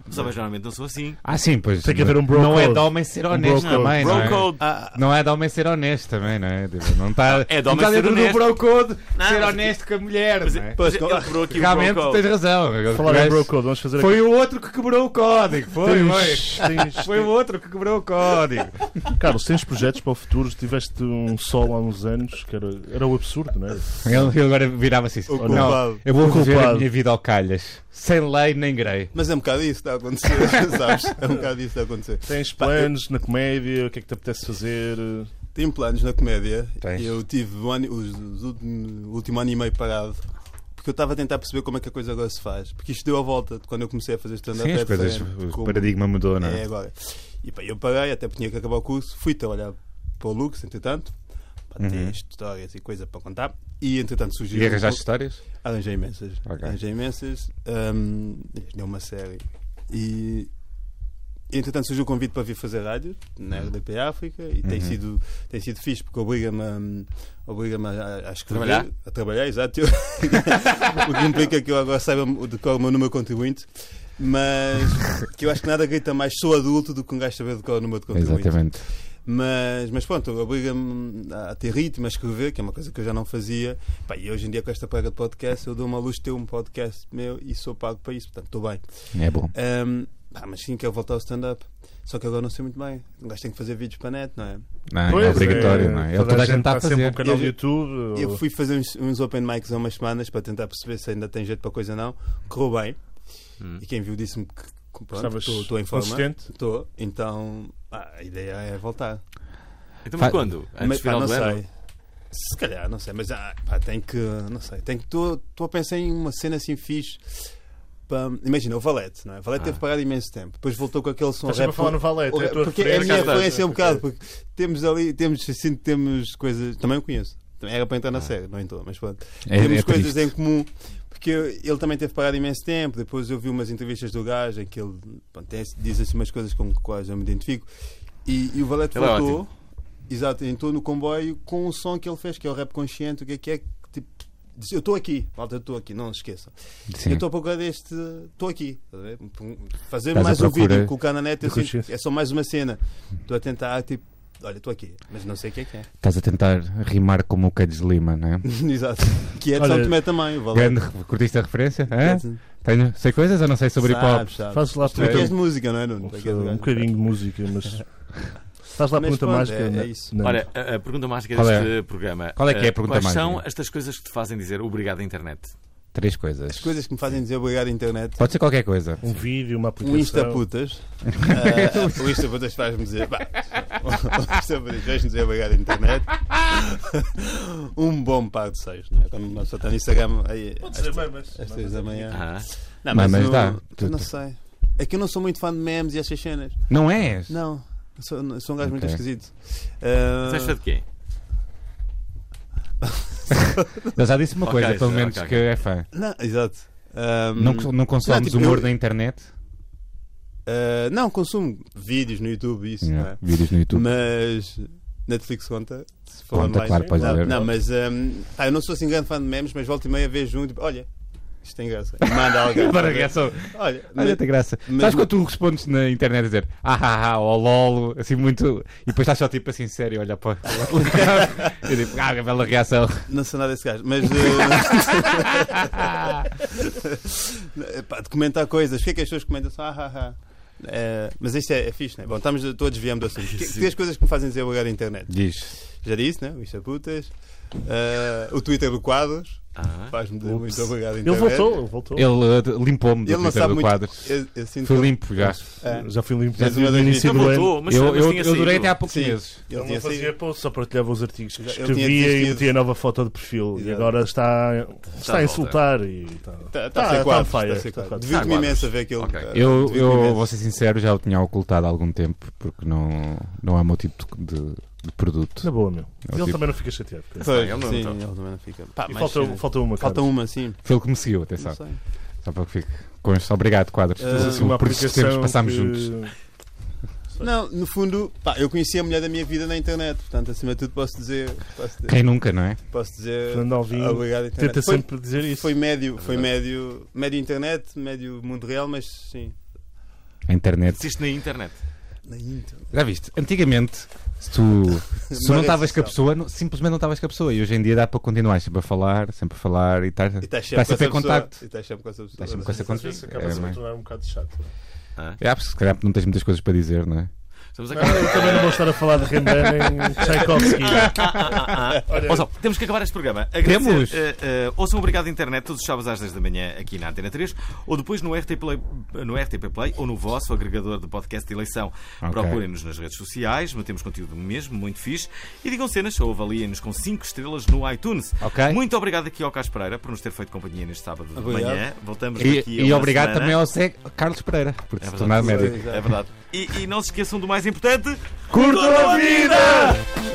[SPEAKER 1] Os homens normalmente não são assim.
[SPEAKER 2] Ah, sim, pois.
[SPEAKER 3] Tem que haver um bro
[SPEAKER 2] Não é
[SPEAKER 3] code.
[SPEAKER 2] de homem ser honesto
[SPEAKER 3] bro
[SPEAKER 2] também, não
[SPEAKER 1] Bro
[SPEAKER 2] é?
[SPEAKER 1] code.
[SPEAKER 5] Ah,
[SPEAKER 2] Não é de homem ser honesto também, não é? Tipo, Não está
[SPEAKER 1] É de
[SPEAKER 2] não
[SPEAKER 1] homem
[SPEAKER 2] está
[SPEAKER 1] ser
[SPEAKER 2] dentro do
[SPEAKER 1] honesto.
[SPEAKER 2] bro code ser
[SPEAKER 1] mas-
[SPEAKER 2] honesto com a mulher.
[SPEAKER 1] Mas
[SPEAKER 2] não é?
[SPEAKER 1] mas ele quebrou aqui o
[SPEAKER 2] Realmente
[SPEAKER 1] bro
[SPEAKER 2] tens
[SPEAKER 1] code.
[SPEAKER 2] razão.
[SPEAKER 3] Falar em
[SPEAKER 2] Mas
[SPEAKER 3] bro code, vamos fazer
[SPEAKER 2] Foi o outro que quebrou o código. Foi, foi.
[SPEAKER 3] aqui. Tens, tens,
[SPEAKER 2] Foi o outro que quebrou o código.
[SPEAKER 3] Carlos, tens projetos para o futuro? Tiveste um solo há uns anos que era, era o absurdo, não é? era?
[SPEAKER 2] Ele, ele agora virava-se isso. Oh,
[SPEAKER 5] O
[SPEAKER 2] Não,
[SPEAKER 5] culpado.
[SPEAKER 2] eu vou
[SPEAKER 3] O
[SPEAKER 2] rever a
[SPEAKER 3] culpado.
[SPEAKER 2] minha vida ao calhas. Sem lei nem grei.
[SPEAKER 5] mas é um bocado isso que está a acontecer, sabes? É um bocado isso que está a acontecer.
[SPEAKER 3] Tens
[SPEAKER 5] Pá, eu-
[SPEAKER 3] planos na comédia? O que é que te apetece fazer?
[SPEAKER 5] Tenho planos na comédia.
[SPEAKER 2] Tens.
[SPEAKER 5] Eu tive um ano, os, os últimos- o último ano e meio parado. Porque eu estava a tentar perceber como é que a coisa agora se faz. Porque isto deu a volta de quando eu comecei a fazer stand-up.
[SPEAKER 2] Sim,
[SPEAKER 5] é
[SPEAKER 2] as coisas.
[SPEAKER 5] diferente de
[SPEAKER 2] O
[SPEAKER 5] como
[SPEAKER 2] paradigma mudou, não
[SPEAKER 5] É
[SPEAKER 2] é?
[SPEAKER 5] agora. E pá, eu parei, até porque tinha que acabar o curso. Fui trabalhar para o Lux, entretanto. Pá, tinha
[SPEAKER 2] Uhum.
[SPEAKER 5] histórias e coisa para contar. E entretanto surgiu. um
[SPEAKER 2] E arranjaste histórias?
[SPEAKER 5] Arranjei imensas.
[SPEAKER 2] Ok.
[SPEAKER 5] Arranjei imensas. hum, deu uma série. E. Entretanto surgiu o convite para vir fazer rádio
[SPEAKER 2] Uhum.
[SPEAKER 5] na RDP África e tem, sido, tem sido fixe porque obriga-me a, obriga a, a escrever,
[SPEAKER 1] Trabalhar?
[SPEAKER 5] a trabalhar, exato. Eu- o que implica que eu agora saiba o- decorar o meu número de contribuinte, mas que eu acho que nada grita mais sou adulto do que um gajo saber decorar o número de contribuinte.
[SPEAKER 2] Exatamente.
[SPEAKER 5] Mas, mas pronto, obriga-me a a ter ritmo, a escrever, que é uma coisa que eu já não fazia. Pá, e hoje em dia, com esta praga de podcast, eu dou-me à luz de ter um podcast meu e sou pago para isso, portanto, estou bem.
[SPEAKER 2] É bom.
[SPEAKER 5] Ahm, pá, mas sim, quero voltar ao stand-up. Só que agora não sei muito bem. Um gajo tem que fazer vídeos para a net, não é?
[SPEAKER 2] Não, é obrigatório, não é? É o que toda a gente está a
[SPEAKER 3] sempre um
[SPEAKER 2] fazer.
[SPEAKER 3] canal
[SPEAKER 5] Eu-
[SPEAKER 3] de YouTube.
[SPEAKER 5] Eu
[SPEAKER 3] ou-
[SPEAKER 5] fui fazer uns, uns open mics há umas semanas para tentar perceber se ainda tem jeito para coisa ou não. Correu bem. E quem viu disse-me que- que pronto,
[SPEAKER 3] Hum. Estavas
[SPEAKER 5] estou estou em forma.
[SPEAKER 3] consistente?
[SPEAKER 5] Estou. Então, pá, a ideia é voltar.
[SPEAKER 1] Então,
[SPEAKER 2] Fa-
[SPEAKER 1] mas quando? Antes
[SPEAKER 5] Mas,
[SPEAKER 1] do
[SPEAKER 5] pá,
[SPEAKER 1] final
[SPEAKER 5] não
[SPEAKER 1] do ano?
[SPEAKER 5] sei. Se calhar, não sei, mas ah, pá, tem que. Não sei, tem que. Estou a pensar em uma cena assim fixe. pá, Imagina, o Valete, não é? O Valete
[SPEAKER 1] Ah.
[SPEAKER 5] teve parado imenso tempo. Depois voltou com aquele som.
[SPEAKER 3] Estás sempre a
[SPEAKER 5] rap-
[SPEAKER 3] falar no Valete. é
[SPEAKER 5] o
[SPEAKER 3] a
[SPEAKER 5] rap-
[SPEAKER 3] tua
[SPEAKER 5] porque é a minha
[SPEAKER 1] cá está.
[SPEAKER 5] referência um bocado, porque temos ali, temos, assim, temos coisas. Também o conheço. Também era para entrar
[SPEAKER 1] Ah.
[SPEAKER 5] na série, não entrou, mas pronto.
[SPEAKER 2] É-
[SPEAKER 5] temos
[SPEAKER 2] é
[SPEAKER 5] coisas
[SPEAKER 2] triste.
[SPEAKER 5] em comum. Porque eu- ele também teve parado imenso tempo. Depois eu vi umas entrevistas do gajo em que ele pronto, tem- diz assim umas coisas com quais eu me identifico. E, e o Valete
[SPEAKER 1] Ele é
[SPEAKER 5] voltou.
[SPEAKER 1] ótimo.
[SPEAKER 5] Exato, entrou no comboio com o som que ele fez, que é o rap consciente, o que é que é que tipo, diz, eu estou aqui, malta, eu estou aqui, não se esqueçam.
[SPEAKER 2] Sim.
[SPEAKER 5] Eu estou a procurar deste, estou aqui. tá a ver? Fazer
[SPEAKER 2] Estás à
[SPEAKER 5] mais um
[SPEAKER 2] procura
[SPEAKER 5] vídeo, colocar na net, eu
[SPEAKER 3] de
[SPEAKER 5] sinto-
[SPEAKER 3] consciência.
[SPEAKER 5] é só mais uma cena. Estou a tentar, tipo, olha, estou aqui, mas não sei o que é que é.
[SPEAKER 2] Estás a tentar rimar como o Cades Lima, não é?
[SPEAKER 5] Exato. Que é de
[SPEAKER 3] Olha,
[SPEAKER 5] São Tomé também, o Valete.
[SPEAKER 2] Grande, re- curtiste a referência? Hã? Tenho, sei coisas ou não sei sobre hip hop?
[SPEAKER 5] Sabes, sabes.
[SPEAKER 3] Fazes lá a
[SPEAKER 5] Tu é que és
[SPEAKER 3] pergunta.
[SPEAKER 5] de música, não é, Nuno? Tu é que és de
[SPEAKER 3] Um
[SPEAKER 5] gajo.
[SPEAKER 3] bocadinho de música, mas. Estás lá a pergunta
[SPEAKER 5] Mas pronto,
[SPEAKER 3] mágica? né?
[SPEAKER 5] é-
[SPEAKER 3] não-
[SPEAKER 5] é isso.
[SPEAKER 3] não.
[SPEAKER 1] Olha, a, a pergunta mágica
[SPEAKER 2] Qual é?
[SPEAKER 1] deste programa.
[SPEAKER 2] Qual é que é a
[SPEAKER 1] Eh,
[SPEAKER 2] pergunta
[SPEAKER 1] Quais
[SPEAKER 2] mágica?
[SPEAKER 1] são estas coisas que te fazem dizer obrigado à internet?
[SPEAKER 2] Três coisas.
[SPEAKER 5] As coisas que me fazem dizer obrigado à internet.
[SPEAKER 2] Pode ser qualquer coisa.
[SPEAKER 3] Um vídeo, uma
[SPEAKER 5] Um
[SPEAKER 3] aplicação.
[SPEAKER 5] Insta putas. Ah, o Insta putas faz-me dizer. pá, o Insta putas faz-me dizer obrigado à internet. um bom par de seis, não é? Quando uma pessoa está no Instagram aí,
[SPEAKER 3] Pode
[SPEAKER 5] às
[SPEAKER 3] ser, bem, mas.
[SPEAKER 5] às três da manhã.
[SPEAKER 1] Ah,
[SPEAKER 5] Não,
[SPEAKER 2] Mas- mas
[SPEAKER 5] o-
[SPEAKER 2] dá.
[SPEAKER 5] eu não sei. É que eu não sou muito fã de memes e essas cenas.
[SPEAKER 2] Não é? és?
[SPEAKER 5] Não. eu Sou, eu sou um gajo muito
[SPEAKER 2] Ok.
[SPEAKER 5] esquisito.
[SPEAKER 1] mas esta é
[SPEAKER 5] Ah,
[SPEAKER 1] de quem?
[SPEAKER 2] Eu já disse uma
[SPEAKER 1] Ok,
[SPEAKER 2] coisa, pelo
[SPEAKER 1] já,
[SPEAKER 2] menos
[SPEAKER 1] ok,
[SPEAKER 2] que
[SPEAKER 1] ok.
[SPEAKER 2] é fã.
[SPEAKER 5] não, exato. Ah,
[SPEAKER 2] Não, cons- não consomes
[SPEAKER 5] Não, tipo,
[SPEAKER 2] humor
[SPEAKER 5] eu-
[SPEAKER 2] na internet?
[SPEAKER 5] ah, não, consumo vídeos no YouTube, isso, não é?
[SPEAKER 2] Vídeos no YouTube.
[SPEAKER 5] Mas Netflix conta. Se for
[SPEAKER 2] Conta,
[SPEAKER 5] online.
[SPEAKER 2] claro, podes
[SPEAKER 5] não,
[SPEAKER 2] ver.
[SPEAKER 5] Não, mas hum, pá, eu não sou assim grande fã de memes, mas volta e meia vejo um e tipo, olha, isto tem graça. E Manda alguém.
[SPEAKER 2] Agora é só.
[SPEAKER 5] Olha,
[SPEAKER 2] Olha, tem graça.
[SPEAKER 5] mas-
[SPEAKER 2] Sabes quando tu respondes na internet a dizer ah, ah, ah, ou lolo, assim muito. E depois estás só tipo assim sério, olha para para o telefone. Eu digo, ah, que bela reação.
[SPEAKER 5] Não sou nada desse gajo, mas. hum, eh, pá, de comentar coisas. O que é que as pessoas comentam? Só, ah, ah, ah. Eh, mas isto é, é fixe, né? Bom, estamos todos viemos do assunto. Que, que as coisas que me fazem desabogar a internet?
[SPEAKER 2] Diz.
[SPEAKER 5] Já disse, né? O Isto é putas. Eh, o Twitter do Quadros
[SPEAKER 1] Ah,
[SPEAKER 5] faz-me
[SPEAKER 3] Ups.
[SPEAKER 5] muito abogar a
[SPEAKER 3] Ele
[SPEAKER 5] internet.
[SPEAKER 3] voltou, ele voltou.
[SPEAKER 2] Ele uh, limpou-me do
[SPEAKER 5] Ele não
[SPEAKER 2] Twitter
[SPEAKER 5] sabe
[SPEAKER 2] do
[SPEAKER 5] muito.
[SPEAKER 2] quadro.
[SPEAKER 5] Eu, eu sinto
[SPEAKER 2] Foi
[SPEAKER 5] que-
[SPEAKER 2] limpo já.
[SPEAKER 5] É.
[SPEAKER 3] Já fui limpo
[SPEAKER 5] Mais uma
[SPEAKER 3] desde o
[SPEAKER 5] das
[SPEAKER 3] início
[SPEAKER 1] não
[SPEAKER 3] do ano.
[SPEAKER 1] voltou, mas,
[SPEAKER 2] eu
[SPEAKER 1] mas
[SPEAKER 2] eu,
[SPEAKER 1] tinha
[SPEAKER 2] eu durei
[SPEAKER 1] saído.
[SPEAKER 2] até há poucos
[SPEAKER 5] Sim.
[SPEAKER 2] meses.
[SPEAKER 5] Ele
[SPEAKER 3] Ele
[SPEAKER 5] tinha
[SPEAKER 3] não fazia
[SPEAKER 5] saído.
[SPEAKER 3] post, só partilhava os artigos que
[SPEAKER 5] Ele tinha
[SPEAKER 3] escrevia e
[SPEAKER 5] desistido.
[SPEAKER 3] metia nova foto de perfil. E
[SPEAKER 5] Exato.
[SPEAKER 3] agora está, está a
[SPEAKER 1] volta.
[SPEAKER 3] insultar e está,
[SPEAKER 5] Tá- tá a
[SPEAKER 3] Tá-
[SPEAKER 5] ser
[SPEAKER 3] tá
[SPEAKER 5] quadros,
[SPEAKER 3] fire,
[SPEAKER 5] tá a ser
[SPEAKER 3] tá
[SPEAKER 5] quadros.
[SPEAKER 3] quadros.
[SPEAKER 5] Divirto-me
[SPEAKER 1] Tá quadros.
[SPEAKER 5] imenso a ver aquilo.
[SPEAKER 1] Ok.
[SPEAKER 5] Ah,
[SPEAKER 2] Eu,
[SPEAKER 5] divirto-me
[SPEAKER 2] eu
[SPEAKER 5] imenso.
[SPEAKER 2] vou ser sincero, já o tinha ocultado há algum tempo, porque não, não é o meu tipo de, de- de produto.
[SPEAKER 3] na boa, meu.
[SPEAKER 2] É o
[SPEAKER 3] ele
[SPEAKER 2] tipo-
[SPEAKER 3] também não fica chateado. com isso.
[SPEAKER 5] Pois,
[SPEAKER 1] Ele não-
[SPEAKER 5] sim, ele
[SPEAKER 2] tá.
[SPEAKER 1] então.
[SPEAKER 5] também não fica. Pá,
[SPEAKER 3] E
[SPEAKER 5] mas,
[SPEAKER 3] falta, um-
[SPEAKER 5] eh,
[SPEAKER 3] falta uma,
[SPEAKER 5] falta
[SPEAKER 3] cara.
[SPEAKER 5] uma, sim.
[SPEAKER 2] Foi ele que me seguiu, atenção.
[SPEAKER 5] Não sei.
[SPEAKER 2] Só para que fique conste. Obrigado, quadros.
[SPEAKER 5] Ah,
[SPEAKER 2] por
[SPEAKER 3] Tens assim uma
[SPEAKER 2] por esses tempos
[SPEAKER 3] aplicação
[SPEAKER 2] passámos
[SPEAKER 3] que-
[SPEAKER 2] juntos.
[SPEAKER 5] Não, no fundo, pá, eu conheci a mulher da minha vida na internet, portanto, acima de tudo posso dizer, posso dizer,
[SPEAKER 2] Quem nunca, não é?
[SPEAKER 5] posso dizer
[SPEAKER 3] Fernando Alvim
[SPEAKER 5] obrigado internet.
[SPEAKER 3] Tenta
[SPEAKER 5] foi,
[SPEAKER 3] sempre dizer isso.
[SPEAKER 5] foi médio,
[SPEAKER 2] É
[SPEAKER 5] foi médio, médio internet, médio mundo real, mas sim,
[SPEAKER 2] A internet.
[SPEAKER 1] Existe na internet.
[SPEAKER 5] na internet.
[SPEAKER 2] Já viste? Antigamente, se tu, se tu
[SPEAKER 5] Uma
[SPEAKER 2] não
[SPEAKER 5] rede
[SPEAKER 2] estavas com a
[SPEAKER 5] social.
[SPEAKER 2] pessoa, não- simplesmente não estavas com a pessoa. E hoje em dia dá para continuar sempre a falar, sempre a falar e estás
[SPEAKER 5] E estás
[SPEAKER 2] estás
[SPEAKER 5] sempre
[SPEAKER 2] Tá sempre em
[SPEAKER 5] com essa pessoa.
[SPEAKER 2] contacto.
[SPEAKER 5] E estás sempre com essa pessoa.
[SPEAKER 2] Estás sempre com essa
[SPEAKER 3] Às vezes
[SPEAKER 2] conta.
[SPEAKER 3] acaba-se
[SPEAKER 2] É,
[SPEAKER 3] por
[SPEAKER 2] mas-
[SPEAKER 3] tornar um bocado chato.
[SPEAKER 2] É, porque se calhar não tens muitas coisas para dizer, não é?
[SPEAKER 1] Estamos a
[SPEAKER 3] Não, eu também não vou estar a falar de Rembrandt em Tchaikovsky. Olha,
[SPEAKER 1] Ouçam, temos que acabar este programa. Agradecer,
[SPEAKER 2] É. Temos.
[SPEAKER 1] eh, eh, ouçam o Obrigado Internet todos os sábados às 10 da manhã aqui na Antena 3 ou depois no RTP Play, no RTP Play ou no vosso agregador de podcast de eleição.
[SPEAKER 2] Ok.
[SPEAKER 1] Procurem-nos nas redes sociais, metemos conteúdo mesmo, muito fixe. E digam cenas ou avaliem-nos com 5 estrelas no iTunes.
[SPEAKER 2] Ok.
[SPEAKER 1] Muito obrigado aqui ao Carlos Pereira por nos ter feito companhia neste sábado de
[SPEAKER 5] Obrigado.
[SPEAKER 1] manhã. Voltamos
[SPEAKER 2] E,
[SPEAKER 1] daqui a
[SPEAKER 2] e
[SPEAKER 1] uma
[SPEAKER 2] obrigado
[SPEAKER 1] semana. É
[SPEAKER 2] também ao Zé Carlos Pereira por se
[SPEAKER 1] verdade.
[SPEAKER 2] tornar médico.
[SPEAKER 1] É verdade. E, e não se esqueçam do mais importante.
[SPEAKER 2] Curtam a vida!